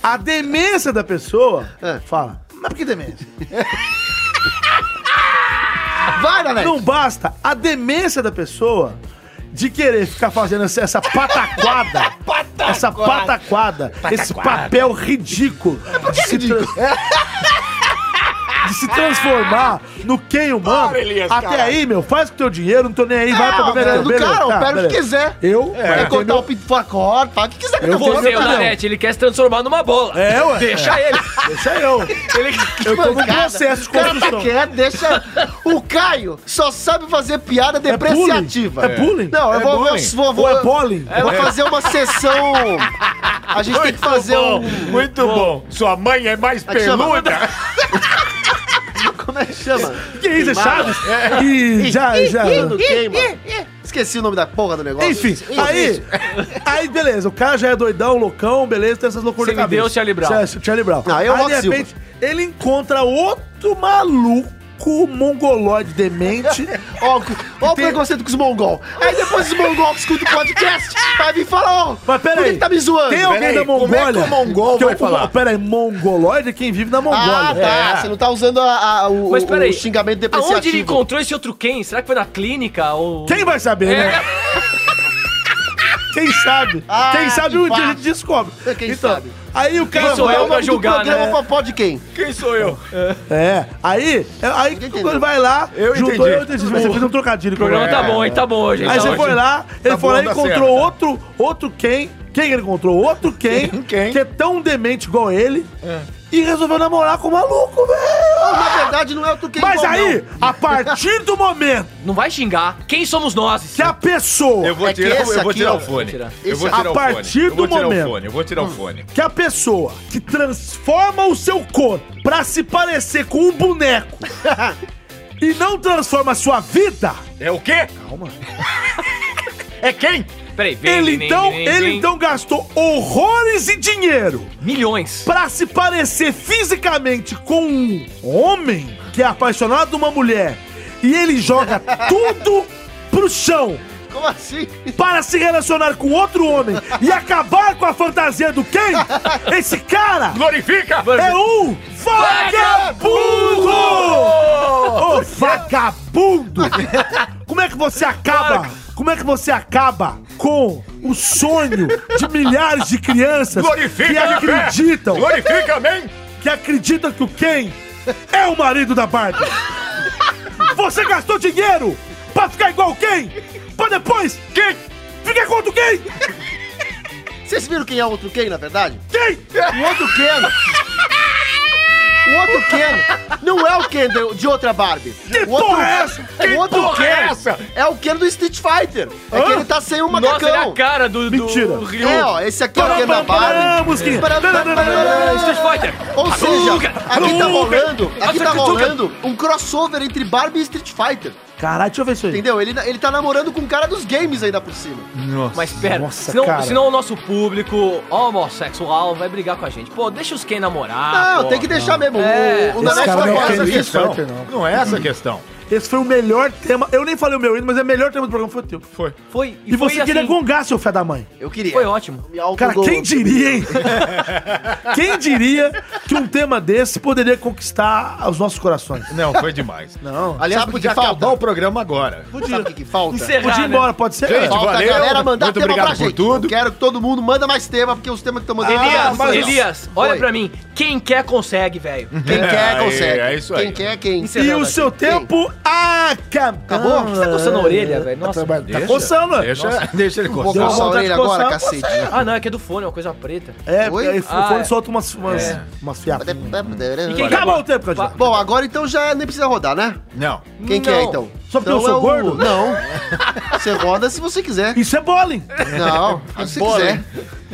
Speaker 1: a demência da pessoa.
Speaker 3: É.
Speaker 1: Fala. Mas por que demência?
Speaker 3: Vai, Nanete.
Speaker 1: Não basta a demência da pessoa de querer ficar fazendo essa, essa pataquada. Essa pataquada. Esse papel ridículo. de, se tran- de se transformar no quem humano.
Speaker 5: Elias,
Speaker 1: Até
Speaker 5: caralho.
Speaker 1: aí, meu, faz com o teu dinheiro, não tô nem aí, vai pra
Speaker 3: Não,
Speaker 1: primeira
Speaker 3: velho, do cara,
Speaker 5: Tá,
Speaker 3: opera o que
Speaker 1: beleza.
Speaker 3: quiser.
Speaker 1: Eu?
Speaker 3: Quer
Speaker 1: É.
Speaker 3: cortar o pinto fora, corta, fala o que tá quiser.
Speaker 1: Eu vou
Speaker 2: Você,
Speaker 1: meu
Speaker 2: o
Speaker 1: padrão.
Speaker 2: Nanete, ele quer se transformar numa bola.
Speaker 1: É, ué.
Speaker 2: Deixa ele.
Speaker 1: Isso é eu. Eu tô num processo de
Speaker 3: O cara tá
Speaker 1: construção.
Speaker 3: quieto, deixa. O Caio só sabe fazer piada depreciativa.
Speaker 1: É bullying?
Speaker 3: Não, eu
Speaker 5: É
Speaker 3: vou,
Speaker 5: bullying.
Speaker 3: vou, vou, vou,
Speaker 1: Ou é bullying?
Speaker 3: eu vou fazer uma sessão. A gente tem que fazer
Speaker 5: bom,
Speaker 3: um.
Speaker 5: muito bom. Sua mãe é mais
Speaker 3: que chama?
Speaker 5: peluda.
Speaker 3: Como é que chama?
Speaker 1: Que isso, é Chaves? E já, já.
Speaker 3: Quando queima. Esqueci o nome da porra do negócio.
Speaker 1: Enfim, aí, aí beleza, o cara já é doidão, loucão, beleza, tem essas loucuras
Speaker 2: Você me deu o Charlie Brown.
Speaker 1: Ch- é Charlie Brown.
Speaker 3: Não, Ah, eu
Speaker 1: aí
Speaker 3: voto
Speaker 1: de
Speaker 3: Silva.
Speaker 1: repente ele encontra outro maluco mongoloide demente.
Speaker 3: Ó, ó o
Speaker 1: Tem-
Speaker 3: preconceito com os mongol. Aí depois os mongol que escutam o podcast vai vir falar, ó.
Speaker 1: Mas pera
Speaker 3: por que
Speaker 1: aí,
Speaker 3: que tá me zoando?
Speaker 1: tem alguém
Speaker 5: Peraí,
Speaker 1: da
Speaker 5: como é
Speaker 1: Mongólia?
Speaker 5: que o mongol vai falar?
Speaker 1: Pera aí, mongoloide é quem vive na Mongólia.
Speaker 3: Ah, tá.
Speaker 1: É.
Speaker 3: Você não tá usando a- a- o,
Speaker 2: Mas peraí.
Speaker 3: o xingamento depreciativo.
Speaker 2: Aonde ele encontrou esse outro quem? Será que foi na clínica ou...
Speaker 1: Quem vai saber,
Speaker 2: É.
Speaker 1: né? Quem sabe?
Speaker 3: Ah,
Speaker 1: quem sabe
Speaker 3: que
Speaker 1: um dia a
Speaker 3: barra.
Speaker 1: gente descobre. Então,
Speaker 3: Quem sabe?
Speaker 1: Aí o cara
Speaker 2: Quem sou
Speaker 1: vai-
Speaker 2: eu pra
Speaker 3: nome é do
Speaker 2: julgar,
Speaker 3: programa
Speaker 2: né?
Speaker 3: pra pó de quem?
Speaker 5: Quem sou eu?
Speaker 1: É, aí, é, aí
Speaker 3: Entendeu?
Speaker 1: quando ele vai lá,
Speaker 5: Eu
Speaker 1: juntou
Speaker 5: entendi.
Speaker 1: eu entendi. Mas Você fez um trocadilho
Speaker 2: O programa tá
Speaker 5: É.
Speaker 2: bom, hein? Tá bom hoje. hein?
Speaker 1: Aí
Speaker 2: Tá
Speaker 1: você
Speaker 2: hoje.
Speaker 1: foi lá, ele
Speaker 5: Tá
Speaker 1: foi lá e
Speaker 5: voando a
Speaker 1: encontrou
Speaker 5: cena, tá?
Speaker 1: outro, outro quem? Quem ele encontrou? Outro quem?
Speaker 5: Quem, quem? É.
Speaker 1: Que é tão demente igual ele. E resolveu namorar com o maluco, velho!
Speaker 3: Na verdade, não é o Tuquem
Speaker 1: Ah. Mas
Speaker 3: Bom,
Speaker 1: aí, a partir do momento
Speaker 2: Não vai xingar. Quem somos nós?
Speaker 1: que a pessoa,
Speaker 5: Eu vou
Speaker 3: É que
Speaker 5: tirar,
Speaker 3: esse
Speaker 5: eu vou
Speaker 3: aqui,
Speaker 5: tirar
Speaker 3: ó,
Speaker 5: o fone.
Speaker 2: vou tirar.
Speaker 5: Eu vou
Speaker 3: Esse-
Speaker 5: tirar
Speaker 1: a
Speaker 5: o fone.
Speaker 1: partir
Speaker 5: Eu vou
Speaker 1: do
Speaker 5: tirar o
Speaker 1: momento.
Speaker 5: fone, Eu vou tirar
Speaker 3: Hum.
Speaker 5: o fone.
Speaker 1: que a pessoa que transforma o seu corpo pra se parecer com um boneco e não transforma a sua vida,
Speaker 5: É o quê? Calma. É quem?
Speaker 2: não. Peraí. vem,
Speaker 1: ele
Speaker 2: vem,
Speaker 1: então,
Speaker 2: vem,
Speaker 1: ele
Speaker 2: vem.
Speaker 1: então gastou horrores e dinheiro
Speaker 2: Milhões.
Speaker 1: Pra se parecer fisicamente com um homem que é apaixonado por uma mulher e ele joga tudo pro chão
Speaker 3: Como assim?
Speaker 1: para se relacionar com outro homem e acabar com a fantasia do Ken, esse cara
Speaker 5: Glorifica!
Speaker 1: é um vagabundo! Ô, vagabundo! Como é que você acaba? Como é que você acaba com o sonho de milhares de crianças
Speaker 5: É, Glorifica!
Speaker 1: que
Speaker 5: de pé.
Speaker 1: acreditam
Speaker 5: Glorifica, amém!
Speaker 1: que acredita que o Ken é o marido da Barbie. Você gastou dinheiro pra ficar igual o Ken, pra depois
Speaker 5: Quem?
Speaker 1: ficar contra o Ken.
Speaker 3: Vocês viram quem é o outro quem, na verdade?
Speaker 1: Ken!
Speaker 3: O outro Ken. O outro Ken não é o Ken de, de outra Barbie.
Speaker 1: Que
Speaker 3: o outro,
Speaker 1: porra é essa?
Speaker 5: Que
Speaker 3: o outro
Speaker 5: porra
Speaker 3: Ken
Speaker 5: é essa?
Speaker 3: é o Ken do Street Fighter. É que ele tá sem o
Speaker 2: Nossa, ele é a
Speaker 3: macacão.
Speaker 2: cara do... do
Speaker 1: Mentira.
Speaker 2: Ryu.
Speaker 3: É, ó, esse aqui é o Ken da
Speaker 1: Pará, pará, pará,
Speaker 3: Barbie.
Speaker 1: musiquinha.
Speaker 3: Pará, pará, pará.
Speaker 2: É, Street Fighter.
Speaker 3: Ou seja,
Speaker 2: Hadouken,
Speaker 3: aqui tá
Speaker 2: Hadouken.
Speaker 3: rolando, aqui tá
Speaker 2: Hadouken.
Speaker 3: rolando um crossover entre Barbie e Street Fighter.
Speaker 1: Caralho, deixa eu ver isso aí.
Speaker 3: Entendeu? Ele, ele tá namorando com um cara dos games ainda por cima.
Speaker 2: Mas pera,
Speaker 1: Nossa, cara.
Speaker 2: senão, senão o nosso público homossexual vai brigar com a gente. Pô, deixa os quem namorar.
Speaker 3: não,
Speaker 2: pô.
Speaker 3: tem que deixar mesmo.
Speaker 2: Ah, É.
Speaker 3: O, o
Speaker 1: Esse
Speaker 3: Nanete
Speaker 1: cara
Speaker 3: tá
Speaker 1: não é
Speaker 3: com essa
Speaker 1: Ken
Speaker 3: aqui.
Speaker 1: Reeves.
Speaker 5: questão.
Speaker 1: Fighter, não.
Speaker 5: Não é essa a questão.
Speaker 1: Esse foi o melhor tema. Eu nem falei o meu hino, mas é o melhor tema do programa foi o teu.
Speaker 5: Foi.
Speaker 2: Foi,
Speaker 1: E, você
Speaker 2: assim,
Speaker 1: queria gongar, seu fé da mãe.
Speaker 3: Eu queria.
Speaker 2: Foi ótimo.
Speaker 3: Me auto-
Speaker 1: Cara, quem diria, hein? quem diria que um tema desse poderia conquistar os nossos corações?
Speaker 5: Não, foi demais.
Speaker 1: Não.
Speaker 3: Aliás,
Speaker 5: Sabe,
Speaker 3: podia
Speaker 5: podia
Speaker 3: falta.
Speaker 5: acabar o programa agora.
Speaker 3: Sabe o que, que falta?
Speaker 2: Encerrar,
Speaker 1: Podia ir
Speaker 2: né?
Speaker 1: embora, pode ser?
Speaker 5: Gente,
Speaker 3: Falta
Speaker 5: Valeu,
Speaker 3: a galera mandar
Speaker 5: muito
Speaker 3: tema
Speaker 5: obrigado
Speaker 3: pra
Speaker 5: por
Speaker 3: gente.
Speaker 5: tudo.
Speaker 3: Eu quero que todo mundo manda mais tema, porque os temas que eu mandei...
Speaker 1: Ah,
Speaker 2: Elias,
Speaker 1: mas-
Speaker 2: Elias, olha
Speaker 3: Foi. Uhum.
Speaker 2: pra mim. Quem quer, consegue, velho.
Speaker 3: Quem quer,
Speaker 5: É,
Speaker 3: consegue.
Speaker 5: é isso
Speaker 3: quem
Speaker 5: aí.
Speaker 3: quer, quem...
Speaker 2: Encerrar
Speaker 1: E o
Speaker 2: daqui.
Speaker 1: seu tempo acabou.
Speaker 3: Acabou?
Speaker 2: Por que você tá coçando a orelha, velho? Nossa.
Speaker 1: Tá coçando, né?
Speaker 5: Deixa, deixa ele
Speaker 3: Vou
Speaker 1: Deu
Speaker 5: coçar.
Speaker 1: uma
Speaker 3: coçar a
Speaker 1: vontade de
Speaker 3: orelha agora,
Speaker 1: coçar,
Speaker 3: cacete.
Speaker 2: Ah, não, é que é do fone, é uma coisa preta.
Speaker 3: Oi?
Speaker 1: É, porque o
Speaker 2: Ah,
Speaker 1: fone
Speaker 2: é.
Speaker 1: solta umas, umas,
Speaker 2: É.
Speaker 1: umas fiadas.
Speaker 2: E quem
Speaker 1: Acabou o tempo, Cadinho.
Speaker 3: Bom, agora então já nem precisa rodar, né?
Speaker 5: Não.
Speaker 3: Quem que é,
Speaker 2: Não.
Speaker 3: então?
Speaker 1: Só porque
Speaker 3: Então
Speaker 1: eu sou
Speaker 3: é o-
Speaker 1: gordo?
Speaker 3: Não. Você roda se você quiser.
Speaker 1: Isso é bowling.
Speaker 3: Não, se você quiser.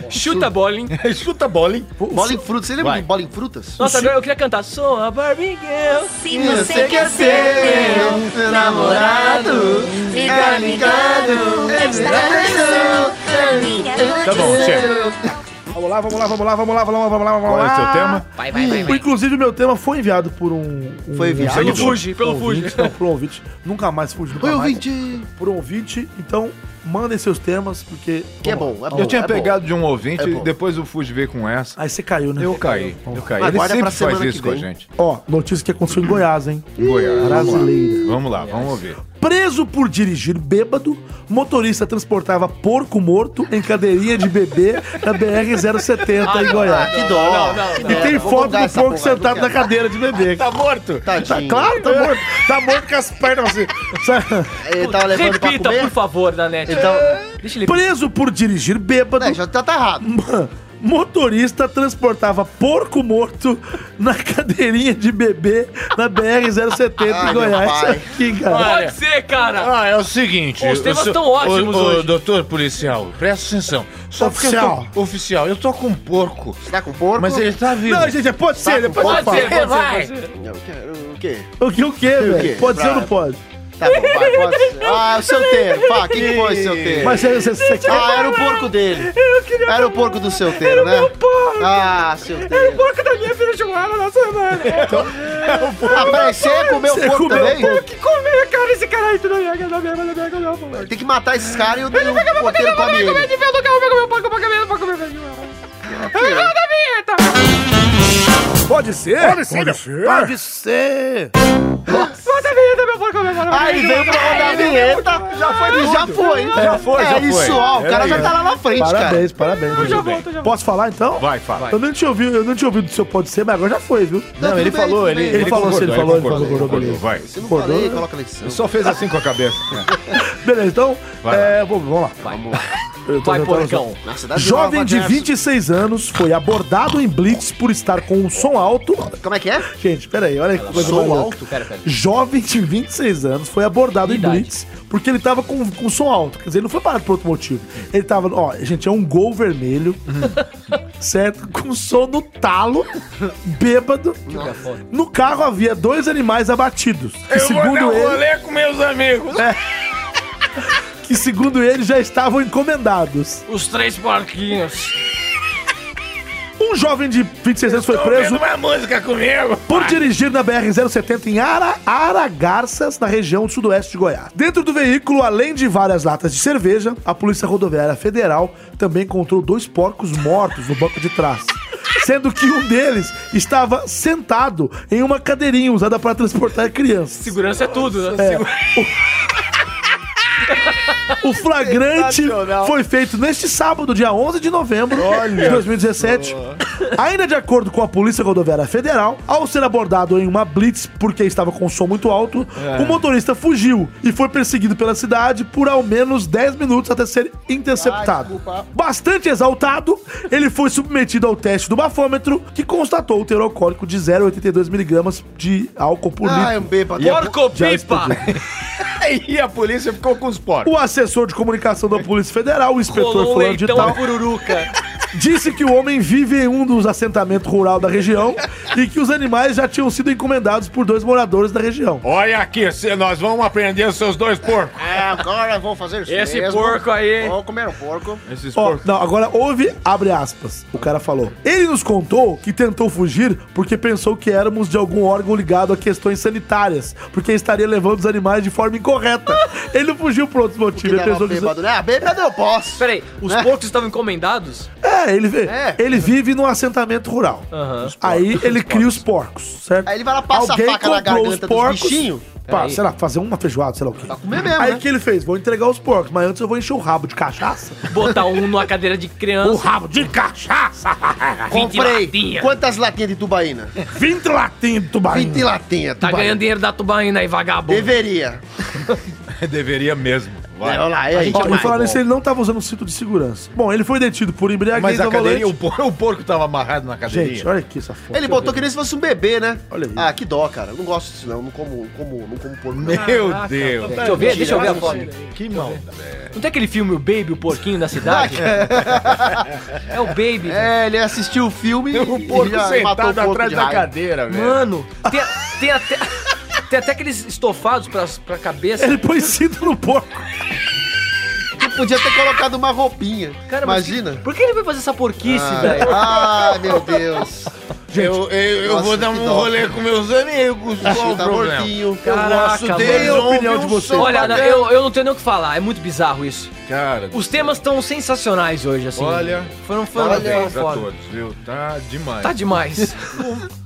Speaker 2: Chuta a bola, hein?
Speaker 5: Chuta a bola, hein?
Speaker 3: Bola em frutas. Você lembra
Speaker 5: Vai.
Speaker 3: de bola em frutas?
Speaker 2: Nossa, agora eu queria cantar. Sou a Barbie Girl.
Speaker 9: Se você quer ser meu namorado, tá fica ligado. Presta atenção, amiga.
Speaker 3: É
Speaker 5: Tá bom, chega.
Speaker 1: lá, vamos lá, vamos lá, vamos lá, vamos lá, vamos lá, vamos lá.
Speaker 5: Qual é o seu tema?
Speaker 9: Vai, vai, vai, vai.
Speaker 1: Inclusive, meu tema foi enviado por um. um
Speaker 3: Foi enviado?
Speaker 1: seguidor.
Speaker 2: Pelo Fuji, pelo
Speaker 1: Um ouvinte,
Speaker 2: Fuji.
Speaker 1: Não, por um ouvinte. Nunca mais Fuji, nunca
Speaker 3: Oi,
Speaker 1: mais.
Speaker 3: ouvinte!
Speaker 1: Por um ouvinte. Então, mandem seus temas, porque.
Speaker 3: Que é
Speaker 1: vamos
Speaker 3: bom, é bom.
Speaker 5: Eu tinha
Speaker 3: é bom.
Speaker 5: pegado de um ouvinte,
Speaker 3: É bom.
Speaker 5: depois o Fuji veio com essa.
Speaker 1: lá. Aí você caiu, né?
Speaker 5: Eu caí, eu caí.
Speaker 3: Mas
Speaker 5: Ele
Speaker 3: guarda
Speaker 5: sempre
Speaker 3: pra
Speaker 5: faz
Speaker 3: semana
Speaker 5: isso
Speaker 3: que
Speaker 5: com a
Speaker 3: vem.
Speaker 5: gente.
Speaker 1: Ó, notícia que aconteceu em Goiás, hein?
Speaker 5: Goiás.
Speaker 1: Brasileira.
Speaker 5: Vamos lá, vamos ouvir.
Speaker 1: Preso por dirigir bêbado, motorista transportava porco morto em cadeirinha de bebê na BR-070 em
Speaker 3: Ah,
Speaker 1: Goiás.
Speaker 3: que dó.
Speaker 1: E tem
Speaker 3: Vou
Speaker 1: foto
Speaker 3: mandar
Speaker 1: do
Speaker 3: essa
Speaker 1: porco
Speaker 3: porra,
Speaker 1: sentado
Speaker 3: não
Speaker 1: na cadeira de bebê.
Speaker 5: Tá morto?
Speaker 1: Tá
Speaker 3: Tadinho.
Speaker 1: claro, tá morto. Tá morto com as pernas assim. Sabe?
Speaker 3: Ele tava levando pra
Speaker 2: Repita, por
Speaker 3: comer?
Speaker 2: favor, Nanete.
Speaker 3: Ele tava...
Speaker 2: Deixa ele...
Speaker 1: Preso por dirigir bêbado,
Speaker 3: É, já tá, tá errado.
Speaker 1: ma- motorista transportava porco morto na cadeirinha de bebê na BR-070 em
Speaker 3: Ai, meu
Speaker 1: Goiás.
Speaker 3: pai.
Speaker 1: Aqui, cara.
Speaker 2: Pode ser, cara.
Speaker 5: Ah, é o seguinte.
Speaker 2: Os temas
Speaker 5: o seu-
Speaker 2: tão ótimos
Speaker 5: o, o
Speaker 2: hoje.
Speaker 5: Doutor policial, presta atenção. Só porque eu
Speaker 1: Oficial.
Speaker 5: tô- oficial, eu tô com um porco.
Speaker 3: Tá com porco?
Speaker 5: Mas ele tá vivo.
Speaker 1: Não, gente, é, pode ser, depois eu
Speaker 2: Pode
Speaker 1: falo.
Speaker 2: ser, pode ser, pode
Speaker 5: Vai.
Speaker 2: ser.
Speaker 3: Eu quero o quê?
Speaker 1: O que o quê, velho?
Speaker 3: quê?
Speaker 1: Pode ser ou não
Speaker 3: Pra-
Speaker 1: pode?
Speaker 3: Tá bom, vai, pode ser. Ah, o seu teiro. Fá, o que, que foi, seu teiro?
Speaker 1: Mas você, você, você
Speaker 3: Ah, era o porco dele.
Speaker 2: Eu queria...
Speaker 3: Era o porco do seu teiro, né?
Speaker 2: porco.
Speaker 3: Ah, seu teiro.
Speaker 2: porco da minha filha um Joana na semana.
Speaker 3: Ah, peraí, você comeu
Speaker 1: Você
Speaker 3: o porco
Speaker 1: comeu
Speaker 3: também?
Speaker 2: que comer, cara, esse cara aí. Tu não ia ganhar, não ia ganhar, não ia ganhar, não ia
Speaker 3: Tem que matar esses caras e o o porteiro come ele.
Speaker 1: Pode ser? Pode ser. é Pode ser.
Speaker 3: Aí veio pra rodar a vinheta. Já foi, já foi.
Speaker 5: Já foi, já
Speaker 3: É
Speaker 5: foi.
Speaker 3: isso, ó. O cara
Speaker 5: É
Speaker 3: já
Speaker 5: isso.
Speaker 3: tá lá na frente, cara.
Speaker 1: Parabéns, parabéns. Eu
Speaker 2: já volto, eu já
Speaker 1: Posso falar então?
Speaker 5: Vai, fala.
Speaker 1: Eu não tinha ouvido, eu não tinha ouvido do seu pode ser, mas agora já foi, viu?
Speaker 3: Não, tudo bem, tudo bem.
Speaker 1: ele falou assim, ele falou, ele
Speaker 5: concordou,
Speaker 1: falou, concordou,
Speaker 5: Vai.
Speaker 3: Se não
Speaker 1: Acordou?
Speaker 3: falei, coloca a lição.
Speaker 5: Só fez assim com a cabeça.
Speaker 1: Beleza, então,
Speaker 5: Vai lá.
Speaker 1: é, vamos vamos lá. Eu tô
Speaker 2: Vai,
Speaker 1: tentando-
Speaker 2: porcão.
Speaker 3: Nossa, dá Tá de
Speaker 1: Jovem
Speaker 3: novo,
Speaker 1: de
Speaker 3: Aderson.
Speaker 1: 26 anos foi abordado em blitz por estar com um som alto.
Speaker 3: Como é que é?
Speaker 1: Gente, peraí, olha que coisa
Speaker 3: Som
Speaker 1: mais louca.
Speaker 3: alto?
Speaker 2: Pera, pera.
Speaker 1: Jovem de 26 anos foi abordado em
Speaker 2: Idade.
Speaker 1: blitz porque ele tava com, com som alto. Quer dizer, ele não foi parado por outro motivo. Ele tava, ó, gente, é um gol vermelho, certo? Com som no talo, bêbado. No carro havia dois animais abatidos. Que
Speaker 5: um
Speaker 1: segundo ele,
Speaker 5: com meus amigos.
Speaker 1: que segundo ele já estavam encomendados.
Speaker 2: Os três porquinhos.
Speaker 1: Um jovem de 26 anos foi preso
Speaker 5: uma música comigo.
Speaker 1: por dirigir na BR-070 em Ara, Aragarças, na região sudoeste de Goiás. Dentro do veículo, além de várias latas de cerveja, a Polícia Rodoviária Federal também encontrou dois porcos mortos no banco de trás. Sendo que um deles estava sentado em uma cadeirinha usada para transportar crianças.
Speaker 2: Segurança é tudo, né?
Speaker 1: É, o- O flagrante foi feito neste sábado, dia 11 de novembro de 2017. Ainda de acordo com a Polícia Rodoviária Federal, ao ser abordado em uma blitz porque estava com som muito alto, o motorista fugiu e foi perseguido pela cidade por ao menos 10 minutos até ser interceptado. Bastante exaltado, ele foi submetido ao teste do bafômetro que constatou o teor alcoólico de 0,82mg de álcool por litro.
Speaker 3: Ah, é um bêbado.
Speaker 2: Porco
Speaker 1: Já
Speaker 2: pipa.
Speaker 5: E a polícia ficou com os porcos.
Speaker 1: O assessor de comunicação da Polícia Federal, o inspetor
Speaker 2: Rolou um
Speaker 1: fulano de
Speaker 2: leitão
Speaker 1: tal,
Speaker 2: a pururuca.
Speaker 1: disse que o homem vive em um dos assentamentos rural da região e que os animais já tinham sido encomendados por dois moradores da região.
Speaker 5: Olha aqui, se- nós vamos aprender os seus dois porcos.
Speaker 3: É, agora eu vou fazer isso
Speaker 2: Esse
Speaker 3: É mesmo.
Speaker 2: porco aí.
Speaker 3: Vou comer um porco.
Speaker 5: Esses
Speaker 1: Ó,
Speaker 5: porcos.
Speaker 1: não, agora houve, abre aspas, o cara falou. Ele nos contou que tentou fugir porque pensou que éramos de algum órgão ligado a questões sanitárias, porque estaria levando os animais de forma incorreta. Ele não fugiu por outros motivos, ele
Speaker 3: Ele tava
Speaker 1: pensou que...
Speaker 3: bêbado, né? Ah, bêbado eu posso.
Speaker 2: Peraí, os porcos estavam encomendados?
Speaker 1: É, ele, vi-
Speaker 3: É.
Speaker 1: ele vive num assentamento rural.
Speaker 2: Aham. Os
Speaker 1: Aí ele cria os porcos, certo?
Speaker 3: Aí ele vai lá, passa a faca na
Speaker 1: comprou
Speaker 3: garganta dos bichinho.
Speaker 1: Pá,
Speaker 2: Peraí.
Speaker 1: sei lá, fazer uma feijoada, sei lá o quê.
Speaker 3: comer mesmo,
Speaker 1: Aí o
Speaker 3: né?
Speaker 1: que ele fez? Vou entregar os porcos, mas antes eu vou encher o rabo de cachaça.
Speaker 2: Botar um numa cadeira de
Speaker 1: O
Speaker 2: criança.
Speaker 1: rabo de cachaça!
Speaker 3: Comprei.
Speaker 2: latinha.
Speaker 3: Quantas latinhas de tubaína?
Speaker 1: 20 latinhas de tubarão.
Speaker 3: 20 latinhas.
Speaker 2: Tá ganhando dinheiro da tubaína aí, vagabundo.
Speaker 3: Deveria.
Speaker 5: É, Deveria mesmo. Vai.
Speaker 3: Olha lá, é aí.
Speaker 1: Ó, e falar nisso, ele não tava usando o cinto de segurança. Bom, ele foi detido por embriaguez
Speaker 5: Mas a
Speaker 1: ao
Speaker 5: cadeirinha, o
Speaker 1: volante.
Speaker 5: porco, o porco tava amarrado na cadeirinha.
Speaker 1: Gente, olha aqui essa foto.
Speaker 3: Ele botou que nem se fosse um bebê, né?
Speaker 1: Olha aí.
Speaker 3: Ah, que dó, cara. Eu Não gosto disso, não. Não como, como, não como porco. não.
Speaker 5: Meu Deus.
Speaker 2: Deixa eu ver, deixa eu ver a foto.
Speaker 5: Que maldade.
Speaker 2: Não tem aquele filme O Baby, o porquinho da cidade? é o Baby.
Speaker 3: É, ele assistiu o filme
Speaker 5: O um porco sentado atrás
Speaker 3: de
Speaker 5: da
Speaker 3: raiva.
Speaker 5: cadeira, velho.
Speaker 2: Mano, tem, a- tem até... Tem até aqueles estofados pra, pra cabeça.
Speaker 1: Ele põe cinto no porco.
Speaker 2: que
Speaker 3: Podia ter colocado uma roupinha.
Speaker 2: Cara, mas
Speaker 3: Imagina.
Speaker 2: que- por que ele vai fazer essa porquice, velho?
Speaker 3: Ah, ai, meu Deus.
Speaker 8: eu eu, eu
Speaker 3: nossa,
Speaker 8: vou dar
Speaker 3: que
Speaker 8: um
Speaker 3: dó.
Speaker 8: rolê com meus amigos. Qual o
Speaker 3: tá
Speaker 8: problema?
Speaker 3: mortinho.
Speaker 2: Caraca,
Speaker 8: gosto
Speaker 2: mano.
Speaker 8: dele,
Speaker 1: a
Speaker 8: ouve
Speaker 1: opinião de
Speaker 8: um
Speaker 1: vocês.
Speaker 8: som
Speaker 2: Olha,
Speaker 8: bacana.
Speaker 2: eu, eu não tenho nem o que falar, é muito bizarro isso.
Speaker 5: Cara,
Speaker 2: Os temas estão sensacionais hoje, assim.
Speaker 5: Olha.
Speaker 2: Foram, foram, foram
Speaker 5: parabéns a
Speaker 2: um foda.
Speaker 5: todos, viu? Tá demais.
Speaker 2: Tá demais.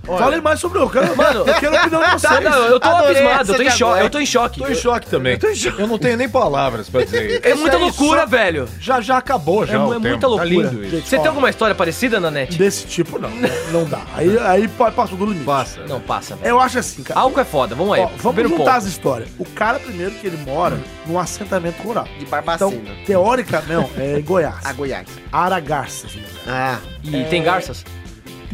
Speaker 1: Falem mais sobre o cara. Mano,
Speaker 2: Mano,
Speaker 1: eu quero a opinião de
Speaker 2: Tá,
Speaker 1: vocês.
Speaker 2: não, eu tô
Speaker 3: Adorei
Speaker 2: abismado, eu tô, em
Speaker 3: essa
Speaker 2: choque,
Speaker 3: agora.
Speaker 2: eu tô em choque.
Speaker 5: Tô em choque também. Eu, não tenho nem palavras pra dizer isso.
Speaker 2: É muita loucura, velho.
Speaker 5: Já, já acabou,
Speaker 2: É,
Speaker 5: já.
Speaker 2: mu-
Speaker 5: o
Speaker 2: é
Speaker 5: tempo.
Speaker 2: muita
Speaker 5: Tá
Speaker 2: loucura.
Speaker 5: lindo isso.
Speaker 2: Você tem alguma história parecida, Nanete?
Speaker 1: Desse tipo, não. Não dá. Aí, aí pa- passou do limite.
Speaker 5: Passa.
Speaker 2: Não, passa, velho.
Speaker 1: Eu acho assim, cara.
Speaker 2: Álcool é foda, vamos aí.
Speaker 1: Ó, vamos
Speaker 2: Primeiro
Speaker 1: juntar
Speaker 2: ponto.
Speaker 1: as histórias. O cara, primeiro, que ele mora num assentamento rural.
Speaker 2: Tá
Speaker 3: De
Speaker 2: assim,
Speaker 3: Barbacena.
Speaker 2: né?
Speaker 1: Então, teórica, não, é em Goiás.
Speaker 3: a Goiás.
Speaker 1: Aragarças. né?
Speaker 3: Ah,
Speaker 2: E tem garças?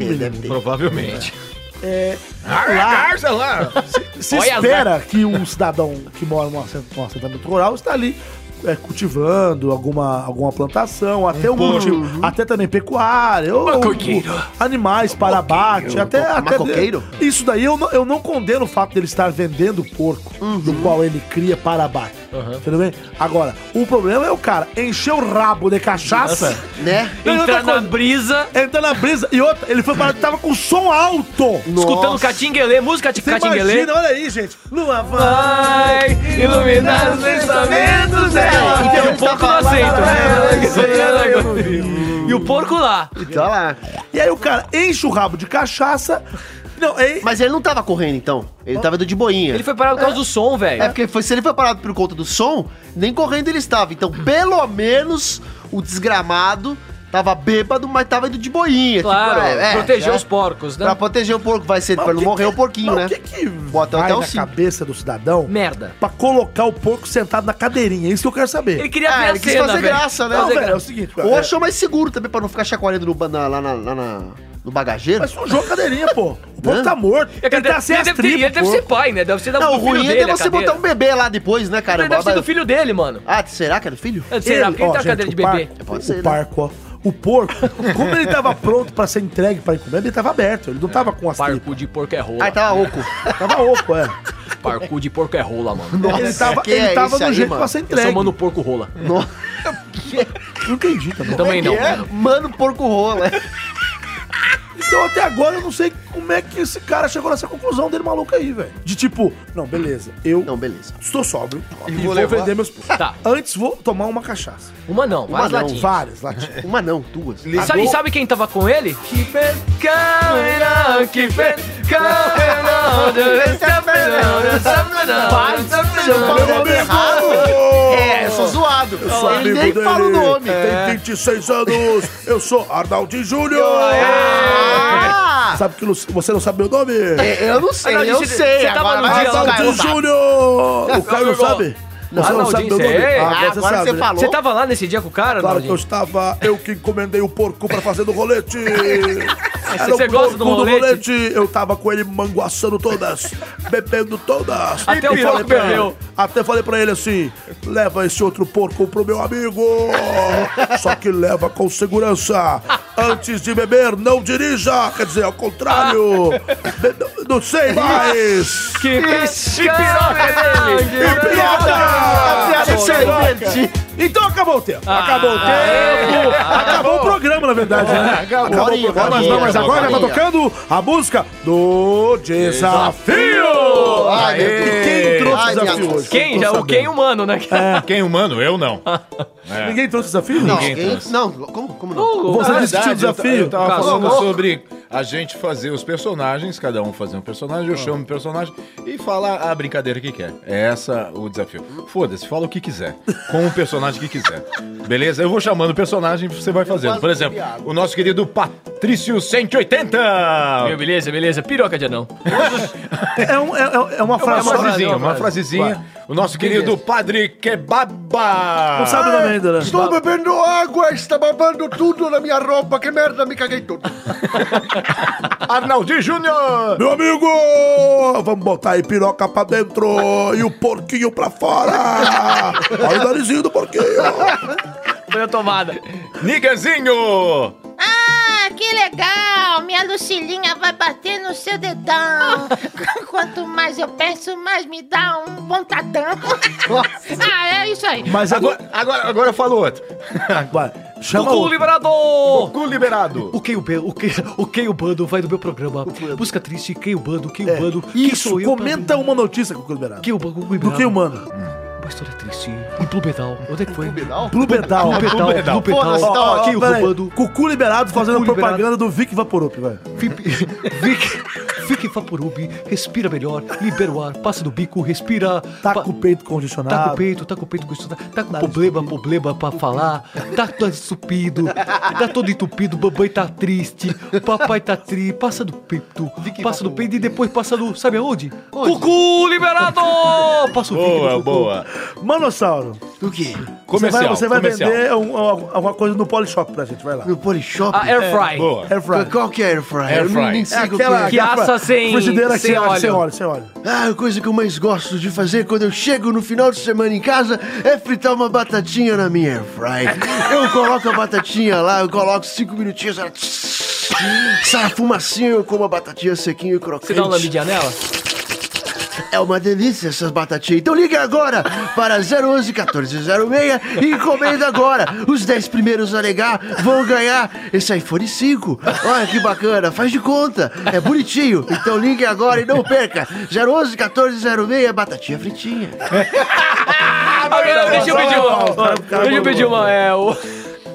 Speaker 2: é
Speaker 3: deve ter.
Speaker 5: Provavelmente.
Speaker 1: É,
Speaker 5: Ah, Garza lá.
Speaker 1: se
Speaker 2: Olha as
Speaker 1: espera que um cidadão que mora num assent- num assentamento rural está ali é, cultivando alguma, alguma plantação, até um cultivo, até também pecuária, ou,
Speaker 2: Macoqueiro.
Speaker 1: animais para abate, até, até
Speaker 3: Macoqueiro?
Speaker 1: Isso daí eu não, eu não condeno o fato dele estar vendendo porco,
Speaker 2: Uhum.
Speaker 1: do qual ele cria para abate. Tudo bem? Agora, o problema é o cara encher o rabo de cachaça.
Speaker 3: Né?
Speaker 1: Não, e outra
Speaker 2: Entrar na
Speaker 1: coisa,
Speaker 2: brisa,
Speaker 1: Entrar na brisa. E outra, ele foi parar, tava com som alto.
Speaker 2: escutando catinguelê, música de
Speaker 1: Você
Speaker 2: catinguelê.
Speaker 1: imagina, olha aí, gente. Lua
Speaker 2: Vai iluminar os pensamentos dela. E o porco É, não
Speaker 1: É,
Speaker 2: aceita. tá E o porco lá.
Speaker 3: Então, olha lá.
Speaker 1: E aí o cara enche o rabo de cachaça. Não, ei.
Speaker 3: Mas ele não tava correndo, então. Ele tava indo de
Speaker 5: É.
Speaker 3: boinha.
Speaker 2: Ele foi parado por causa do som,
Speaker 3: É
Speaker 2: velho.
Speaker 3: porque foi- se ele foi parado por conta do som, nem correndo ele estava. Então, pelo menos, o desgramado tava bêbado, mas tava indo de boinha.
Speaker 2: Claro,
Speaker 3: tipo, é, é,
Speaker 2: proteger
Speaker 3: é.
Speaker 2: os porcos, né?
Speaker 3: Pra proteger o porco, vai ser
Speaker 1: Mas
Speaker 3: pra
Speaker 1: o
Speaker 3: não
Speaker 1: que
Speaker 3: morrer
Speaker 1: que-
Speaker 3: o porquinho,
Speaker 1: mas
Speaker 3: né?
Speaker 1: O que que
Speaker 3: Bota
Speaker 1: vai
Speaker 3: até o
Speaker 1: na
Speaker 3: cinto.
Speaker 1: cabeça do cidadão
Speaker 2: Merda.
Speaker 1: pra colocar o porco sentado na cadeirinha? É isso que eu quero saber.
Speaker 2: Ele queria ver
Speaker 3: Ah,
Speaker 2: a
Speaker 3: ele quis
Speaker 2: cena,
Speaker 3: fazer
Speaker 2: velho.
Speaker 3: graça, né?
Speaker 1: Não,
Speaker 2: Fazer
Speaker 1: velho, é o
Speaker 2: graça.
Speaker 1: seguinte,
Speaker 3: Ou
Speaker 1: é-
Speaker 3: achou mais seguro também, pra não ficar chacoalhando no, ba- na- lá, na- lá na- no bagageiro.
Speaker 1: Mas sujou a cadeirinha, pô. O porco
Speaker 3: Hã?
Speaker 1: tá morto.
Speaker 2: Ele
Speaker 1: Ele tá
Speaker 2: deve-
Speaker 1: sem
Speaker 2: ele
Speaker 1: as
Speaker 2: deve ter- ele
Speaker 1: tripas,
Speaker 2: deve ser
Speaker 1: porco.
Speaker 2: pai, né? Deve ser da
Speaker 3: não, o
Speaker 2: do filho
Speaker 3: ruim
Speaker 2: dele,
Speaker 3: é
Speaker 2: a
Speaker 3: você
Speaker 2: cadeira.
Speaker 3: botar um bebê lá depois, né, cara?
Speaker 2: Ele deve ser do
Speaker 3: Mas-
Speaker 2: filho dele, mano.
Speaker 3: Ah, será que é do filho?
Speaker 2: Será que ele
Speaker 1: ó,
Speaker 2: tem uma
Speaker 1: gente,
Speaker 2: tá cadeira de
Speaker 1: o par-
Speaker 2: bebê?
Speaker 3: Pode
Speaker 1: o
Speaker 3: ser, né?
Speaker 1: parco, ó. O porco, como ele tava pronto pra ser entregue pra encomenda, ele tava aberto. Ele não tava com as tripas.
Speaker 2: Parco de porco é rola.
Speaker 3: Ah, tava oco.
Speaker 1: Tava oco, é.
Speaker 2: Parco de porco é rola, mano.
Speaker 1: ele
Speaker 3: Nossa,
Speaker 1: tava,
Speaker 3: que
Speaker 1: ele
Speaker 3: é
Speaker 1: tava
Speaker 3: isso
Speaker 1: do
Speaker 3: aí,
Speaker 1: jeito
Speaker 3: mano?
Speaker 1: pra ser
Speaker 2: Eu sou
Speaker 1: entregue.
Speaker 2: mano porco rola. Então-
Speaker 3: No-
Speaker 1: Não entendi também.
Speaker 2: Também não.
Speaker 3: é? Mano, porco rola.
Speaker 1: Então até agora eu não sei como é que esse cara chegou nessa conclusão dele maluco aí, velho. De tipo, não, beleza, eu
Speaker 3: Não, beleza.
Speaker 1: estou sóbrio e,
Speaker 5: vou
Speaker 1: vou,
Speaker 5: levar-
Speaker 1: vender meus porcos.
Speaker 2: Tá.
Speaker 1: Antes vou tomar uma cachaça.
Speaker 2: Uma não,
Speaker 3: Uma
Speaker 2: mais
Speaker 3: não,
Speaker 2: latinha.
Speaker 1: Várias, latinhas.
Speaker 3: Uma não, duas.
Speaker 2: E sabe, sabe quem tava com ele? Keeper coming on, keeper coming on,
Speaker 3: é
Speaker 2: there's something on, there's something on, there's something on.
Speaker 3: nome É, eu sou zoado. Ele nem fala o nome.
Speaker 2: É.
Speaker 1: Tem 26 anos, eu sou Arnaldo Júnior.
Speaker 3: Ah!
Speaker 1: Sabe que não- você não sabe meu nome?
Speaker 3: É, Eu não sei,
Speaker 2: Ah, então, não,
Speaker 3: eu
Speaker 2: você-
Speaker 3: sei.
Speaker 2: você tava
Speaker 3: Agora
Speaker 2: no
Speaker 3: vai
Speaker 2: dia lá,
Speaker 3: falar,
Speaker 1: Arnaldo
Speaker 3: eu sabe.
Speaker 2: É,
Speaker 1: Júnior. O cara não
Speaker 2: Não,
Speaker 1: sabe? Você não
Speaker 2: Arnaldinho,
Speaker 1: sabe meu
Speaker 2: sei.
Speaker 1: nome?
Speaker 2: Ah,
Speaker 3: agora você
Speaker 1: né?
Speaker 3: falou.
Speaker 2: Você tava lá nesse dia com o cara,
Speaker 1: Claro que
Speaker 2: Arnaldinho?
Speaker 1: eu estava, eu que encomendei o porco pra fazer do rolete. Era
Speaker 2: Ah, você
Speaker 1: o
Speaker 2: gosta do
Speaker 1: porco
Speaker 2: rolete?
Speaker 1: Eu tava com ele manguaçando todas, bebendo todas.
Speaker 2: Até
Speaker 1: Eu
Speaker 2: o
Speaker 1: falei
Speaker 2: porco
Speaker 1: pra
Speaker 2: bebeu.
Speaker 1: ele- Até falei pra ele assim, leva esse outro porco pro meu amigo. Só que leva com segurança. Antes de beber, não dirija. Quer dizer, ao contrário. Be- Não sei mais.
Speaker 2: Keeper coming on, keeper-
Speaker 1: Piada!
Speaker 3: Você acha que eu perdi?
Speaker 1: Então acabou o tempo. Acabou o tempo. acabou o programa, na verdade. né? Acabou
Speaker 3: Agora
Speaker 1: o
Speaker 3: ia,
Speaker 1: programa,
Speaker 3: agora
Speaker 1: mas
Speaker 3: ia,
Speaker 1: não, mas agora já tá
Speaker 3: agora
Speaker 1: tocando a música do desafio.
Speaker 3: Ai, meu Deus.
Speaker 1: E quem trouxe
Speaker 3: Ai,
Speaker 1: o
Speaker 3: minha
Speaker 1: desafio
Speaker 3: nossa.
Speaker 1: hoje?
Speaker 2: Quem?
Speaker 1: Eu tô
Speaker 2: Já, o
Speaker 1: sabendo.
Speaker 2: quem humano, né?
Speaker 4: É.
Speaker 5: Quem é humano? Eu não.
Speaker 1: É. Ninguém trouxe o desafio?
Speaker 3: Não,
Speaker 1: Ninguém.
Speaker 3: quem- não, como, como não?
Speaker 1: Você disse que tinha
Speaker 5: é Verdade,
Speaker 1: o tipo desafio?
Speaker 5: Eu, ta- eu tava
Speaker 2: Casou.
Speaker 5: falando sobre a gente fazer os personagens, cada um fazer um personagem, eu chamo o personagem e falar a brincadeira que quer. É essa o desafio. Foda-se, fala o que quiser, com o personagem que quiser. Beleza? Eu vou chamando o personagem e você vai fazendo. Por exemplo, o nosso querido Patrício 180.
Speaker 2: Beleza, beleza. Piroca de anão.
Speaker 1: É, um- é- é- é uma
Speaker 5: Uma
Speaker 1: frase. só.
Speaker 5: frasezinha, uma
Speaker 2: vai.
Speaker 5: frasezinha. O nosso querido Padre Kebaba.
Speaker 1: Não sabe o nome ainda, né?
Speaker 3: Estou bebendo água, está babando tudo né? na minha roupa. Que merda, me caguei tudo.
Speaker 5: Arnaldinho Júnior.
Speaker 1: Meu amigo, vamos botar aí piroca pra dentro e o porquinho pra fora. Olha o narizinho do porquinho.
Speaker 4: É
Speaker 2: Foi a tomada.
Speaker 5: Niganzinho.
Speaker 6: Ah, que que legal! Minha Lucilinha vai bater no seu dedão. Quanto mais eu penso, mais me dá um vontadão. ah, é isso aí.
Speaker 1: Mas agora.
Speaker 5: Agora, agora, agora eu falo outro.
Speaker 1: Vai, chama
Speaker 4: Goku
Speaker 1: o.
Speaker 4: Liberador!
Speaker 5: Cu liberado.
Speaker 4: O Kei o Bando, o Kei, o Kei o Bando vai do meu programa. Busca triste, Kei o Bando, Kei o Bando. quem
Speaker 1: É, Isso,
Speaker 4: eu pra
Speaker 1: comenta
Speaker 4: mim?
Speaker 1: uma notícia com o Liberado.
Speaker 4: Kei o Bando, Kei o
Speaker 1: Do que
Speaker 4: Bando.
Speaker 1: humano?
Speaker 4: Uma história é triste. Em Plumedal. Onde é que foi?
Speaker 10: Pedal?
Speaker 1: Plubedal.
Speaker 4: Plumedal,
Speaker 5: Plumedal.
Speaker 4: Plumedal.
Speaker 10: Porra, você tá
Speaker 1: Ó, ó,
Speaker 4: Kei o
Speaker 1: peraí.
Speaker 4: Bando.
Speaker 1: Cucu liberado fazendo
Speaker 4: Cucu
Speaker 1: propaganda do Vic Vaporup, vai.
Speaker 4: Fipe- Vic, Vic Vaporub, respira melhor, libera o ar, passa do bico, respira.
Speaker 1: Tá
Speaker 4: pa-
Speaker 1: com o peito
Speaker 4: Tá com o
Speaker 1: condicionado.
Speaker 4: peito, tá com o peito condicionado, tá com problema, problema pra falar, tá todo entupido, tá todo entupido, mamãe tá triste, papai tá triste, passa do peito, passa do peito e depois passa do, sabe aonde? Cucu liberado! Passa o Vic
Speaker 5: Boa,
Speaker 4: no Cucu.
Speaker 5: boa.
Speaker 1: Manossauro,
Speaker 10: Do quê?
Speaker 1: você vai,
Speaker 5: Comercial,
Speaker 1: você vai
Speaker 5: comercial.
Speaker 1: vender um- um- alguma coisa no Polishop pra gente, vai lá.
Speaker 10: No Polishop?
Speaker 4: A Air Fry.
Speaker 5: Boa.
Speaker 1: Air Fry.
Speaker 10: Qual que é Air Fry?
Speaker 5: Air
Speaker 10: Eu não-
Speaker 5: fry.
Speaker 10: nem sei
Speaker 1: É
Speaker 10: o que
Speaker 1: aquela,
Speaker 4: Que
Speaker 1: aquela
Speaker 4: assa sem-
Speaker 1: frigideira que
Speaker 4: sem
Speaker 1: sem óleo,
Speaker 4: óleo.
Speaker 1: sem óleo, sem óleo.
Speaker 10: Ah, a coisa que eu mais gosto de fazer quando eu chego no final de semana em casa é fritar uma batatinha na minha air fry. Eu coloco a batatinha lá, eu coloco cinco minutinhos, ela... Sai a fumacinha, eu como a batatinha sequinha e crocante.
Speaker 4: Você dá um lambidinha nela?
Speaker 10: É uma delícia essas batatinhas. Então liga agora para 011 1406 e encomenda agora. Os 10 primeiros a negar vão
Speaker 4: Ah,
Speaker 10: ganhar esse
Speaker 4: é
Speaker 10: iPhone 5. Olha que bacana, faz de conta. É bonitinho. Então ligue agora e não perca. 011 1406 é batatinha fritinha.
Speaker 4: Agora, Ah, deixa eu pedir uma. Deixa eu pedir uma. É, o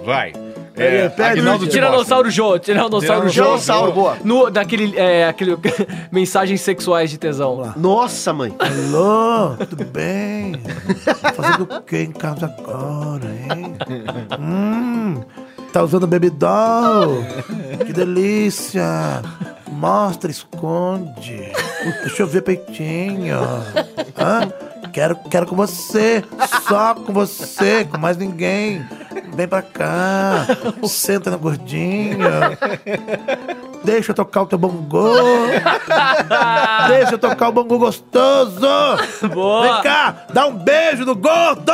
Speaker 5: Vai. É,
Speaker 2: um
Speaker 5: Aguinaldo de
Speaker 4: Tiranossauro Joe. Tiranossauro Joe.
Speaker 10: Dinossauro, boa.
Speaker 4: No, daquele, é, aquele mensagens sexuais de tesão.
Speaker 10: Nossa, mãe.
Speaker 1: Alô, tudo bem? Fazendo o que em casa agora, hein? Hum, tá usando bebidol? Que delícia! Mostra, esconde. Deixa eu ver peitinho. Hã? Quero, quero com você, só com você, com mais ninguém. Vem pra cá, senta na gordinha. Deixa eu tocar o teu bongô. Deixa eu tocar o bongô gostoso.
Speaker 4: Boa.
Speaker 1: Vem cá, dá um beijo no gordo.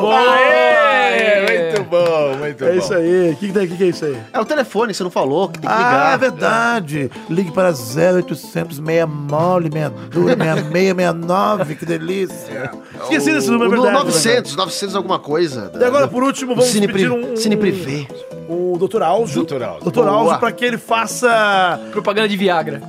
Speaker 1: Uou!
Speaker 5: É, muito bom, muito bom.
Speaker 1: É isso aí. O que, que, tem- que que é isso aí?
Speaker 10: É o telefone, você não falou que tem que
Speaker 1: Ah, é
Speaker 10: ligar.
Speaker 1: verdade. Ligue para 0800 meia mole, meia dura, meia meia, meia nove. Que delícia. Esqueci desse número, é
Speaker 10: No
Speaker 1: verdade.
Speaker 10: 900, 900 alguma coisa.
Speaker 1: E agora, por último, vamos
Speaker 10: Cine, pri-
Speaker 1: pedir um, um...
Speaker 10: Cine Privé.
Speaker 1: O Dr. Alzo.
Speaker 5: Dr. Alzo.
Speaker 1: Dr. Alzo,
Speaker 10: Boa.
Speaker 1: pra que ele faça...
Speaker 4: Propaganda de Viagra.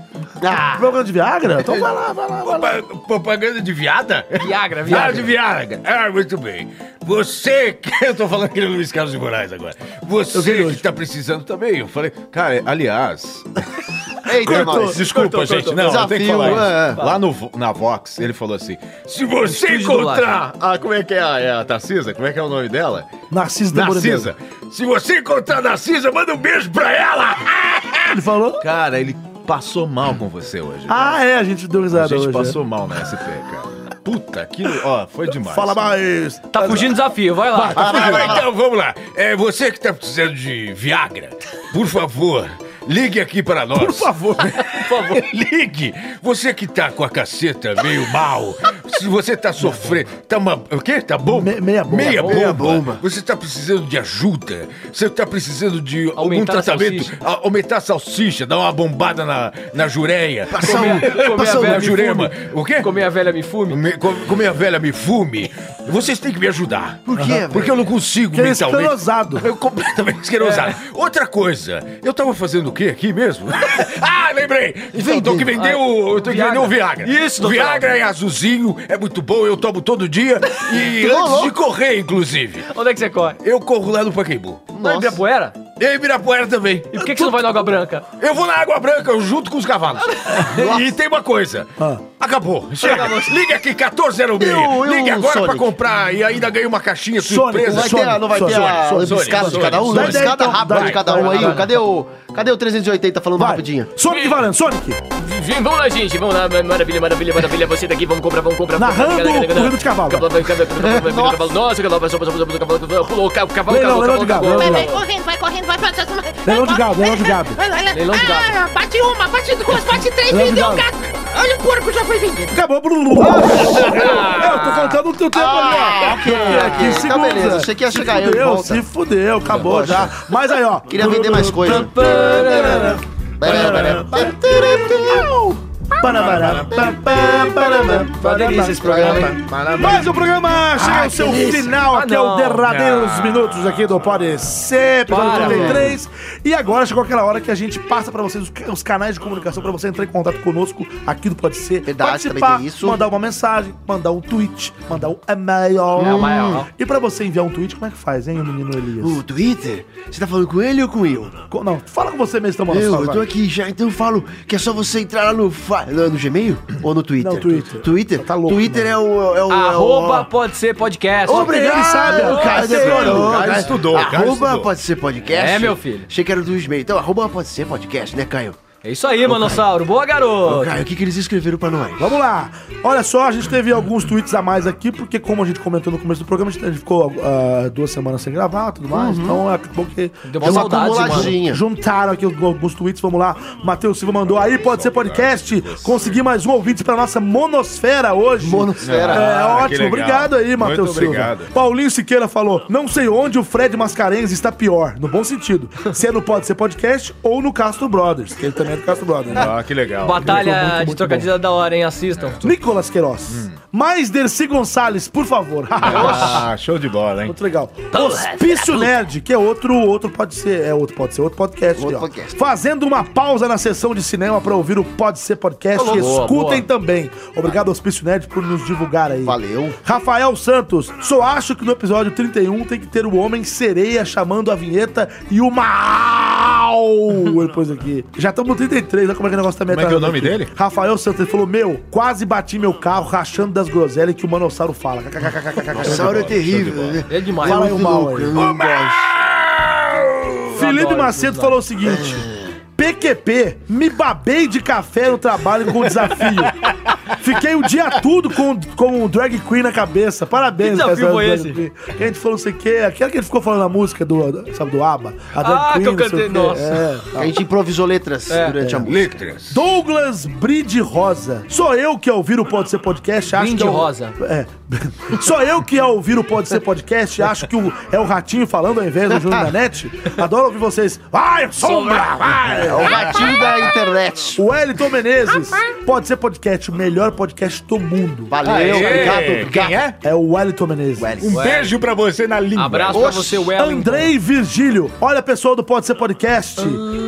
Speaker 10: Ah,
Speaker 1: Programa de Viagra? Então vai lá, vai lá, vai lá.
Speaker 5: Pa- Propaganda de viada?
Speaker 4: Viagra,
Speaker 5: Viagra Ah, de
Speaker 4: Viagra.
Speaker 5: viada. Ah, muito bem. Você que. Eu tô falando que ele é Luiz Carlos de Moraes agora. Você que tá precisando também. Eu falei, cara, aliás.
Speaker 10: eita,
Speaker 5: Cortou.
Speaker 10: Maurício.
Speaker 5: Desculpa, gente. Não, não tem que falar isso.
Speaker 10: Desafio, é, é.
Speaker 5: Lá no, vo- na Vox, ele falou assim: se você
Speaker 4: Estúdio do
Speaker 5: encontrar. Ah, como é que é a, é a Tarcisa? Como é que é o nome dela?
Speaker 1: Narciso
Speaker 5: tá Narcisa. Se você encontrar a Narcisa, manda um beijo pra ela!
Speaker 1: Ele falou?
Speaker 5: Cara, ele passou mal com você hoje.
Speaker 1: Ah, é, a gente deu
Speaker 5: cara.
Speaker 1: risada
Speaker 5: A gente
Speaker 1: hoje.
Speaker 5: passou mal na SP, cara. Puta, aquilo, ó, foi demais.
Speaker 1: Fala mais.
Speaker 4: Tá fugindo do desafio, vai lá.
Speaker 5: Ah, vai, vai, então vamos lá. É você que tá precisando de Viagra, por favor, ligue aqui para nós. Por favor, por favor. ligue. Você que tá com a caceta meio mal, se você tá sofrendo, tá uma, o quê? Tá bom?
Speaker 1: Me- meia bomba.
Speaker 5: Meia bomba.
Speaker 1: Meia bomba.
Speaker 5: Você tá precisando de ajuda. Você tá precisando de algum
Speaker 4: Aumentar a
Speaker 5: tratamento,
Speaker 4: salsicha.
Speaker 5: a- aumentar a salsicha, dar uma bombada na na jureia.
Speaker 10: Passar um-
Speaker 4: Comer
Speaker 10: passar
Speaker 4: a
Speaker 10: um-
Speaker 5: na
Speaker 4: velha me
Speaker 5: jurema.
Speaker 4: fume.
Speaker 5: O quê?
Speaker 4: Comer a velha me fume.
Speaker 5: Me- co- Como a velha me fume, vocês têm que me ajudar.
Speaker 10: Por quê, velho?
Speaker 5: Porque eu não consigo
Speaker 1: Que é
Speaker 5: mentalmente.
Speaker 1: esclerosado.
Speaker 5: Eu completamente esquerosado. Outra coisa, eu tava fazendo o quê aqui mesmo? ah, lembrei! Então, tô que vender o, eu tenho que vender o Viagra.
Speaker 4: Isso,
Speaker 5: o
Speaker 4: doutor
Speaker 5: Viagra é azulzinho, é muito bom, eu tomo todo dia e antes de correr, inclusive.
Speaker 4: Onde é que você corre?
Speaker 5: Eu corro lá no Pacaembu.
Speaker 4: Vai em Ibirapuera?
Speaker 5: E em Ibirapuera também.
Speaker 4: E por que, que você não vai na Água Branca?
Speaker 5: Eu vou na Água Branca eu junto com os cavalos. e tem uma coisa. Acabou. Chega. Liga aqui, 1406.
Speaker 10: Eu- eu,
Speaker 5: Liga agora pra
Speaker 10: Sonic.
Speaker 5: comprar e ainda ganhei uma caixinha
Speaker 1: Sonic,
Speaker 5: surpresa.
Speaker 10: Vai ter a- não vai
Speaker 1: Sony,
Speaker 10: ter a
Speaker 1: Sony,
Speaker 10: lambiscada de
Speaker 5: Sony,
Speaker 10: cada um?
Speaker 5: Sony.
Speaker 1: Dá, dá,
Speaker 10: Lambiscada
Speaker 1: então,
Speaker 10: rápida
Speaker 1: vai,
Speaker 10: de cada
Speaker 1: vai,
Speaker 10: um
Speaker 1: vai,
Speaker 10: aí.
Speaker 1: vai.
Speaker 10: Cadê o. Cadê o 380 falando
Speaker 1: Vai.
Speaker 10: rapidinho?
Speaker 1: Sonic valendo, Sonic.
Speaker 4: Vim, vamos lá, gente. Vamos lá. Maravilha, maravilha, maravilha. Você daqui, vamos comprar, vamos comprar.
Speaker 1: Narrando
Speaker 4: Cadê, cadê, cadê, cadê?
Speaker 1: corrida de cavalo.
Speaker 4: Cavalo, cavalo, cavalo, cavalo, cavalo. Nossa, cavalo, passou, passou, passou, cavalo, cavalo. Pulou, cavalo, cavalo,
Speaker 1: Leilão,
Speaker 4: cavalo,
Speaker 1: leilão de
Speaker 4: cavalo.
Speaker 1: gado,
Speaker 6: Vai,
Speaker 1: leilão
Speaker 6: vai
Speaker 1: de gado.
Speaker 6: correndo, vai correndo, vai pra trás. vai-
Speaker 1: Leilão de
Speaker 6: vai-
Speaker 1: gado, leilão de gado.
Speaker 6: Vai, vai, vai.
Speaker 4: Leilão de gado.
Speaker 6: Ah, bate uma, bate duas, bate três,
Speaker 1: Leilão de
Speaker 6: vendeu o
Speaker 1: gado.
Speaker 6: gato. Olha o porco, já foi vendido.
Speaker 1: Acabou, Bruno. É, eu tô Ah, contando o teu tempo ali, ó.
Speaker 3: Ah, ok, ok.
Speaker 1: Que
Speaker 3: Então
Speaker 1: segunda.
Speaker 3: beleza, achei que ia
Speaker 1: Se
Speaker 3: chegar eu
Speaker 1: fudeu,
Speaker 3: de volta.
Speaker 1: Se fudeu, acabou já. Mas aí, ó.
Speaker 3: Queria vender mais coisa.
Speaker 2: Uma delícia esse programa, hein?
Speaker 1: Mais um programa chega ao seu final,
Speaker 2: Ah,
Speaker 1: aqui é o
Speaker 2: não.
Speaker 1: derradeiros minutos aqui do Pode Ser, episódio
Speaker 2: Para,
Speaker 1: 33. E agora chegou aquela hora que a gente passa pra vocês os, ca- os canais de comunicação pra você entrar em contato conosco aqui do Pode Ser.
Speaker 3: Verdade, também
Speaker 1: participar,
Speaker 3: tem isso.
Speaker 1: mandar uma mensagem, mandar um tweet, mandar um e-mail.
Speaker 3: É
Speaker 2: maior.
Speaker 1: E pra você enviar um tweet, como é que faz, hein, o menino Elias?
Speaker 3: O Twitter? Você tá falando com ele ou com eu?
Speaker 1: Co- Não, fala com você mesmo, Tamara.
Speaker 3: Eu, eu tô aqui já, então eu falo que é só você entrar lá no, fa- lá no Gmail ou no Twitter?
Speaker 1: Não, Twitter.
Speaker 3: Twitter?
Speaker 1: Tá louco,
Speaker 3: Twitter
Speaker 10: né?
Speaker 3: é o, é o- é o-
Speaker 2: Arroba pode ser podcast.
Speaker 3: Obrigado,
Speaker 1: Ele sabe,
Speaker 3: o
Speaker 1: cara
Speaker 3: cara decorou.
Speaker 5: o cara estudou, o cara
Speaker 3: Arroba
Speaker 5: estudou.
Speaker 3: pode ser podcast.
Speaker 2: É, meu filho.
Speaker 3: Achei que era do Gmail. Então, arroba pode ser podcast, né, Caio?
Speaker 2: É isso aí, Manossauro. Boa,
Speaker 3: Ô,
Speaker 2: garoto.
Speaker 3: Caio, o que, que eles escreveram pra nós?
Speaker 1: Vamos lá. Olha só, a gente teve alguns tweets a mais aqui, porque como a gente comentou no começo do programa, a gente a gente ficou ah, duas semanas sem gravar e tudo mais. Então é bom que
Speaker 2: Deu
Speaker 3: Deu
Speaker 2: uma
Speaker 3: uma
Speaker 2: saudade, mano.
Speaker 3: acumuladinha.
Speaker 1: juntaram aqui alguns tweets. Vamos lá. Matheus Silva mandou aí, pode ser podcast. Consegui mais um ouvinte pra nossa monosfera hoje.
Speaker 3: Monosfera.
Speaker 1: É
Speaker 5: Ah, que
Speaker 1: ótimo.
Speaker 5: legal.
Speaker 1: Obrigado aí,
Speaker 5: Muito
Speaker 1: Matheus Silva.
Speaker 5: obrigado.
Speaker 1: Paulinho Siqueira falou: não sei onde o Fred Mascarenhas está pior, no bom sentido. Se é no Pode Ser Podcast ou no Castro Brothers, que ele também é do Castro Brothers. né?
Speaker 5: Ah, que legal.
Speaker 2: Batalha
Speaker 1: Muito, muito,
Speaker 2: de
Speaker 1: muito
Speaker 2: trocadilha da hora, hein? Assistam.
Speaker 1: Nicolas Queiroz. Mais Dercy Gonçalves, por favor.
Speaker 5: Ah, show de bola, hein?
Speaker 1: Muito legal. Hospício Nerd, que é outro, outro pode ser, é outro pode ser, outro podcast.
Speaker 3: Outro
Speaker 1: ó.
Speaker 3: podcast.
Speaker 1: Fazendo uma pausa na sessão de cinema para ouvir o Pode Ser Podcast.
Speaker 2: Boa,
Speaker 1: Escutem
Speaker 2: boa.
Speaker 1: também. Obrigado Hospício Nerd por nos divulgar aí.
Speaker 3: Valeu.
Speaker 1: Rafael Santos, só acho que no episódio 31 tem que ter o homem sereia chamando a vinheta e o mal depois aqui. Já estamos no 33, olha como é que o negócio tá
Speaker 5: Como é que é o
Speaker 1: metralhando
Speaker 5: nome
Speaker 1: aqui.
Speaker 5: dele?
Speaker 1: Rafael Santos, ele falou, meu, quase bati meu carro rachando das groselhas que o Manossauro fala.
Speaker 3: Dinossauro é
Speaker 5: bola, show de
Speaker 3: terrível,
Speaker 5: bola.
Speaker 3: né?
Speaker 2: É demais.
Speaker 1: Fala aí o
Speaker 3: muito
Speaker 1: mal
Speaker 3: louco,
Speaker 1: aí.
Speaker 3: eu não gosto.
Speaker 1: Felipe
Speaker 2: adoro
Speaker 1: Macedo falou o seguinte... PQP, me babei de café no trabalho com o desafio. Fiquei o dia todo com, com o drag queen na cabeça. Parabéns,
Speaker 2: Que desafio
Speaker 1: pessoal do
Speaker 2: foi
Speaker 1: drag
Speaker 2: esse?
Speaker 1: queen. Que a gente falou, não sei o quê. Aquela que ele ficou falando a música do, sabe, do ABBA. A drag
Speaker 2: Ah, que eu
Speaker 1: não sei o
Speaker 2: cantei,
Speaker 1: quê.
Speaker 2: nossa.
Speaker 1: É.
Speaker 3: A gente improvisou letras durante a música.
Speaker 5: Lictras.
Speaker 1: Douglas Bride Rosa. Sou eu que ao ouvir o Pode Ser Podcast acho
Speaker 2: Brinde
Speaker 1: que. é o-
Speaker 2: Rosa.
Speaker 1: É. Sou eu que ao ouvir o Pode Ser Podcast acho que o... é o Ratinho falando ao invés do Júnior da Net. Adoro ouvir vocês. Vai, sombra! Vai!
Speaker 3: É o gatinho da internet.
Speaker 1: O Wellington Menezes. Pode Ser Podcast, o melhor podcast do mundo.
Speaker 3: Valeu,
Speaker 5: Aê,
Speaker 3: obrigado, obrigado.
Speaker 5: Quem é?
Speaker 1: É o Wellington Menezes.
Speaker 3: Wellington.
Speaker 5: Um beijo pra você na língua.
Speaker 2: Abraço pra
Speaker 3: Oxe,
Speaker 2: você, Wellington.
Speaker 1: Andrei Virgílio. Olha, pessoal do Pode Ser Podcast.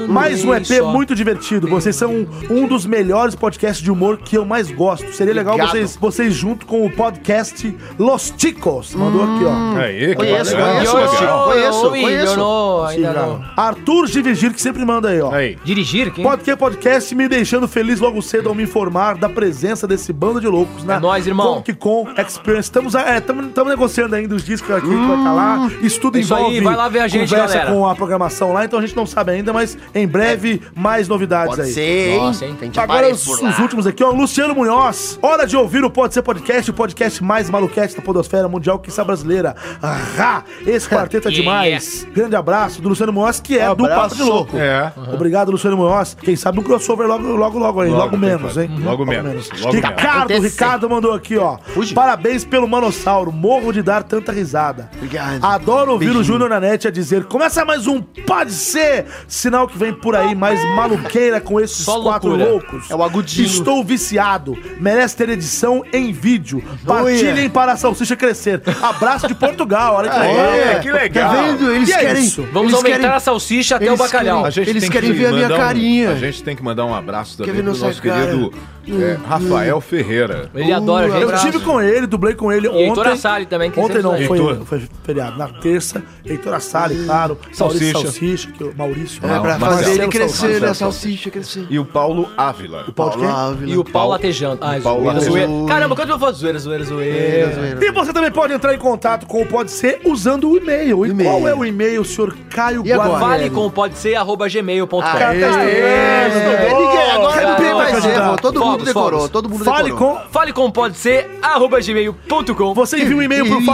Speaker 1: mais um EP
Speaker 2: só.
Speaker 1: muito divertido. Vocês são um, um dos melhores podcasts de humor que eu mais gosto. Seria legal
Speaker 3: Obrigado.
Speaker 1: vocês, vocês junto com o podcast Los Ticos. Mandou aqui, ó.
Speaker 5: Aí, que
Speaker 3: Conheço,
Speaker 5: legal.
Speaker 3: conheço,
Speaker 5: Legal.
Speaker 3: Chico. Conheço,
Speaker 2: Eu não-
Speaker 3: conheço.
Speaker 2: Eu não,
Speaker 1: Sim,
Speaker 2: ainda não.
Speaker 1: cara. Arthur de Virgílio, que sempre manda aí, ó.
Speaker 5: Aí.
Speaker 2: Dirigir, quem?
Speaker 1: Pode que podcast me deixando feliz logo cedo ao me informar da presença desse bando de loucos né? na
Speaker 2: É nóis, irmão.
Speaker 1: Comic Con Experience. Estamos é, tamo- tamo negociando ainda os discos aqui que vai estar lá. Isso tudo
Speaker 2: É isso aí,
Speaker 1: envolve
Speaker 2: vai lá ver a gente,
Speaker 1: conversa
Speaker 2: galera.
Speaker 1: com a programação lá, então a gente não sabe ainda, mas em breve mais novidades
Speaker 3: Pode
Speaker 1: aí.
Speaker 3: ser, hein?
Speaker 2: Nossa, hein?
Speaker 3: Que a gente
Speaker 1: Agora
Speaker 3: aparece
Speaker 1: os,
Speaker 3: por lá.
Speaker 1: os últimos aqui, ó. Luciano Munhoz. Hora de ouvir o Pode Ser Podcast, o podcast mais maluquete da podosfera mundial, que está brasileira. Ahá! Esse quarteto é demais. Grande abraço do Luciano Munhoz, que é
Speaker 2: Um
Speaker 1: do
Speaker 3: Abraço.
Speaker 1: Papo de Louco.
Speaker 5: É.
Speaker 1: Obrigado, Luciano Munhoz. Quem sabe um crossover logo, logo, logo aí. Logo,
Speaker 5: Logo,
Speaker 1: menos,
Speaker 5: tem
Speaker 1: hein?
Speaker 5: que fazer. Logo menos, logo menos.
Speaker 1: Ricardo,
Speaker 3: Acontece.
Speaker 1: Ricardo mandou aqui, ó.
Speaker 3: Fugiu.
Speaker 1: Parabéns pelo Manossauro. Morro de dar tanta risada.
Speaker 3: Obrigado.
Speaker 1: Adoro ouvir o
Speaker 3: Beijinho.
Speaker 1: Júnior na net a dizer: começa mais um Pode Ser! Sinal que vem por aí mais maluqueira com esses
Speaker 2: Só
Speaker 1: quatro
Speaker 2: loucura.
Speaker 1: loucos.
Speaker 3: É o agudinho.
Speaker 1: Estou viciado. Merece ter edição em vídeo. Partilhem para a salsicha crescer. Abraço de Portugal. Olha que legal.
Speaker 5: Aê, que legal.
Speaker 3: Tá vendo? Eles
Speaker 1: E é
Speaker 3: querem.
Speaker 1: isso.
Speaker 2: Vamos
Speaker 3: eles
Speaker 2: aumentar
Speaker 3: querem-
Speaker 2: a salsicha até o
Speaker 3: eles
Speaker 2: bacalhau.
Speaker 3: querem- Eles querem ver a minha
Speaker 5: mandar um-
Speaker 3: carinha.
Speaker 5: a gente tem que mandar um abraço também
Speaker 3: Quer ver
Speaker 5: pro
Speaker 3: nossa
Speaker 5: nosso
Speaker 3: cara?
Speaker 5: querido é, Rafael Ferreira.
Speaker 2: Ele adora,
Speaker 3: Uh,
Speaker 2: gente.
Speaker 1: Eu tive com ele, dublei com ele ontem.
Speaker 2: Heitor Assali também, que
Speaker 1: Ontem
Speaker 2: sempre
Speaker 1: não,
Speaker 2: sai.
Speaker 1: foi,
Speaker 5: Heitor.
Speaker 1: foi feriado. Na terça, Heitor Assali, claro.
Speaker 5: Salsicha.
Speaker 1: Maurício Salsicha, que o Maurício.
Speaker 3: É pra
Speaker 5: Marcelo,
Speaker 3: fazer ele
Speaker 1: Marcelo
Speaker 3: crescer,
Speaker 1: Salsicha.
Speaker 3: né? A salsicha crescer.
Speaker 5: E o Paulo Ávila. O
Speaker 1: Paulo de quem?
Speaker 2: E o Paulo latejando. Ah,
Speaker 5: Paulo
Speaker 2: zoeira,
Speaker 5: latejando.
Speaker 2: zoeira. Caramba, quanto eu falo? Zoeira, zoeira, zoeira.
Speaker 1: E você também pode entrar em contato com o Pode Ser usando o e-mail. E
Speaker 3: E-mail.
Speaker 1: qual é o e-mail, senhor Caio
Speaker 3: E agora?
Speaker 1: Guarani?
Speaker 3: Ah,
Speaker 2: Vale com pode ser arroba gmail.com.
Speaker 1: Aê,
Speaker 3: É,
Speaker 1: estudou,
Speaker 3: tem, tá agora não tem mais
Speaker 1: Garoto.
Speaker 3: erro. Todo
Speaker 2: Fogos,
Speaker 3: mundo decorou,
Speaker 2: fogos.
Speaker 3: todo mundo
Speaker 1: Fale
Speaker 3: decorou.
Speaker 1: com.
Speaker 2: Fale como pode ser, arroba gmail.com.
Speaker 1: Você envia um e-mail pro
Speaker 3: E-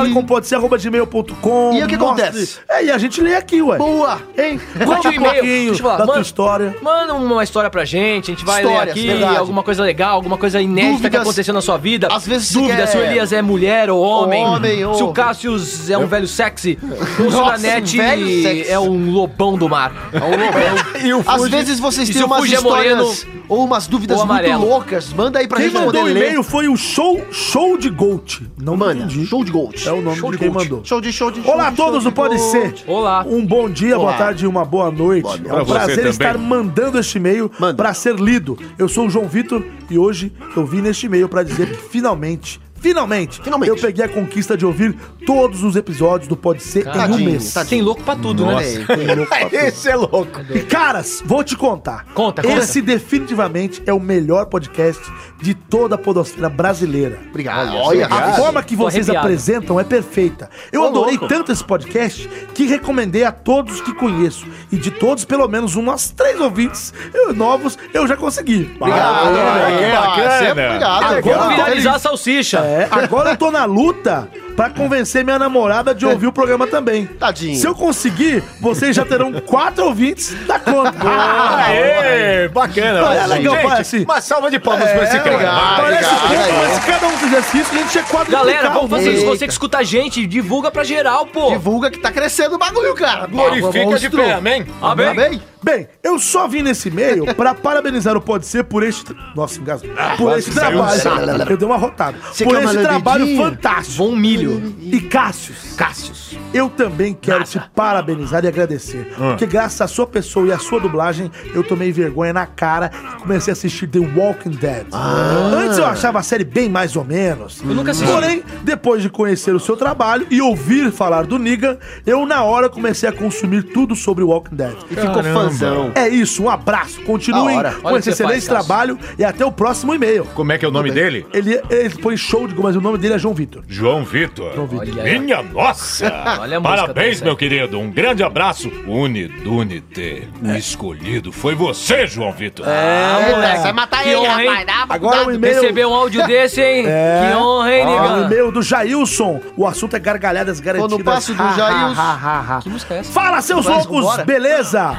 Speaker 1: falecompodser.gmail.com.
Speaker 3: E o que
Speaker 1: mostre-
Speaker 3: acontece?
Speaker 1: É, e a gente lê aqui, ué.
Speaker 3: Boa!
Speaker 1: Hein?
Speaker 2: Mande
Speaker 1: Conta
Speaker 2: um
Speaker 1: um
Speaker 2: e-mail,
Speaker 1: pouquinho
Speaker 2: deixa eu falar,
Speaker 1: da tua
Speaker 2: manda-
Speaker 1: história.
Speaker 2: Manda uma história pra gente, a gente vai ler
Speaker 3: Histórias,
Speaker 2: aqui
Speaker 3: verdade.
Speaker 2: alguma coisa legal, alguma coisa inédita que
Speaker 3: Dúvidas.
Speaker 2: aconteceu na sua vida.
Speaker 3: Às vezes você
Speaker 2: Dúvida
Speaker 3: quer-
Speaker 2: se o Elias é mulher ou homem.
Speaker 3: Homem,
Speaker 2: se
Speaker 3: ou-
Speaker 2: o Cassius é um velho sexy. ou se o
Speaker 3: Nossa,
Speaker 2: Danete
Speaker 3: velho sexy.
Speaker 2: é um lobão do mar. É um lobão. e o
Speaker 3: Às
Speaker 2: Fuji-
Speaker 3: vezes vocês
Speaker 2: e
Speaker 3: têm
Speaker 2: se o
Speaker 3: umas
Speaker 2: Fuji é
Speaker 3: histórias ou umas dúvidas
Speaker 2: ou
Speaker 3: muito
Speaker 2: amarelo.
Speaker 3: loucas. Manda aí pra
Speaker 1: Quem
Speaker 3: gente
Speaker 1: mandou o
Speaker 3: poder ler.
Speaker 1: e-mail foi o Show Show de Gold. Não
Speaker 3: Manda,
Speaker 1: entendi.
Speaker 3: show de gold.
Speaker 1: É o nome
Speaker 2: Show
Speaker 1: de
Speaker 2: de
Speaker 1: quem
Speaker 2: Gold.
Speaker 1: mandou.
Speaker 3: Show de show de show
Speaker 1: Olá a
Speaker 3: de show
Speaker 1: todos
Speaker 3: de
Speaker 1: do Pode
Speaker 3: gold.
Speaker 1: Ser.
Speaker 2: Olá.
Speaker 1: Um bom dia, boa tarde e uma boa noite.
Speaker 3: noite.
Speaker 1: É um
Speaker 5: Pra você
Speaker 1: prazer
Speaker 5: também.
Speaker 1: estar mandando este e-mail
Speaker 3: Manda.
Speaker 1: para ser lido. Eu sou o João Vitor e hoje eu vim neste e-mail para dizer que finalmente, finalmente,
Speaker 3: Finalmente.
Speaker 1: eu peguei a conquista de ouvir todos os episódios do Pode Ser em um
Speaker 3: Tadinho,
Speaker 1: mês.
Speaker 3: tadinho.
Speaker 2: Tem louco pra tudo,
Speaker 3: Olha
Speaker 2: né?
Speaker 3: aí, tem louco pra tudo.
Speaker 5: Esse é louco.
Speaker 1: E caras, vou te contar.
Speaker 2: Conta, conta.
Speaker 1: Esse definitivamente é o melhor podcast de toda a podosfera brasileira.
Speaker 3: Obrigado. Olha,
Speaker 1: A
Speaker 3: a
Speaker 1: forma que
Speaker 2: Tô
Speaker 1: vocês
Speaker 2: arrepiado.
Speaker 1: apresentam é perfeita. Eu
Speaker 2: Ô,
Speaker 1: adorei
Speaker 2: louco.
Speaker 1: tanto esse podcast que recomendei a todos que conheço. E de todos, pelo menos umas três ouvintes eu- novos eu já consegui.
Speaker 3: Obrigado.
Speaker 5: que
Speaker 3: Obrigado.
Speaker 5: Ah, é bacana.
Speaker 3: Sempre Obrigado.
Speaker 1: é, Agora
Speaker 2: Vamos
Speaker 1: eu tô
Speaker 2: viralizar a salsicha.
Speaker 1: É, agora eu tô na luta pra convencer minha namorada de ouvir o programa também.
Speaker 3: Tadinho.
Speaker 1: Se eu conseguir, vocês já terão quatro ouvintes da conta.
Speaker 2: Ah,
Speaker 5: Aê, bacana.
Speaker 1: Olha,
Speaker 5: Olha,
Speaker 1: legal,
Speaker 5: gente,
Speaker 1: parece-
Speaker 5: uma salva de palmas pra esse cara.
Speaker 3: obrigado.
Speaker 1: Parece
Speaker 3: obrigado,
Speaker 1: pouco,
Speaker 3: legal.
Speaker 1: mas se cada um fizesse isso, a gente tinha quatro
Speaker 2: Galera, vamos fazer isso.
Speaker 3: Eita.
Speaker 2: Você que escuta a gente, divulga pra geral, pô.
Speaker 3: Divulga que tá crescendo o bagulho, cara.
Speaker 5: Glorifica de
Speaker 3: Monstro.
Speaker 5: pé, amém?
Speaker 2: Ah,
Speaker 3: Tá
Speaker 2: bem?
Speaker 3: bem?
Speaker 1: Bem, eu só vim nesse e-mail pra parabenizar o Pode Ser por este. Nossa, engasgo. Por
Speaker 5: quase
Speaker 1: este
Speaker 5: saiu um
Speaker 1: trabalho.
Speaker 3: sapo.
Speaker 1: Eu dei uma rotada.
Speaker 3: Você
Speaker 1: por
Speaker 3: quer uma
Speaker 1: esse trabalho
Speaker 3: lambidinha?
Speaker 1: fantástico.
Speaker 5: um
Speaker 2: Bom milho.
Speaker 1: E Cássius,
Speaker 2: Cassius.
Speaker 1: eu também quero te parabenizar e agradecer.
Speaker 5: Ah.
Speaker 1: Porque graças à sua pessoa e à sua dublagem, eu tomei vergonha na cara e comecei a assistir The Walking Dead.
Speaker 3: Ah.
Speaker 1: Antes eu achava a série bem mais ou menos. Eu
Speaker 2: nunca assisti.
Speaker 1: Porém, depois de conhecer o seu trabalho e ouvir falar do Negan, eu na hora comecei a consumir tudo sobre Walking Dead.
Speaker 3: E ficou fãzão.
Speaker 1: É isso, um abraço. Continuem
Speaker 3: Da hora.
Speaker 1: com
Speaker 2: Olha
Speaker 1: esse
Speaker 2: o que você
Speaker 1: excelente
Speaker 2: faz, Cássio.
Speaker 1: trabalho e até o próximo e-mail.
Speaker 5: Como é que é o nome dele?
Speaker 1: Ele, ele põe show de gol, mas o nome dele é João Vitor.
Speaker 5: João Vitor.
Speaker 2: Vitor.
Speaker 5: Minha nossa!
Speaker 2: Olha a É música
Speaker 5: Parabéns,
Speaker 2: dessa.
Speaker 5: meu querido. Um grande abraço. Unidunite. O escolhido foi você, João Vitor.
Speaker 1: É.
Speaker 2: Ah, moleque.
Speaker 9: Vai matar
Speaker 2: Que
Speaker 9: ele,
Speaker 2: honra, hein?
Speaker 9: rapaz. Dá uma
Speaker 1: Agora o e-mail.
Speaker 2: Recebeu um áudio desse, hein?
Speaker 1: É.
Speaker 2: Que honra, hein,
Speaker 1: Ah, o
Speaker 2: Nigga?
Speaker 1: e-mail do Jailson. O assunto é gargalhadas garantidas.
Speaker 3: Quando passo do
Speaker 1: Ha, ha,
Speaker 3: Jailson.
Speaker 1: ha, ha, ha.
Speaker 2: Que música é essa?
Speaker 1: Fala, seus
Speaker 3: Mas
Speaker 1: loucos,
Speaker 3: vambora.
Speaker 1: beleza?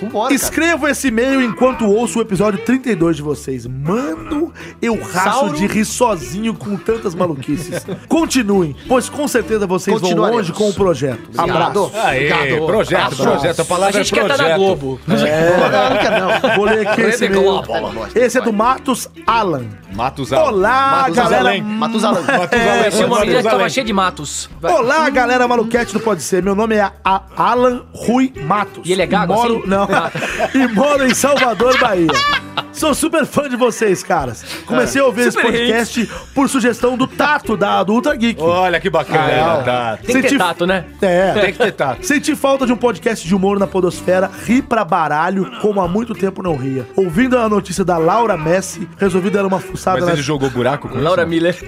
Speaker 3: Vambora, cara.
Speaker 1: Escrevo esse e-mail enquanto ouço o episódio 32 de vocês. Mano, eu racho
Speaker 2: Sauro.
Speaker 1: de rir sozinho com tantas maluquices. Continuem, pois com certeza vocês vão
Speaker 3: Continuaremos.
Speaker 1: longe com o projeto. Abraço.
Speaker 5: Aê,
Speaker 3: Obrigado. É,
Speaker 5: projeto, projeto. A
Speaker 2: A
Speaker 5: palavra
Speaker 2: gente
Speaker 5: é
Speaker 2: quer
Speaker 5: projeto.
Speaker 2: estar na Globo.
Speaker 3: Não, não quer não.
Speaker 1: Vou ler aqui esse e-mail. Esse é do Matos Alan.
Speaker 5: Matos
Speaker 1: Olá, galera.
Speaker 5: Matusalém.
Speaker 3: Matusalém.
Speaker 5: Matusalém.
Speaker 2: É, Tinha uma menina que tava
Speaker 5: Matusalém.
Speaker 2: cheia de matos. Vai.
Speaker 1: Olá, galera maluquete do Pode Ser. Meu nome é A- Alan Rui Matos.
Speaker 2: E ele é gago,
Speaker 1: moro...
Speaker 2: assim?
Speaker 1: Não. e moro em Salvador, Bahia. Sou super fã de vocês, caras. Comecei a ouvir esse
Speaker 2: Super
Speaker 1: podcast por sugestão do Tato, da do Ultra Geek.
Speaker 5: Olha que
Speaker 2: Ah, é.
Speaker 5: bacana, tá.
Speaker 2: Tem que
Speaker 1: Senti-
Speaker 2: ter tato, né?
Speaker 1: É.
Speaker 5: Tem que ter tato.
Speaker 1: Senti falta de um podcast de humor na podosfera, ri pra baralho, como há muito tempo não ria. Ouvindo a notícia da Laura Messi, resolvi dar uma fuçada
Speaker 5: Mas
Speaker 1: na...
Speaker 5: ele jogou buraco com
Speaker 2: Laura
Speaker 5: isso?
Speaker 2: Miller.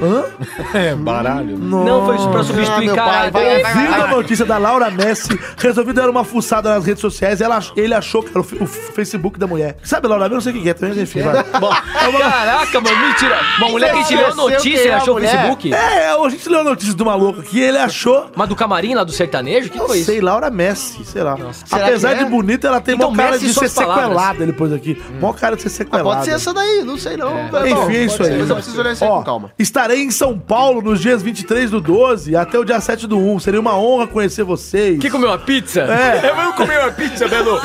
Speaker 5: É, baralho.
Speaker 2: Não, foi isso pra
Speaker 1: Ah,
Speaker 2: substituir,
Speaker 3: meu
Speaker 2: cara.
Speaker 3: pai, vai, vai, vai.
Speaker 1: Vindo a notícia da Laura Messi, resolvi dar uma fuçada nas redes sociais. Ela, ach- ele achou que era o, fe- o Facebook da mulher. Sabe, Laura, eu não sei o que que é, também, mas enfim. vai.
Speaker 2: Caraca, mano, mentira. Uma mulher que te leu a
Speaker 3: Esqueceu
Speaker 2: notícia
Speaker 3: quem
Speaker 2: e
Speaker 3: é a
Speaker 2: achou o
Speaker 3: mulher.
Speaker 2: Facebook.
Speaker 1: É, a gente leu a notícia do maluco aqui, ele achou.
Speaker 2: Mas do camarim lá do sertanejo? O que
Speaker 1: Não
Speaker 2: foi isso?
Speaker 1: sei, Laura Messi, sei lá.
Speaker 3: Será
Speaker 1: Apesar
Speaker 3: que é?
Speaker 1: de bonita, ela tem
Speaker 2: Então,
Speaker 1: mó cara
Speaker 2: Messi
Speaker 1: de
Speaker 2: e suas
Speaker 1: ser
Speaker 2: palavras.
Speaker 1: sequelada, ele pôs aqui. Mó cara de ser
Speaker 3: Ah,
Speaker 1: sequelada.
Speaker 3: pode ser essa daí, não sei não. Não,
Speaker 1: Enfim, é
Speaker 3: pode
Speaker 1: isso
Speaker 3: ser,
Speaker 1: aí.
Speaker 3: Mas eu preciso olhar isso aí
Speaker 1: Ó,
Speaker 3: com calma.
Speaker 1: Estarei em São Paulo nos dias 23 do 12 até o dia 7 do 1. Seria uma honra conhecer vocês.
Speaker 2: Que comeu uma pizza?
Speaker 1: É.
Speaker 2: Eu comi uma pizza, Belo.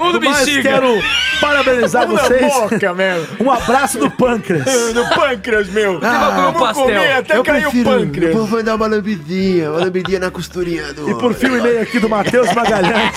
Speaker 2: Mundo
Speaker 1: Mas
Speaker 2: bexiga.
Speaker 1: quero parabenizar vocês.
Speaker 5: boca mesmo.
Speaker 1: Um abraço do pâncreas.
Speaker 5: No pâncreas, meu.
Speaker 2: bagulho
Speaker 5: Vamos
Speaker 2: Ah, pastel.
Speaker 5: comer até cair o pâncreas.
Speaker 3: Eu vou dar uma lambidinha, uma lambidinha na costurinha do...
Speaker 1: E por fim o e-mail aqui do Matheus Magalhães.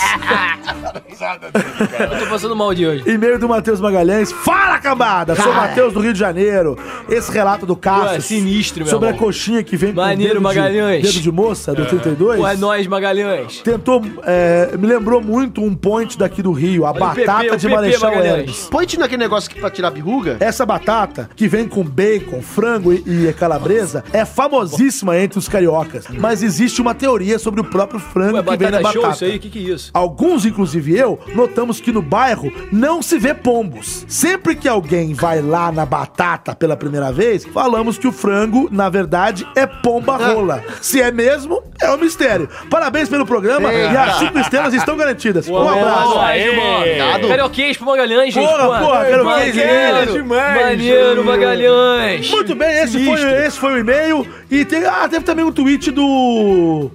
Speaker 2: Eu tô passando mal de hoje.
Speaker 1: E-mail do Matheus Magalhães. Fala, cambada! Sou Matheus do Rio de Janeiro. Esse relato do Cássio.
Speaker 2: Ué, sinistro, meu
Speaker 1: Sobre
Speaker 2: amor.
Speaker 1: a coxinha que vem
Speaker 2: Maneiro,
Speaker 1: com o dedo
Speaker 2: Magalhães.
Speaker 1: de, dedo de moça do 32.
Speaker 2: Pô, é nóis, Magalhães.
Speaker 1: Tentou, é, me lembrou muito um point daqui do Rio, a
Speaker 2: Olha o
Speaker 1: batata
Speaker 2: PP, o
Speaker 1: de
Speaker 2: PP,
Speaker 1: Marechal
Speaker 2: Magalhães.
Speaker 1: Hermes.
Speaker 3: Põe-te naquele negócio aqui pra tirar a birruga?
Speaker 1: Essa batata, que vem com bacon, frango e, e calabresa, é famosíssima entre os cariocas. Mas existe uma teoria sobre o próprio frango
Speaker 2: Ué,
Speaker 1: que vem na
Speaker 2: batata show
Speaker 1: batata.
Speaker 2: isso aí? O que que é isso?
Speaker 1: Alguns, inclusive eu, notamos que no bairro não se vê pombos. Sempre que alguém vai lá na batata pela primeira vez, falamos que o frango, na verdade, é pomba rola. Se é mesmo, é um mistério. Parabéns pelo programa e as cinco estrelas estão garantidas. Um
Speaker 2: é
Speaker 1: abraço.
Speaker 3: Obrigado.
Speaker 2: Carioquês pro Magalhães, gente.
Speaker 1: Porra,
Speaker 2: Pô,
Speaker 1: porra, quero ver
Speaker 2: maneiro,
Speaker 1: esse cara
Speaker 5: é demais,
Speaker 2: Maneiro,
Speaker 5: gente.
Speaker 2: Magalhães.
Speaker 1: Muito bem, esse foi,
Speaker 2: um Sinistro.
Speaker 1: esse foi o e-mail. E tem, ah, teve também um tweet do.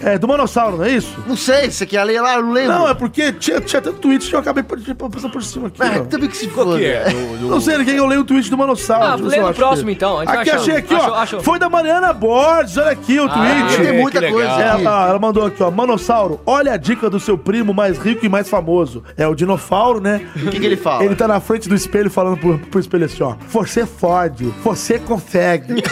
Speaker 1: É, do Manossauro, não é isso?
Speaker 3: Não sei, você quer ler lá, eu não lembro. Ah,
Speaker 1: Não, é porque tinha, tinha tanto tweet que eu acabei por- por- passando por cima aqui.
Speaker 3: Ah,
Speaker 1: ó.
Speaker 3: também que se foda.
Speaker 5: é?
Speaker 1: Não sei ninguém, eu leio o tweet do Manossauro.
Speaker 2: Ah,
Speaker 1: deixa eu ver
Speaker 2: lê
Speaker 1: se eu
Speaker 2: no
Speaker 1: acho
Speaker 2: próximo,
Speaker 1: aqui.
Speaker 2: então, a gente vai
Speaker 1: Aqui,
Speaker 2: achando.
Speaker 1: achei aqui, ó.
Speaker 2: Achou, achou. Ah,
Speaker 1: Foi da Mariana Borges, olha aqui o tweet.
Speaker 3: Tem
Speaker 5: É,
Speaker 3: muita
Speaker 5: que
Speaker 3: coisa
Speaker 5: legal.
Speaker 3: aqui.
Speaker 1: Ela, ela mandou aqui, ó. Manossauro, olha a dica do seu primo mais rico e mais famoso. É o Dinofauro, né?
Speaker 3: O que, que ele fala?
Speaker 1: Ele tá na frente do espelho falando pro, pro espelho assim, ó. Você fode, você consegue.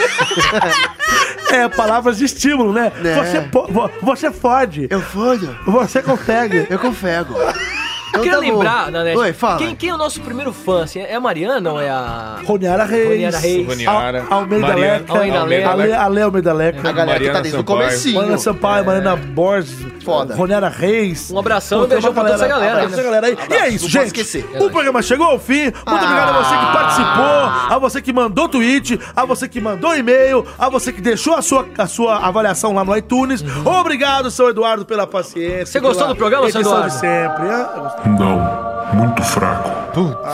Speaker 1: é, palavras de estímulo, né?
Speaker 3: Né.
Speaker 1: Você, po- vo- você fode,
Speaker 3: Eu foda,
Speaker 1: você consegue.
Speaker 3: eu confego.
Speaker 2: Eu
Speaker 3: Então
Speaker 2: quero
Speaker 3: tá bom.
Speaker 2: lembrar, Nanete,
Speaker 3: Oi, fala.
Speaker 2: Quem, quem é o nosso primeiro fã? Assim, é a Mariana ou é a...
Speaker 1: Roniara Reis.
Speaker 2: Roniara Reis.
Speaker 5: Roniara.
Speaker 1: Al- Almeida
Speaker 5: Mariana-
Speaker 1: Leca.
Speaker 2: Almeida Leca.
Speaker 1: Ale- Ale Almeida Leca.
Speaker 3: A galera que tá
Speaker 5: Mariana
Speaker 3: desde o
Speaker 5: Sampaio.
Speaker 3: comecinho.
Speaker 1: Mariana Sampaio, Mariana Borges,
Speaker 3: É. Foda.
Speaker 1: Roniara Reis.
Speaker 2: Um abração e
Speaker 1: Pô, tem
Speaker 2: beijão
Speaker 1: uma
Speaker 2: pra toda essa galera, né?
Speaker 1: abraço pra essa galera aí. E é isso,
Speaker 3: não posso
Speaker 1: gente.
Speaker 3: esquecer. Ah.
Speaker 1: O programa chegou ao fim. Muito obrigado a você que participou, a você que mandou tweet, a você que mandou e-mail, a você que deixou a sua, a sua avaliação lá no iTunes. Obrigado, seu Eduardo, pela paciência.
Speaker 2: Uhum. Você gostou
Speaker 1: pela
Speaker 2: do programa, seu
Speaker 1: edição de
Speaker 2: Eduardo?
Speaker 1: sempre. Ah, eu gostei.
Speaker 7: Não, muito fraco.
Speaker 5: Desculpa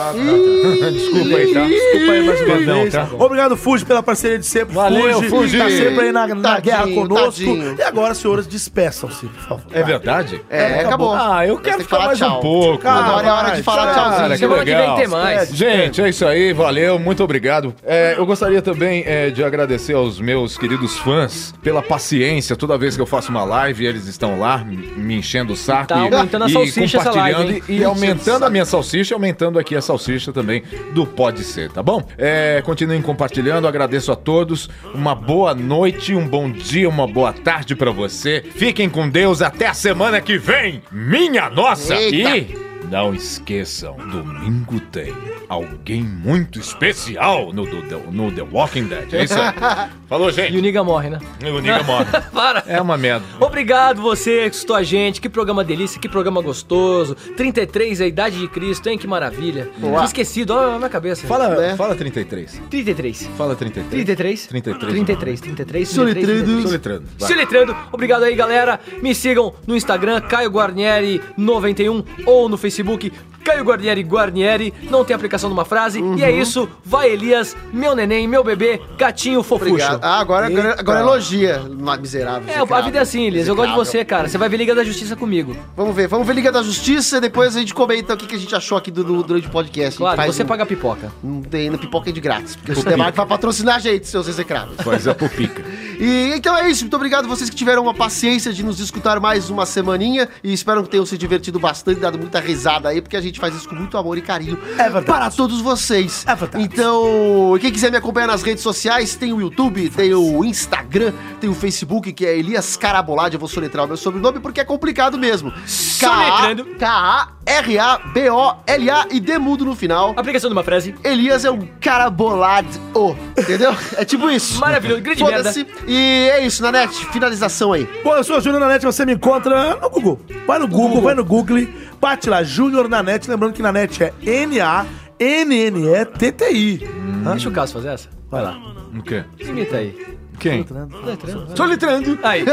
Speaker 5: aí, tá?
Speaker 1: Desculpa aí mais uma
Speaker 5: Perdão,
Speaker 1: vez.
Speaker 5: tá?
Speaker 1: Obrigado, Fuji, pela parceria de sempre.
Speaker 5: Valeu, Fuji.
Speaker 1: Tá sempre aí na, na
Speaker 3: Tadinho,
Speaker 1: guerra conosco.
Speaker 3: tadinho.
Speaker 1: E agora, senhores, despeçam-se, por favor.
Speaker 5: É verdade?
Speaker 3: É, acabou.
Speaker 5: Ah, eu
Speaker 3: Você
Speaker 5: quero
Speaker 3: tem que
Speaker 5: ficar
Speaker 3: falar
Speaker 5: mais
Speaker 3: tchau.
Speaker 5: um pouco.
Speaker 3: Agora é hora de
Speaker 1: vai,
Speaker 3: falar
Speaker 1: tchau.
Speaker 3: tchauzinho.
Speaker 5: que
Speaker 2: Semana que
Speaker 5: legal.
Speaker 2: vem tem mais.
Speaker 5: Gente, é isso aí, valeu, muito obrigado. É, eu gostaria também é, de agradecer aos meus queridos fãs pela paciência. Toda vez que eu faço uma live, eles estão lá me, me enchendo o saco
Speaker 2: Tá aumentando a salsicha essa live, hein?
Speaker 5: e aumentando a minha salsicha, aumentando aqui a salsicha também do Pode Ser, tá bom? É, continuem compartilhando, agradeço a todos. Uma boa noite, um bom dia, uma boa tarde pra você. Fiquem com Deus até a semana que vem. Minha nossa!
Speaker 3: Eita.
Speaker 5: E não esqueçam, domingo tem alguém muito especial no, do, do- no The Walking Dead. É isso aí. Falou,
Speaker 2: E o
Speaker 5: gente.
Speaker 2: Niga morre, né?
Speaker 5: O Niga morre.
Speaker 2: Para.
Speaker 5: É uma merda.
Speaker 2: Obrigado você que escutou a gente. Que programa delícia, que programa gostoso. 33, a idade de Cristo, hein? Que maravilha. Tinha esquecido, olha na minha cabeça.
Speaker 5: Fala,
Speaker 3: Né?
Speaker 5: fala 33.
Speaker 2: 33.
Speaker 5: Fala 33.
Speaker 2: 33?
Speaker 5: 33.
Speaker 2: 33, 33,
Speaker 5: Tô
Speaker 2: 33.
Speaker 5: letrando. Vai.
Speaker 2: Se letrando, obrigado aí galera. Me sigam no Instagram, Caio Guarnieri91 ou no Facebook, Caio Guarnieri Guarnieri. Não tem aplicação numa frase. E é
Speaker 3: Uhum.
Speaker 2: isso, vai Elias, meu neném, meu bebê, gatinho fofucho.
Speaker 3: Obrigado. Ah, agora, agora, agora elogia, ma- miserável.
Speaker 2: É, a vida é assim, Elias. Eu gosto de você, cara. Você vai ver Liga da Justiça comigo.
Speaker 3: Vamos ver, vamos ver Liga da Justiça e depois a gente comenta o que, que a gente achou aqui do, do- durante o podcast. A gente
Speaker 2: Claro,
Speaker 3: faz
Speaker 2: você
Speaker 3: um-
Speaker 2: paga pipoca.
Speaker 3: Não tem ainda pipoca é de grátis, porque o Cinemark vai patrocinar a gente, seus execráveis.
Speaker 5: Faz a pupica.
Speaker 3: E então é isso, muito obrigado vocês que tiveram uma paciência de nos escutar mais uma semaninha e espero que tenham se divertido bastante, dado muita risada aí, porque a gente faz isso com muito amor e carinho
Speaker 1: É verdade.
Speaker 3: para todos vocês.
Speaker 1: É verdade.
Speaker 3: Então, quem quiser me acompanhar nas redes sociais, tem o YouTube, tem o Instagram, tem o Facebook, que é Elias Carabolade, eu vou soletrar o meu sobrenome porque é complicado mesmo.
Speaker 2: Soletrando.
Speaker 3: K-A-R-A-B-O-L-A e demudo no final.
Speaker 2: Aplicação de uma frase.
Speaker 3: Elias é um cara bolado, entendeu? É tipo isso.
Speaker 2: Maravilhoso, grande
Speaker 3: Foda-se. E é isso, Nanete, finalização aí.
Speaker 1: Bom, eu sou o Júnior Nanete, você me encontra no Google. Vai no Google, vai no Google, bate lá, Júnior Nanete, lembrando que Nanete é N-A-N-N-E-T-T-I.
Speaker 2: Deixa o Caso fazer essa.
Speaker 1: Vai lá.
Speaker 5: O quê?
Speaker 2: Imita aí.
Speaker 5: Quem? Soletrando.
Speaker 2: Aí.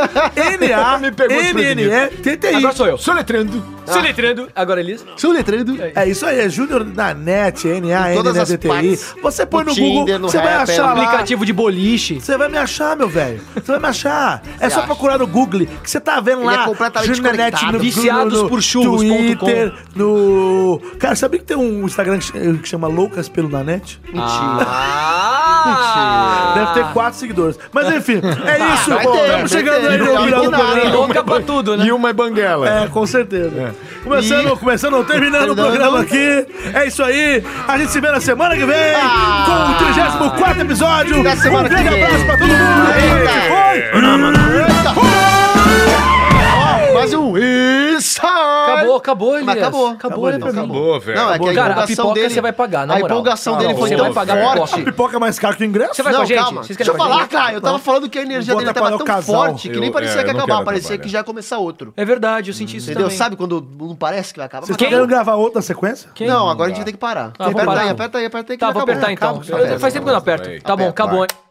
Speaker 2: Agora
Speaker 1: N-A-N-N-E-T-T-I.
Speaker 2: sou eu.
Speaker 5: Soletrando.
Speaker 2: Se letrando. Agora, Elias.
Speaker 3: Sou letrando.
Speaker 1: É isso aí, é Júnior Nanete,
Speaker 3: Em todas as
Speaker 1: N-A-N-N-E-T-T-I.
Speaker 3: partes.
Speaker 1: Você põe
Speaker 3: No
Speaker 1: no
Speaker 3: Tinder,
Speaker 1: Google,
Speaker 3: no
Speaker 1: você vai
Speaker 3: Rappi,
Speaker 1: achar lá.
Speaker 2: Aplicativo de boliche.
Speaker 1: Você vai me achar, meu velho. Você vai me achar. É só
Speaker 3: acha?
Speaker 1: procurar no Google, que você tá vendo
Speaker 3: Ele
Speaker 1: lá.
Speaker 3: é completamente
Speaker 1: Júnior Nanete
Speaker 3: conectado.
Speaker 2: Viciados por churros ponto com.
Speaker 1: Twitter, no... Cara, sabia que tem um Instagram que ch- que chama Loucas pelo Nanete?
Speaker 2: Ah!
Speaker 1: Deve ter quatro seguidores. Mas enfim, é isso.
Speaker 3: vai ter, vai
Speaker 1: Estamos chegando
Speaker 3: ter.
Speaker 1: aí
Speaker 3: Não
Speaker 1: no final do
Speaker 3: combinado,
Speaker 1: programa.
Speaker 2: Louca pra tudo, né?
Speaker 5: E uma é banguela.
Speaker 1: É, com certeza.
Speaker 3: É.
Speaker 1: Começando, começando, terminando o programa aqui. É isso aí. A gente se vê na semana que vem com o 34 episódio. Um
Speaker 3: Da Ah. semana que
Speaker 1: grande
Speaker 3: vem.
Speaker 1: abraço pra todo mundo.
Speaker 3: Mas um. Isso!
Speaker 2: Acabou,
Speaker 1: acabou, Elias.
Speaker 3: Mas acabou.
Speaker 1: Acabou,
Speaker 3: Acabou,
Speaker 1: Elias.
Speaker 3: então.
Speaker 1: acabou.
Speaker 11: Acabou, velho.
Speaker 3: Não, é que a
Speaker 1: Cara, a
Speaker 3: empolgação
Speaker 1: pipoca
Speaker 3: dele-
Speaker 1: você vai pagar, na
Speaker 3: a
Speaker 1: moral.
Speaker 3: empolgação dele foi
Speaker 1: Você
Speaker 3: tão
Speaker 1: vai pagar
Speaker 3: forte.
Speaker 1: pipoca.
Speaker 12: Pipoca é mais caro que o ingresso?
Speaker 1: Você vai com a gente?
Speaker 3: calma.
Speaker 1: Vocês
Speaker 3: Deixa
Speaker 1: querem
Speaker 3: eu
Speaker 1: com a
Speaker 3: falar,
Speaker 1: gente?
Speaker 3: cara. Eu tava
Speaker 12: Não.
Speaker 3: falando que a energia
Speaker 12: Não
Speaker 3: dele
Speaker 12: vou
Speaker 3: tava tão
Speaker 12: atrapalhar o casal.
Speaker 3: forte que nem
Speaker 11: Eu- é,
Speaker 3: parecia que ia
Speaker 11: eu não
Speaker 3: acabar.
Speaker 11: quero
Speaker 3: Parecia
Speaker 11: atrapalhar.
Speaker 3: que já ia começar outro.
Speaker 1: É verdade, eu senti isso
Speaker 3: Entendeu?
Speaker 1: também.
Speaker 3: Sabe quando não parece que vai acabar?
Speaker 12: Vocês
Speaker 3: Mas-
Speaker 12: estão querendo gravar outra sequência?
Speaker 1: Quem?
Speaker 3: Não, agora a gente vai ter que parar.
Speaker 1: Ah, vamos
Speaker 3: aperta
Speaker 1: parar.
Speaker 3: aí, aperta aí, aperta aí. que
Speaker 1: Tá,
Speaker 3: já
Speaker 1: vou
Speaker 3: acabou.
Speaker 1: apertar
Speaker 3: Acaba
Speaker 1: então.
Speaker 3: com essa
Speaker 1: Eu- Faz
Speaker 3: merda.
Speaker 1: tempo que eu não aperto.
Speaker 11: Aperta,
Speaker 1: Tá bom, acabou.
Speaker 11: vai.
Speaker 1: hein?